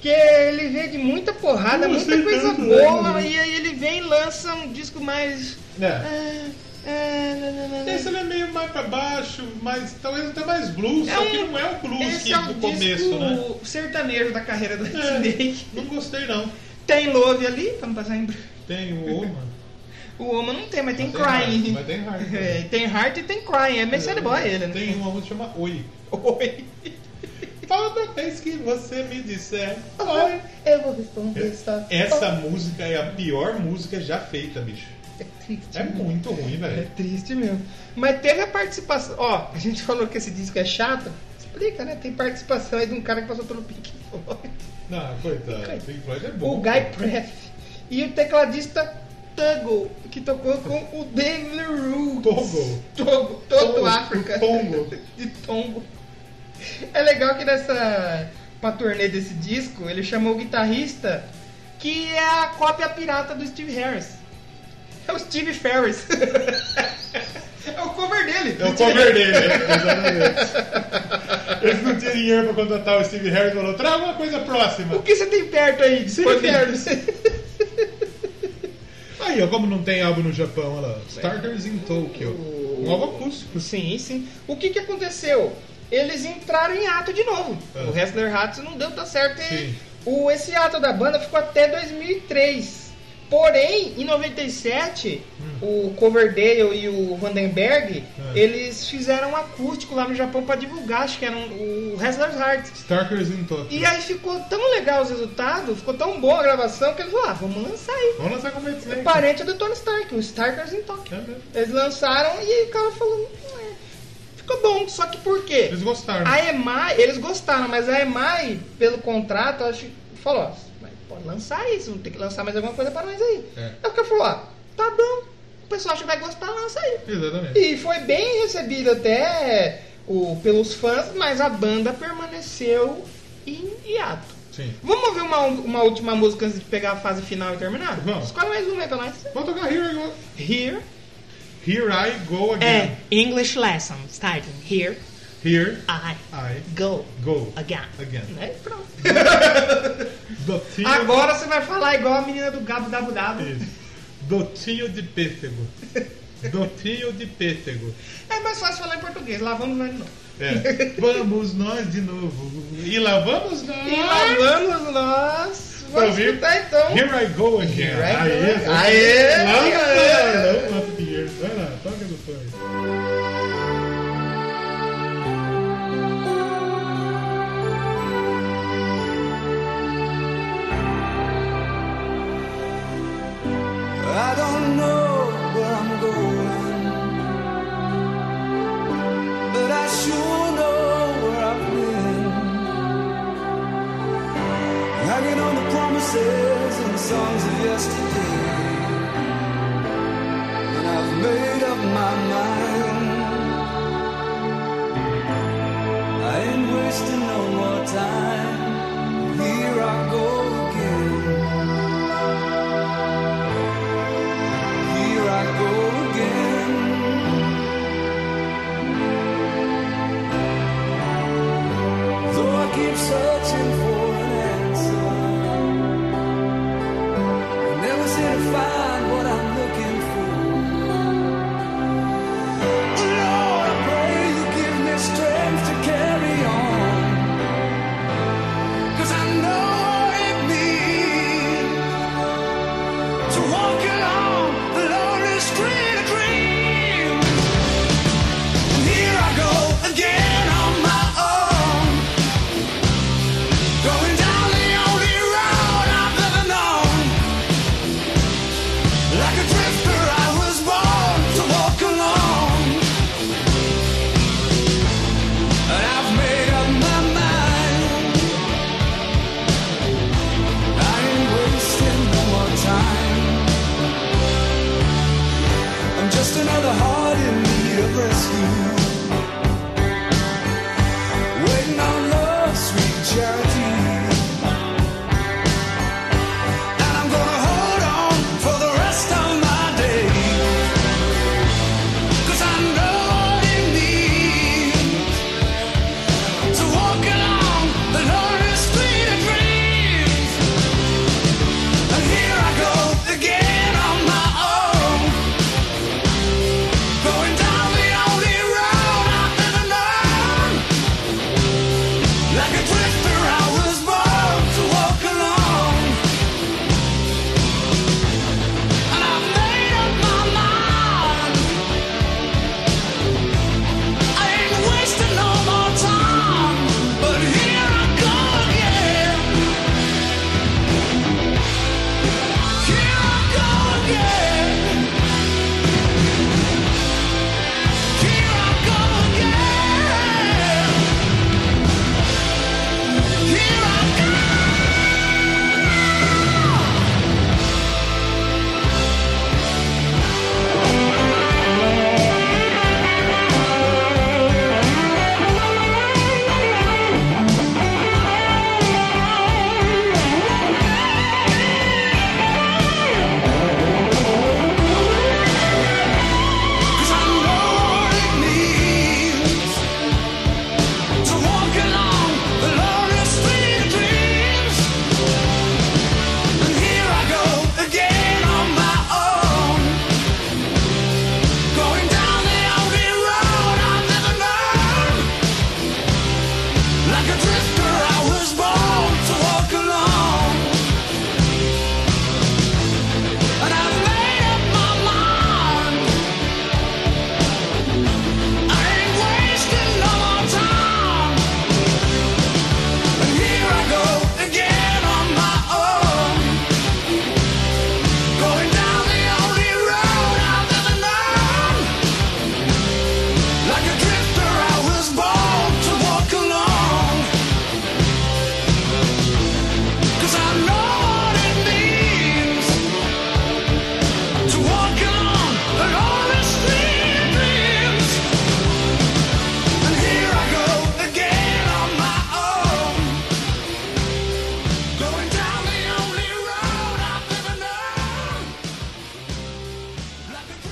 S1: Que ele vem de muita porrada,
S2: Eu
S1: muita
S2: gostei
S1: coisa
S2: tanto,
S1: boa,
S2: né?
S1: e aí ele vem e lança um disco mais.
S2: É.
S1: ah, ah, não, não, não, não.
S2: Esse ele é meio mais pra baixo, mas talvez até mais blues,
S1: É
S2: só
S1: um-
S2: que não é o blues
S1: Esse
S2: que
S1: é
S2: do
S1: um
S2: começo,
S1: disco
S2: né?
S1: sertanejo da carreira do
S2: É.
S1: Snake.
S2: Não gostei não.
S1: Tem Love ali, vamos passar em. branco.
S2: Tem o Oma.
S1: O Oma não tem, mas tem
S2: tem
S1: Crying.
S2: Heart, mas tem Heart,
S1: É,
S2: né?
S1: tem Heart e tem Crying. É Mercedes Boy ele, né?
S2: Tem uma música que chama Oi.
S1: Oi.
S2: Toda vez que você me disser
S1: Oi, eu vou responder só.
S2: É, Essa música é a pior música já feita, bicho.
S1: É triste.
S2: É muito ruim,
S1: É
S2: velho.
S1: triste mesmo. Mas teve a participação. Ó, a gente falou que esse disco é chato. Explica, né? Tem participação aí de um cara que passou pelo Pink Floyd.
S2: Não, coitado. Pink Floyd é bom.
S1: O Guy Preff. E o tecladista Togo, que tocou com o David Rue.
S2: Togo.
S1: Togo,
S2: Togo,
S1: todo África.
S2: Tongo.
S1: De Tongo. É legal que nessa. Pra turnê desse disco, ele chamou o guitarrista que é a cópia pirata do Steve Harris. É o Steve Ferris. é o cover dele.
S2: É o cover dele, exatamente. Eles não tinham dinheiro pra contratar o Steve Harris e falou, traga uma coisa
S1: O
S2: próxima.
S1: que você tem perto aí de Steve Harris?
S2: Aí, ó, como não tem álbum no Japão, olha lá. Starters in Tokyo. Um álbum acústico.
S1: Sim, sim. O que que aconteceu? Eles entraram em ato de novo.
S2: Ah.
S1: O Wrestler Ratos não deu tão certo. E
S2: Sim.
S1: o, esse ato da banda ficou até 2003. Porém, em 97, o Coverdale e o Vandenberg,
S2: Hum. Ah.
S1: eles fizeram um acústico lá no Japão pra divulgar, acho que era um- o Wrestler's Hearts.
S2: Starters in Tokyo.
S1: E aí ficou tão legal os resultados, ficou tão boa a gravação, que eles falaram, ah, vamos lançar aí.
S2: Vamos lançar como
S1: É
S2: Snake.
S1: parente do Tony Stark, o Starkers em Tóquio.
S2: É mesmo.
S1: Eles lançaram e o cara falou, "Hum, é, ficou bom, só que por quê?
S2: Eles gostaram.
S1: A EMAI, eles gostaram, mas a EMAI, pelo contrato, acho que falou, ó, mas pode lançar isso, tem que lançar mais alguma coisa pra nós aí.
S2: É.
S1: Aí o cara falou, ó, tá bom, o pessoal acha que vai gostar, lança aí.
S2: Exatamente.
S1: E foi bem recebido até o, pelos fãs, mas a banda permaneceu em hiato.
S2: Sim.
S1: Vamos ouvir uma, uma última música antes de pegar a fase final e terminar?
S2: Vamos.
S1: Escolhe mais uma aí pra nós.
S2: Vou tocar Here I Go.
S1: Here
S2: Here I Go
S1: é
S2: Again.
S1: English lesson starting. Here
S2: Here
S1: I
S2: I
S1: go
S2: Go
S1: again.
S2: Again.
S1: Aí, pronto.
S2: Dotinho,
S1: Agora você vai falar igual a menina do Gabo Dabo Dabo.
S2: Dotinho de pêssego. Dotinho de pêssego.
S1: É mais fácil falar em português, lá vamos nós de novo.
S2: É. Vamos nós de novo. E lá vamos nós.
S1: E lá vamos nós. Vamos
S2: Ouvir?
S1: escutar então.
S2: Ah! Tá Here I go again.
S1: Here I
S2: Aê,
S1: go. Aê, aê.
S2: Lança, lança dinheiro. Vai lá, toca no sonho.
S6: I don't know where I'm going, but I sure know where I've been. Hanging on the promises and songs of yesterday, and I've made up my mind. I ain't wasting no more time.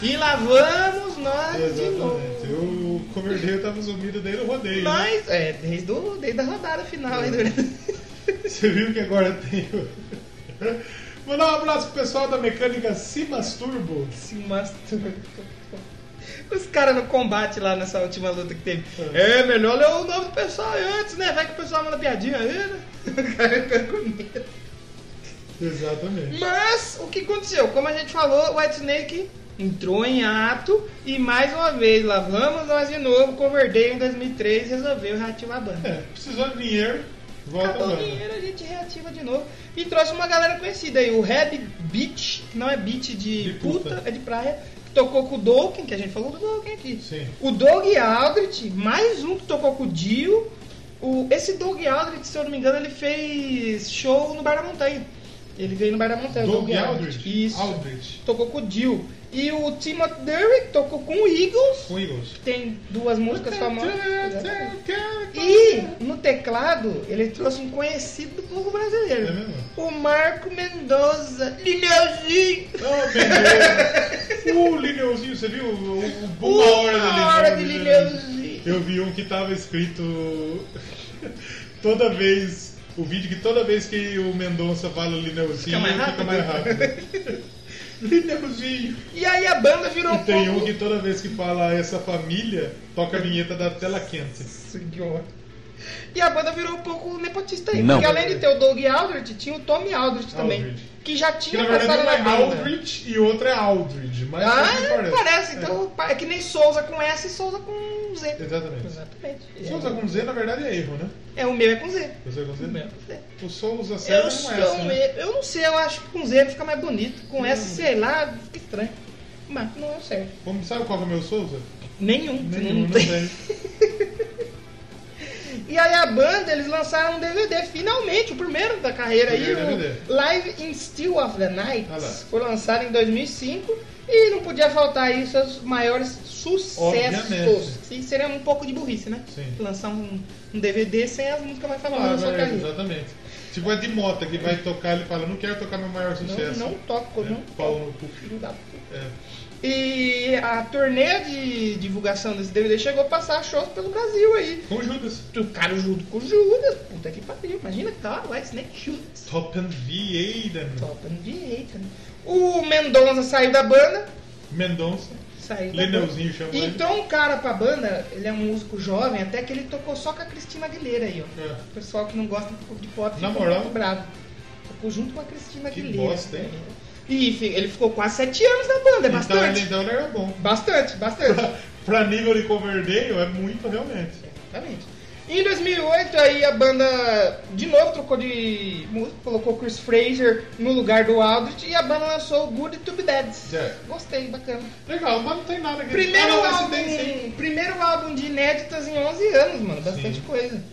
S1: E lá vamos nós de novo.
S2: Exatamente. O Coverdale tava sumido desde o rodeio. né?
S1: Mas, é, desde, o, desde a rodada final. aí do-
S2: Você viu que agora tem o. Mandar um abraço pro pessoal da mecânica Simas Turbo.
S1: Se masturba. Os caras no combate lá nessa última luta que teve. É, melhor ler o nome do pessoal aí antes, né? Vai que o pessoal manda piadinha aí, né? O cara fica com medo.
S2: Exatamente.
S1: Mas o que aconteceu? Como a gente falou, o White Snake entrou em ato e mais uma vez lá vamos nós de novo com o Verdeio em 2003 resolveu reativar a banda.
S2: É, precisou de dinheiro, volta
S1: Acabou o
S2: lá.
S1: Então, dinheiro, a gente reativa de novo. E trouxe uma galera conhecida aí, o Reb Beach, que não é beat de,
S2: De
S1: puta,
S2: puta.
S1: é de praia, que tocou com o Dokken, que a gente falou do Dokken aqui.
S2: Sim.
S1: O Doug Aldrich, mais um que tocou com o Dio. O, esse Doug Aldrich, se eu não me engano, ele fez show no Bar da Montanha. Ele veio no Bar da Montanha. o
S2: Doug Aldrich.
S1: Isso.
S2: Aldrich.
S1: Tocou com o Dio. E o Timothy Derrick tocou com o Eagles.
S2: Com Eagles.
S1: Tem duas músicas famosas. Exatamente. E
S2: E...
S1: no teclado ele trouxe um conhecido do povo brasileiro.
S2: É mesmo?
S1: O Marco Mendoza. Lineuzinho.
S2: O Lineuzinho, você viu? O, o, uma
S1: Uma
S2: hora do Lineu.
S1: hora de Lineuzinho.
S2: Eu vi um que tava escrito toda vez. O vídeo que toda vez que o Mendonça fala
S1: Fica
S2: Lineuzinho,
S1: mais rápido.
S2: fica mais rápido. Lineuzinho.
S1: E aí a banda virou
S2: E tem
S1: povo-
S2: um que toda vez que fala essa família, toca a vinheta da tela quente.
S1: Senhor. E a banda virou um pouco nepotista aí.
S3: Não.
S1: Porque além de ter o Doug Aldrich, tinha o Tommy Aldrich também.
S2: Aldridge.
S1: Que já
S2: Que
S1: tinha
S2: na verdade
S1: passado
S2: uma
S1: na
S2: é
S1: banda.
S2: Aldrich e outra é Aldridge. Mas é só que
S1: Ah, parece. Então é que nem Souza com S e Souza com
S2: É,
S1: Z.
S2: exatamente.
S1: Exatamente.
S2: Souza com Z, na verdade, é erro, né?
S1: É, o meu é com Z.
S2: Souza com Z.
S1: O meu é com Z.
S2: O Souza
S1: Eu,
S2: certo não é
S1: sou
S2: essa,
S1: um
S2: né?
S1: E. eu não sei, eu acho que com Z fica mais bonito. Com S, sei lá, fica estranho. Mas não é o certo.
S2: Como, sabe qual que é o meu Souza?
S1: Nenhum.
S2: Nenhum, né?
S1: não
S2: não
S1: tem.
S2: tem.
S1: E aí a banda, eles lançaram um DVD, finalmente, o primeiro da carreira aí,
S2: Primeiro
S1: o
S2: DVD.
S1: Live in Steel of the Night,
S2: Ah lá.
S1: foi lançado em 2005 e não podia faltar aí seus maiores sucessos.
S2: Obviamente.
S1: Sim, seria um pouco de burrice, né?
S2: Sim.
S1: Lançar um, um DVD sem as músicas mais famosas
S2: Ah,
S1: da sua
S2: é,
S1: carreira.
S2: exatamente. Tipo é de Mota que vai tocar, ele fala, não quero tocar meu maior
S1: Não,
S2: sucesso.
S1: não toco,
S2: É,
S1: não
S2: Paulo
S1: toco.
S2: no cu.
S1: Não dá.
S2: É.
S1: E a turnê de divulgação desse DVD chegou a passar shows pelo Brasil aí.
S2: Com Judas.
S1: O cara junto com o Judas, puta que pariu, imagina que tá, o White Snake Judas.
S2: Top and Vieira.
S1: Top and direita. né? O Mendonça saiu da banda.
S2: Mendonça.
S1: Saiu da
S2: Lineuzinho
S1: banda.
S2: chamou ele.
S1: Então um cara pra banda, ele é um músico jovem, até que ele tocou só com a Cristina Aguilera aí, ó.
S2: É.
S1: O pessoal que não gosta de pop
S2: Na
S1: fica
S2: moral?
S1: muito bravo. Tocou junto com a Cristina
S2: Que
S1: Aguilera.
S2: bosta, hein?
S1: E fi- ele ficou quase sete anos na banda, é
S2: Então
S1: bastante.
S2: ele, então ele era bom.
S1: Bastante, bastante.
S2: pra nível de Coverdale é muito realmente.
S1: Exatamente. Em 2008, aí a banda de novo trocou de música, colocou Chris Fraser no lugar do Aldrich e a banda lançou Good to Be Dead.
S2: É.
S1: Gostei, bacana.
S2: Legal, mas não tem nada que
S1: Primeiro,
S2: ah, não, esse tem sim.
S1: álbum, primeiro álbum de inéditas em 11 anos, mano. Bastante
S2: Sim.
S1: coisa.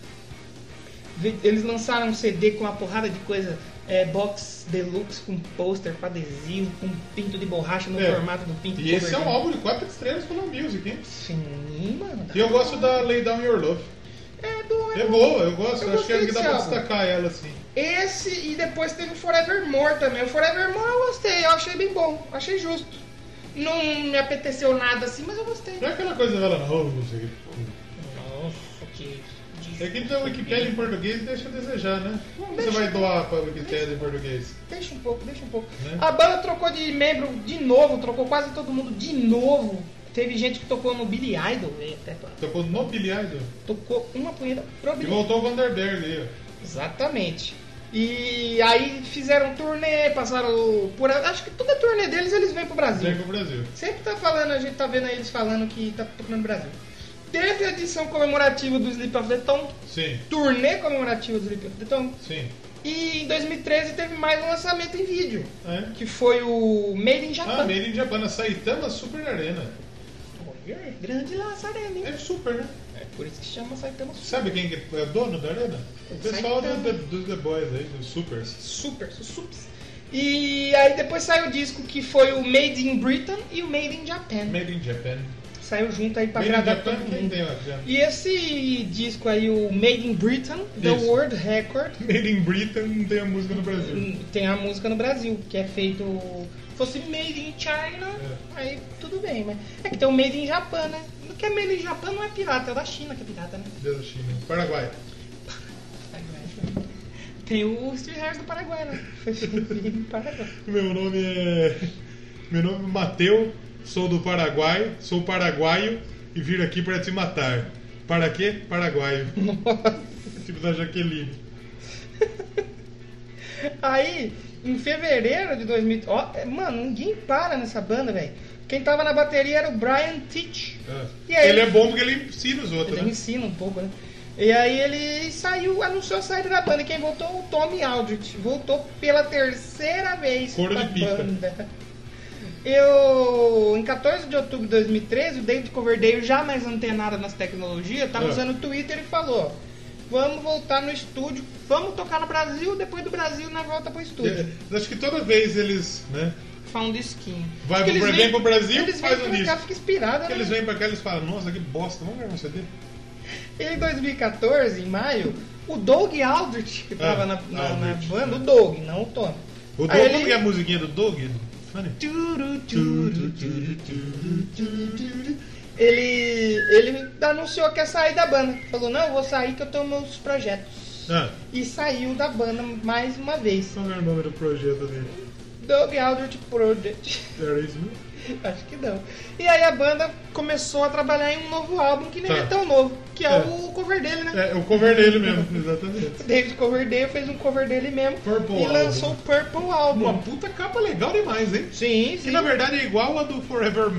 S1: Vi- Eles lançaram um CD com uma porrada de coisa. É, box deluxe com pôster, com adesivo, com pinto de borracha no
S2: É.
S1: formato do pinto
S2: E esse é um
S1: cobertor.
S2: álbum de 4 estrelas pela Music, hein?
S1: Sim, mano.
S2: E eu gosto da Lay Down Your Love.
S1: É do
S2: É boa, eu gosto.
S1: Eu
S2: Eu acho que
S1: gostei
S2: é que dá
S1: desse
S2: pra
S1: álbum.
S2: destacar ela assim.
S1: Esse e depois teve o Forevermore também. O Forevermore eu gostei, eu achei bem bom, achei justo. Não me apeteceu nada assim, mas eu gostei.
S2: Não é aquela coisa dela, não, não sei o que.
S1: Nossa, que.
S2: É que então a Wikipédia em português deixa a desejar, né? Como
S1: Deixa.
S2: você vai doar pra Wikipédia em português?
S1: Deixa um pouco, deixa um pouco.
S2: Né?
S1: A banda trocou de membro de novo, trocou quase todo mundo de novo. Teve gente que tocou no Billy Idol, e até
S2: Tocou no bilhardo
S1: tocou uma punheta pro
S2: e
S1: Billy
S2: voltou o Vanderberg aí, ó.
S1: Exatamente. E aí fizeram turnê, passaram por. Acho que toda turnê deles eles vêm pro Brasil.
S2: Vem pro Brasil.
S1: Sempre tá falando, a gente tá vendo aí eles falando que tá tocando no Brasil. Teve a edição comemorativa do Sleep of the Tongue,
S2: Sim,
S1: turnê comemorativa do Sleep of the Tongue,
S2: sim.
S1: e em 2013 teve mais um lançamento em vídeo,
S2: É.
S1: que foi o Made in
S2: Ah,
S1: Japan.
S2: Made in Japan, a Saitama Super Arena.
S1: Olha, Grande lançarena, hein?
S2: É super, né?
S1: É por isso que chama Saitama Super.
S2: Sabe quem que é dono da arena? O pessoal do, do- dos The Boys aí, dos Supers.
S1: Super, su- sups. E aí depois saiu o disco que foi o Made in Britain e o Made in Japan.
S2: Made in Japan.
S1: saiu junto aí pra
S2: Made in
S1: agradar
S2: Japan né?
S1: todo
S2: não
S1: mundo.
S2: tem, ó, já.
S1: E esse disco aí, o Made in Britain, The
S2: Isso.
S1: World Record,
S2: Made in Britain não tem a música no Brasil.
S1: tem a música no Brasil, que é feito. Se fosse Made in China, aí tudo bem, mas. É que tem o Made in Japan, né? O que é Made in Japan não é pirata, é o da China que é pirata, né?
S2: Deus da China. Paraguai.
S1: Tem o Steve Harris do Paraguai, né? Foi feito no Paraguai.
S2: Meu nome é. Meu nome é Mateu, sou do Paraguai, sou paraguaio e vim aqui para te matar. Para quê? Paraguaio. tipo da Jaqueline.
S1: Aí, em fevereiro de 2000. Ó, é, mano, ninguém para nessa banda, velho. Quem tava na bateria era o Brian Teach.
S2: Ah.
S1: E aí?
S2: Ele é bom porque ele ensina os outros,
S1: Ele
S2: né?
S1: ensina um pouco, né? E aí ele saiu, anunciou a saída da banda. E Quem voltou? O Tommy Aldrich. Voltou pela terceira vez
S2: Couro
S1: pra
S2: de pica.
S1: banda. Eu, em 14 de outubro de 2013, o David Coverdale, já mais antenado nas tecnologias, tava
S2: Ah.
S1: usando o Twitter e falou: Vamos voltar no estúdio, vamos tocar no Brasil, depois do Brasil na volta pro um estúdio.
S2: Eu É, Acho que toda vez eles, né?
S1: Faz um disquinho.
S2: Vai
S1: Porque
S2: pro-
S1: eles
S2: vem pro Brasil,
S1: eles
S2: faz
S1: vêm
S2: um
S1: pra cá,
S2: disco.
S1: fica inspirado.
S2: Eles
S1: né?
S2: vêm pra cá e eles falam, nossa, que bosta, vamos gravar um CD?
S1: E em 2014, em maio, o Doug Aldrich, que tava
S2: Ah,
S1: na, na- na
S2: Aldrich,
S1: banda,
S2: é.
S1: o Doug, não o Tony.
S2: O Doug,
S1: Aí
S2: como
S1: ele-
S2: que é a musiquinha do Doug? Funny.
S1: Turu, turu, turu, turu, turu, turu. Ele, ele anunciou que ia sair da banda. Falou, não, eu vou sair que eu tenho meus projetos.
S2: Ah,
S1: E saiu da banda mais uma vez.
S2: qual era o nome do projeto dele?
S1: Doug Aldrich Project.
S2: Era isso mesmo?
S1: Acho que não. E aí a banda começou a trabalhar em um novo álbum que nem
S2: Tá.
S1: é tão novo, que é,
S2: É.
S1: o cover dele, né?
S2: É, o cover dele mesmo, exatamente.
S1: David Coverdale fez um cover dele mesmo
S2: Purple
S1: e lançou o
S2: Album.
S1: Purple Album.
S2: Uma puta capa legal demais, hein?
S1: Sim,
S2: Que
S1: sim.
S2: na verdade é igual a do Forever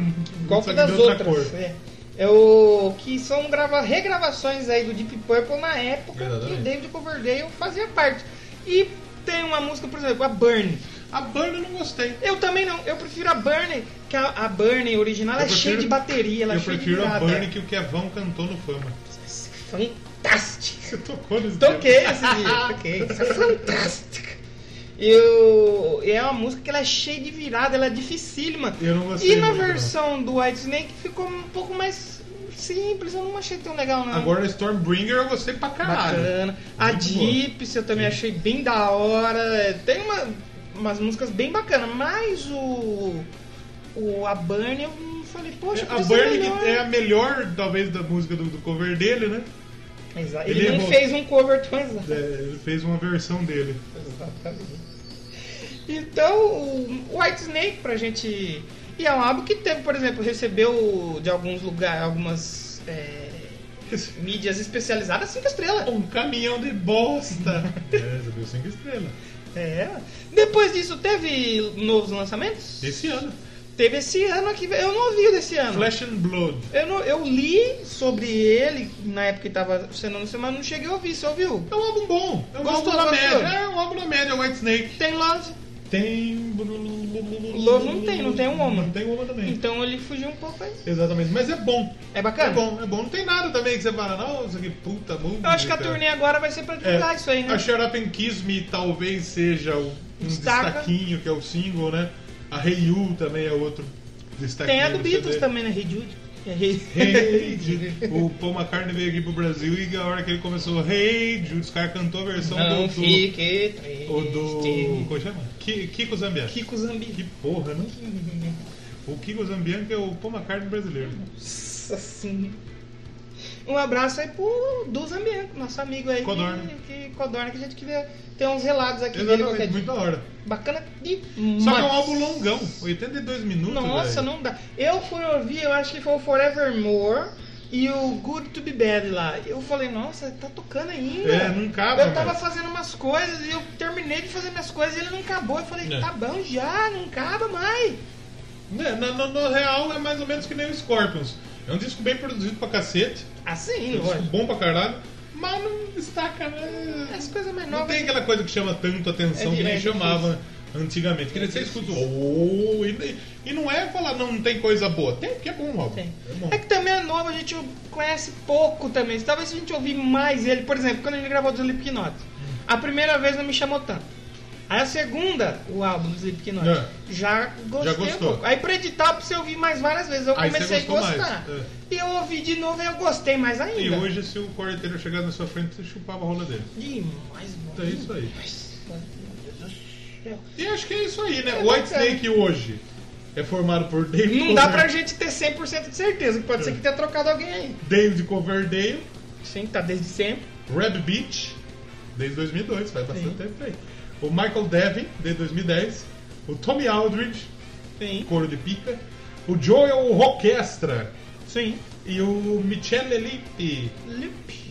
S1: Qual
S2: só
S1: que
S2: que
S1: das
S2: de outra
S1: outras? É. É o que são grava regravações aí do Deep Purple na época que
S2: Verdadeiro.
S1: o David Coverdale fazia parte. E tem uma música, por exemplo, a Burn.
S2: A banda eu não gostei.
S1: Eu também não, eu prefiro a Burn, que a, a Burn original ela
S2: Eu
S1: é cheia
S2: prefiro-
S1: de bateria, ela é
S2: eu
S1: cheia de
S2: prefiro a
S1: virada.
S2: Burn que o Kevão cantou no Fama. Então,
S1: Fantástico.
S2: Você tocou nesse
S1: Toquei
S2: tema?
S1: esse dia, toquei. Isso é fantástico. E o- e é uma música que ela é cheia de virada, ela é dificílima.
S2: Eu não gostei
S1: e na
S2: muito, não.
S1: versão do White Snake ficou um pouco mais simples, eu não achei tão legal não.
S2: Agora o Stormbringer eu gostei pra caralho. É,
S1: Bacana. A
S2: Muito boa.
S1: Gypsy eu também achei bem da hora. É, Tem uma- umas músicas bem bacanas, mas o, o a Burn eu falei, poxa,
S2: A
S1: podia ser
S2: Burn
S1: melhor.
S2: que é a melhor, talvez, da música do, do cover dele, né?
S1: Exa-
S2: ele
S1: Ele, não
S2: errou.
S1: fez um cover tão exato.
S2: É, ele fez uma versão dele.
S1: Então, o White Snake pra gente. E é um álbum que teve, por exemplo, recebeu de alguns lugares, algumas é, mídias especializadas cinco estrelas.
S2: Um caminhão de bosta. é, recebeu 5 estrelas.
S1: É. Depois disso, teve novos lançamentos?
S2: Esse ano.
S1: Teve esse ano aqui, eu não ouvi o desse ano.
S2: Flash and Blood.
S1: Eu, não- eu li sobre ele na época que tava sendo anunciado, mas não cheguei a ouvir, você ouviu?
S2: É um álbum bom. É um
S1: Gostou,
S2: álbum na
S1: gostou?
S2: média. É um álbum na média, White Snake.
S1: Tem Love,
S2: Tem.
S1: Love não tem, não tem um Woman.
S2: Não tem Woman também.
S1: então ele fugiu um pouco aí.
S2: Exatamente, mas é bom.
S1: É
S2: É
S1: bacana?
S2: bom, é bom. Não tem nada também que você fala, nossa, que puta música.
S1: Eu acho que a turnê agora vai ser pra
S2: É,
S1: divulgar isso aí, né?
S2: A Shut Up and Kiss Me talvez seja o- um
S1: Destaca.
S2: destaquinho, que é o single, né? A Hey You também é outro destaquinho.
S1: Tem a do Beatles
S2: CD.
S1: também, né? Hey Jude. É Hey-
S2: Hey Jude. O Paul McCartney veio aqui pro Brasil e a hora que ele começou Hey Jude, os caras cantou a versão
S1: Não
S2: do... do-
S1: fique triste.
S2: O do... Como chama? Ki- Kiko Zambianchi.
S1: Kiko
S2: Que
S1: Zambi.
S2: porra, não? O Kiko Zambianchi é o Paul McCartney brasileiro.
S1: Nossa senhora. Um abraço aí pro Du Zambianco, nosso amigo aí.
S2: Codorna.
S1: Que, que, Codorna, que a gente queria ter uns relatos aqui dele qualquer dia.
S2: Exatamente, muito da hora.
S1: Bacana demais.
S2: Só que é um álbum longão, 82 minutos.
S1: Nossa,
S2: velho.
S1: não dá. Eu fui ouvir, eu acho que foi o Forevermore e o Good to Be Bad lá. Eu falei, nossa, tá tocando ainda.
S2: É, não acaba,
S1: Eu tava
S2: mano.
S1: fazendo umas coisas e eu terminei de fazer minhas coisas e ele não acabou. Eu falei,
S2: É.
S1: tá bom já, não acaba mais.
S2: Né, No, no- no real é mais ou menos que nem o Scorpions. É um disco bem produzido pra cacete,
S1: Assim,
S2: é um disco
S1: lógico.
S2: bom pra caralho, mas não destaca, né?
S1: As coisas mais
S2: Não
S1: novas.
S2: tem aquela coisa que chama tanto atenção
S1: É
S2: que nem
S1: difícil.
S2: chamava antigamente. Que nem você escuta o oh, e, e não é falar não, não tem coisa boa. Tem, porque é bom, óbvio.
S1: Tem.
S2: É bom.
S1: É que também é novo, a gente conhece pouco também. Talvez se a gente ouvir mais ele, por exemplo, quando ele gravou do Slipknot, a primeira vez não me chamou tanto. Aí a segunda, o álbum do Slipknot,
S2: É.
S1: já gostei
S2: Já gostou.
S1: um pouco. Aí pra editar, pra você ouvir mais várias vezes, eu
S2: Aí você
S1: comecei a
S2: gostou mais,
S1: gostar.
S2: é.
S1: E eu ouvi de novo e eu gostei mais ainda.
S2: E hoje, se o quarteiro chegasse na sua frente, você chupava a rola dele.
S1: Demais, mano.
S2: Então é isso aí.
S1: Nossa, meu Deus do céu.
S2: E acho que é isso aí, né?
S1: É
S2: O White
S1: bacana.
S2: Snake hoje é formado por David
S1: Não dá
S2: Cover-
S1: pra gente ter 100% de certeza, que pode
S2: É.
S1: ser que tenha trocado alguém aí.
S2: David Coverdale,
S1: Sim, tá desde sempre.
S2: Red Beach, desde 2002, faz bastante tempo aí. O Michael Devin, desde 2010. O Tommy Aldridge,
S1: Sim.
S2: couro de pica. O Joel Roquestra
S1: Sim.
S2: e o Michele Lippe.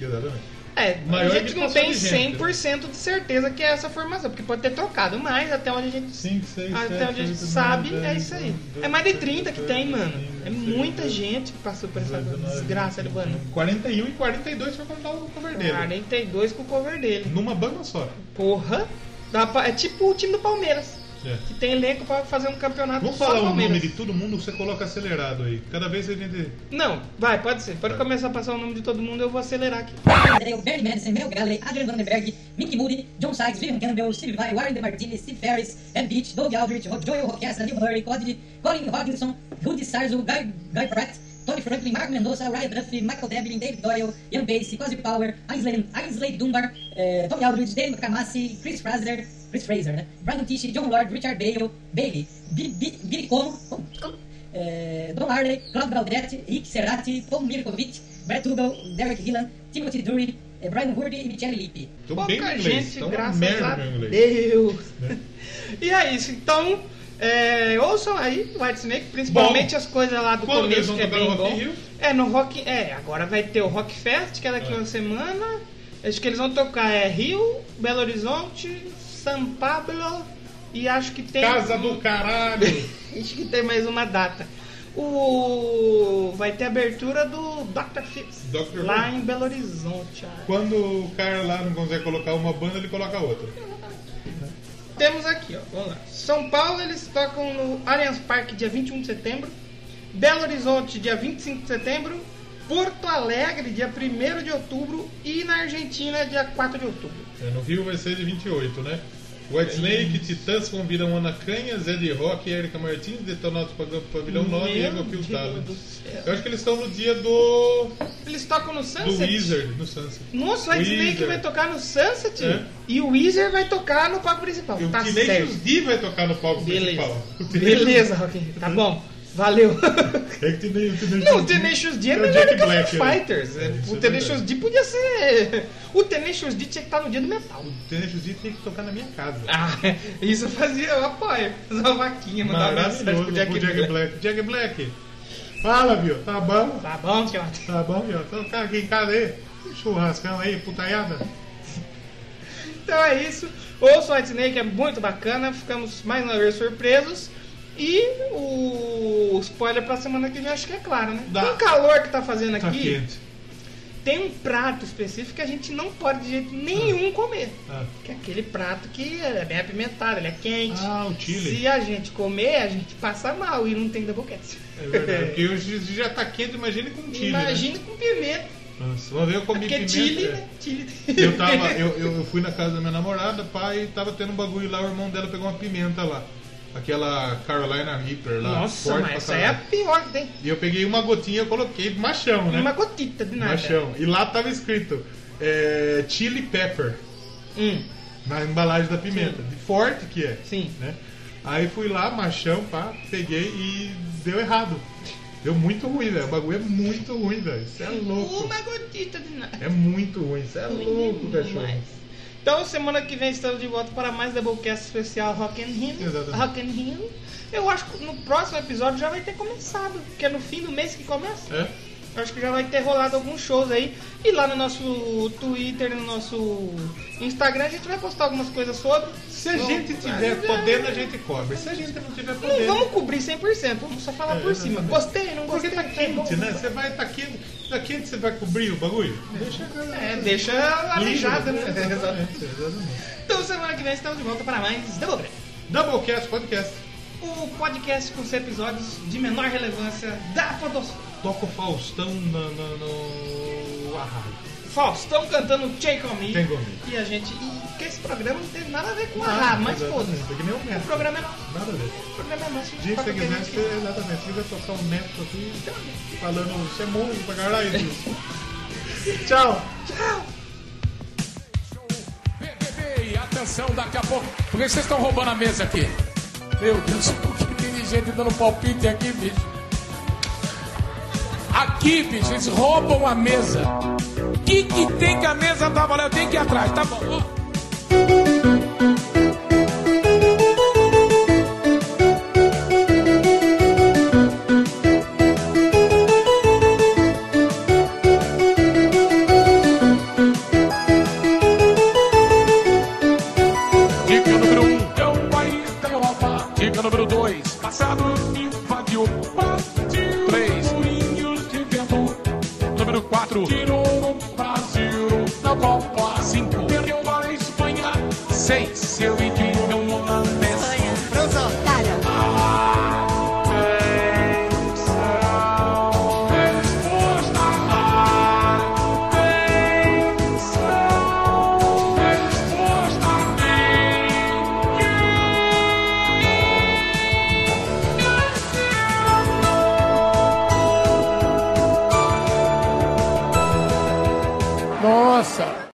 S2: Exatamente.
S1: É,
S2: Maior
S1: a gente não
S2: indicação
S1: tem
S2: de gente,
S1: 100% de certeza que é essa formação, porque pode ter trocado mais até onde a gente,
S2: 5, 6,
S1: até onde a gente sabe, é isso aí. É mais de 30 que tem, mano. É muita gente que passou por essa desgraça Ah, do bando.
S2: 41 e 42 foi quando dá o
S1: né?
S2: Coverdale.
S1: 42 com o cover dele.
S2: Numa banda só.
S1: Porra! Dá pra- é tipo o time do Palmeiras,
S2: É.
S1: que tem elenco pra fazer um campeonato
S2: Vamos
S1: só
S2: falar o
S1: Palmeiras.
S2: nome de todo mundo, você coloca acelerado aí. Cada vez a gente.
S1: Não, vai, pode ser.
S2: Tá.
S1: Pode começar a passar o nome de todo mundo, eu vou acelerar aqui.
S8: Daniel, Barry Madison, Mel Galley, Adrian Vandenberg, Mickey Moody, John Sykes, Vivian Campbell, Steve Vai, Warren DeMartini, Steve Ferris, Ed Beach, Doug Aldrich, Ro- Joel Roquesta, Neil Murray, Coddy, Colin Hodgson, Rudy Sarzo, Guy, Guy Pratt, Tony Franklin, Mark Mendoza, Ryan Duffy, Michael Devlin, David Doyle, Ian Basie, Cosby Power, Ainsley, Ainsley Dunbar, eh, Tommy Aldrich, Dave Camassi, Chris Fraser, Chris Fraser, né? Brandon Tisch, John Lord, Richard Bale, Bailey, Bi- Bi- Billy oh, Como, como- como? é, Eh, Don Harley, Claudio Baldetti, Rick Serati, Paul Mirkovic, Brett Trudel, Derek Gillan, Timothy Drury, eh, Brian Hurdy e Michele Lippe.
S2: Tô
S1: Pouca
S2: bem no inglês.
S1: gente,
S2: tá uma
S1: graças
S2: merda
S1: a
S2: meu inglês.
S1: Deus. e é isso, então, é, ouçam aí o White Snake, principalmente
S2: Bom,
S1: as coisas lá do
S2: quando eles
S1: começo
S2: vão
S1: que é
S2: tocar
S1: bem
S2: no Rock in
S1: bom.
S2: Rio?
S1: É, no Rock, é, agora vai ter o Rock Fest, que é daqui
S2: É.
S1: uma semana. Acho que eles vão tocar é Rio, Belo Horizonte, São Pablo e acho que tem
S2: Casa do caralho!
S1: Acho que tem mais uma data. O vai ter abertura do Dr. Phipps
S2: Dr.
S1: lá
S2: Who.
S1: em Belo Horizonte. acho.
S2: Quando o cara lá não consegue colocar uma banda, ele coloca outra.
S1: Temos aqui, ó, vamos lá. São Paulo eles tocam no Allianz Parque dia 21 de setembro, Belo Horizonte dia 25 de setembro, Porto Alegre dia 1 de outubro e na Argentina dia 4 de outubro.
S2: É, No Rio vai ser de 28, né? White Snake, Titãs convidam Ana Canha, Zé de Rock, Erika Martins, Detonados Pagão Pavilhão 9 e
S1: Meu
S2: Ego Kill
S1: Deus
S2: Talent.
S1: do céu.
S2: Eu acho que eles estão no dia do.
S1: Eles tocam no
S2: do
S1: Sunset.
S2: Wizard, no Sunset.
S1: Nossa, o Ed Snake
S2: Weezer.
S1: vai tocar no Sunset
S2: É.
S1: e o Weezer vai tocar no palco principal.
S2: E o
S1: tá certo.
S2: Teenage D vai tocar no palco
S1: Beleza.
S2: principal.
S1: Beleza, Rock. Tá bom. Valeu.
S2: É que Teenage, Teenage
S1: Não, o
S2: D-
S1: Tenacious D é
S2: o
S1: melhor
S2: Jack
S1: do que o
S2: Black,
S1: Foo
S2: né?
S1: Fighters.
S2: É, isso
S1: o
S2: é
S1: Tenacious
S2: verdade.
S1: D podia ser... O Tenacious D tinha que estar no dia do metal.
S2: O Teenage D tem que tocar na minha casa.
S1: Ah, isso eu fazia... Eu apoio. Fazer uma vaquinha, mandar uma mensagem
S2: Maravilhoso
S1: pro Jack,
S2: pro Jack
S1: Black.
S2: Black. Jack Black, fala, viu? Tá bom?
S1: Tá bom, tio.
S2: Tá bom, viu? Então tá aqui em casa aí. Churrascão aí, putaiada.
S1: Então é isso. Ouça o White Snake, é muito bacana. Ficamos mais uma vez surpresos. E o spoiler pra semana que vem acho que é claro, né?
S2: Dá.
S1: Com o calor que tá fazendo
S2: Tá
S1: aqui,
S2: quente.
S1: tem um prato específico que a gente não pode de jeito nenhum comer.
S2: Ah.
S1: Que é aquele prato que é bem apimentado, ele é quente.
S2: Ah, o chili.
S1: Se a gente comer, a gente passa mal e não tem double cat.
S2: É verdade, porque hoje já tá quente, imagine com Chile.
S1: Imagina com pimenta,
S2: Né? Nossa, uma vez eu comi
S1: porque
S2: pimenta.
S1: chile, né? Chile.
S2: Eu, tava, eu, eu, eu fui na casa da minha namorada, pai, tava tendo um bagulho lá, o irmão dela pegou uma pimenta lá. Aquela Carolina Reaper lá.
S1: Nossa,
S2: forte
S1: mas
S2: pra
S1: essa é a
S2: caralho.
S1: pior que tem.
S2: E eu peguei uma gotinha e coloquei machão, né?
S1: Uma gotita de nada.
S2: Machão. E lá tava escrito é, Chili Pepper
S1: Hum.
S2: na embalagem da pimenta. De forte que é.
S1: Sim.
S2: Né? Aí fui lá, machão, pá, peguei e deu errado. Deu muito ruim, velho. O bagulho é muito ruim, velho. Isso é louco.
S1: Uma gotita de nada.
S2: É muito ruim, isso é louco,
S1: demais.
S2: cachorro.
S1: Então, semana que vem estamos de volta para mais Doublecast especial Rock and Rio.
S2: Exatamente.
S1: Rock and Rio. Eu acho que no próximo episódio já vai ter começado, porque é no fim do mês que começa.
S2: É?
S1: Eu Acho que já vai ter rolado alguns shows aí. E lá no nosso Twitter, no nosso Instagram, a gente vai postar algumas coisas sobre.
S2: Se a gente tiver podendo, a gente cobre. Se a gente não tiver
S1: Não
S2: podendo.
S1: é vamos cobrir 100%, vamos só falar
S2: É,
S1: por cima.
S2: exatamente.
S1: Gostei, não
S2: Porque
S1: gostei.
S2: tá quente,
S1: bom.
S2: né? Você vai, tá quente. Tá quente, você vai cobrir o bagulho? Deixa
S1: É, deixa aleijada, né?
S2: Exatamente, exatamente.
S1: Então, semana que vem estamos de volta para mais Doublecast.
S2: Doublecast, podcast.
S1: o podcast com os episódios de menor relevância da Podosfera.
S2: Toca o Faustão na, na, no. Arraio.
S1: Faustão cantando Take On Me.
S2: Take On Me.
S1: E a gente. E que esse programa não teve nada a ver com a Rá, mas foda-se.
S2: exatamente, é que nem o
S1: O
S2: Neto.
S1: programa é nosso.
S2: Nada a ver.
S1: O programa é nosso. a gente
S2: Dia
S1: faz o que a gente
S2: seguinte,
S1: quiser.
S2: exatamente. Fica tocar um neto aqui falando, você é monstro pra caralho. Deus." Tchau.
S6: Ei, atenção, daqui a pouco. Por que vocês estão roubando a mesa aqui? Meu Deus, por que tem gente dando palpite aqui, bicho? Aqui, bicho, eles roubam a mesa. O que, que tem que a mesa tá valendo? Eu tenho que ir atrás, tá bom? ó. Dica número um, é o país da Europa. Dica número dois, passado invadiu. Partiu. Três, Mourinhos de vento. Número quatro, tirou o Brasil na Copa. Cinco, perdeu para a Espanha. Seis, seu idiota.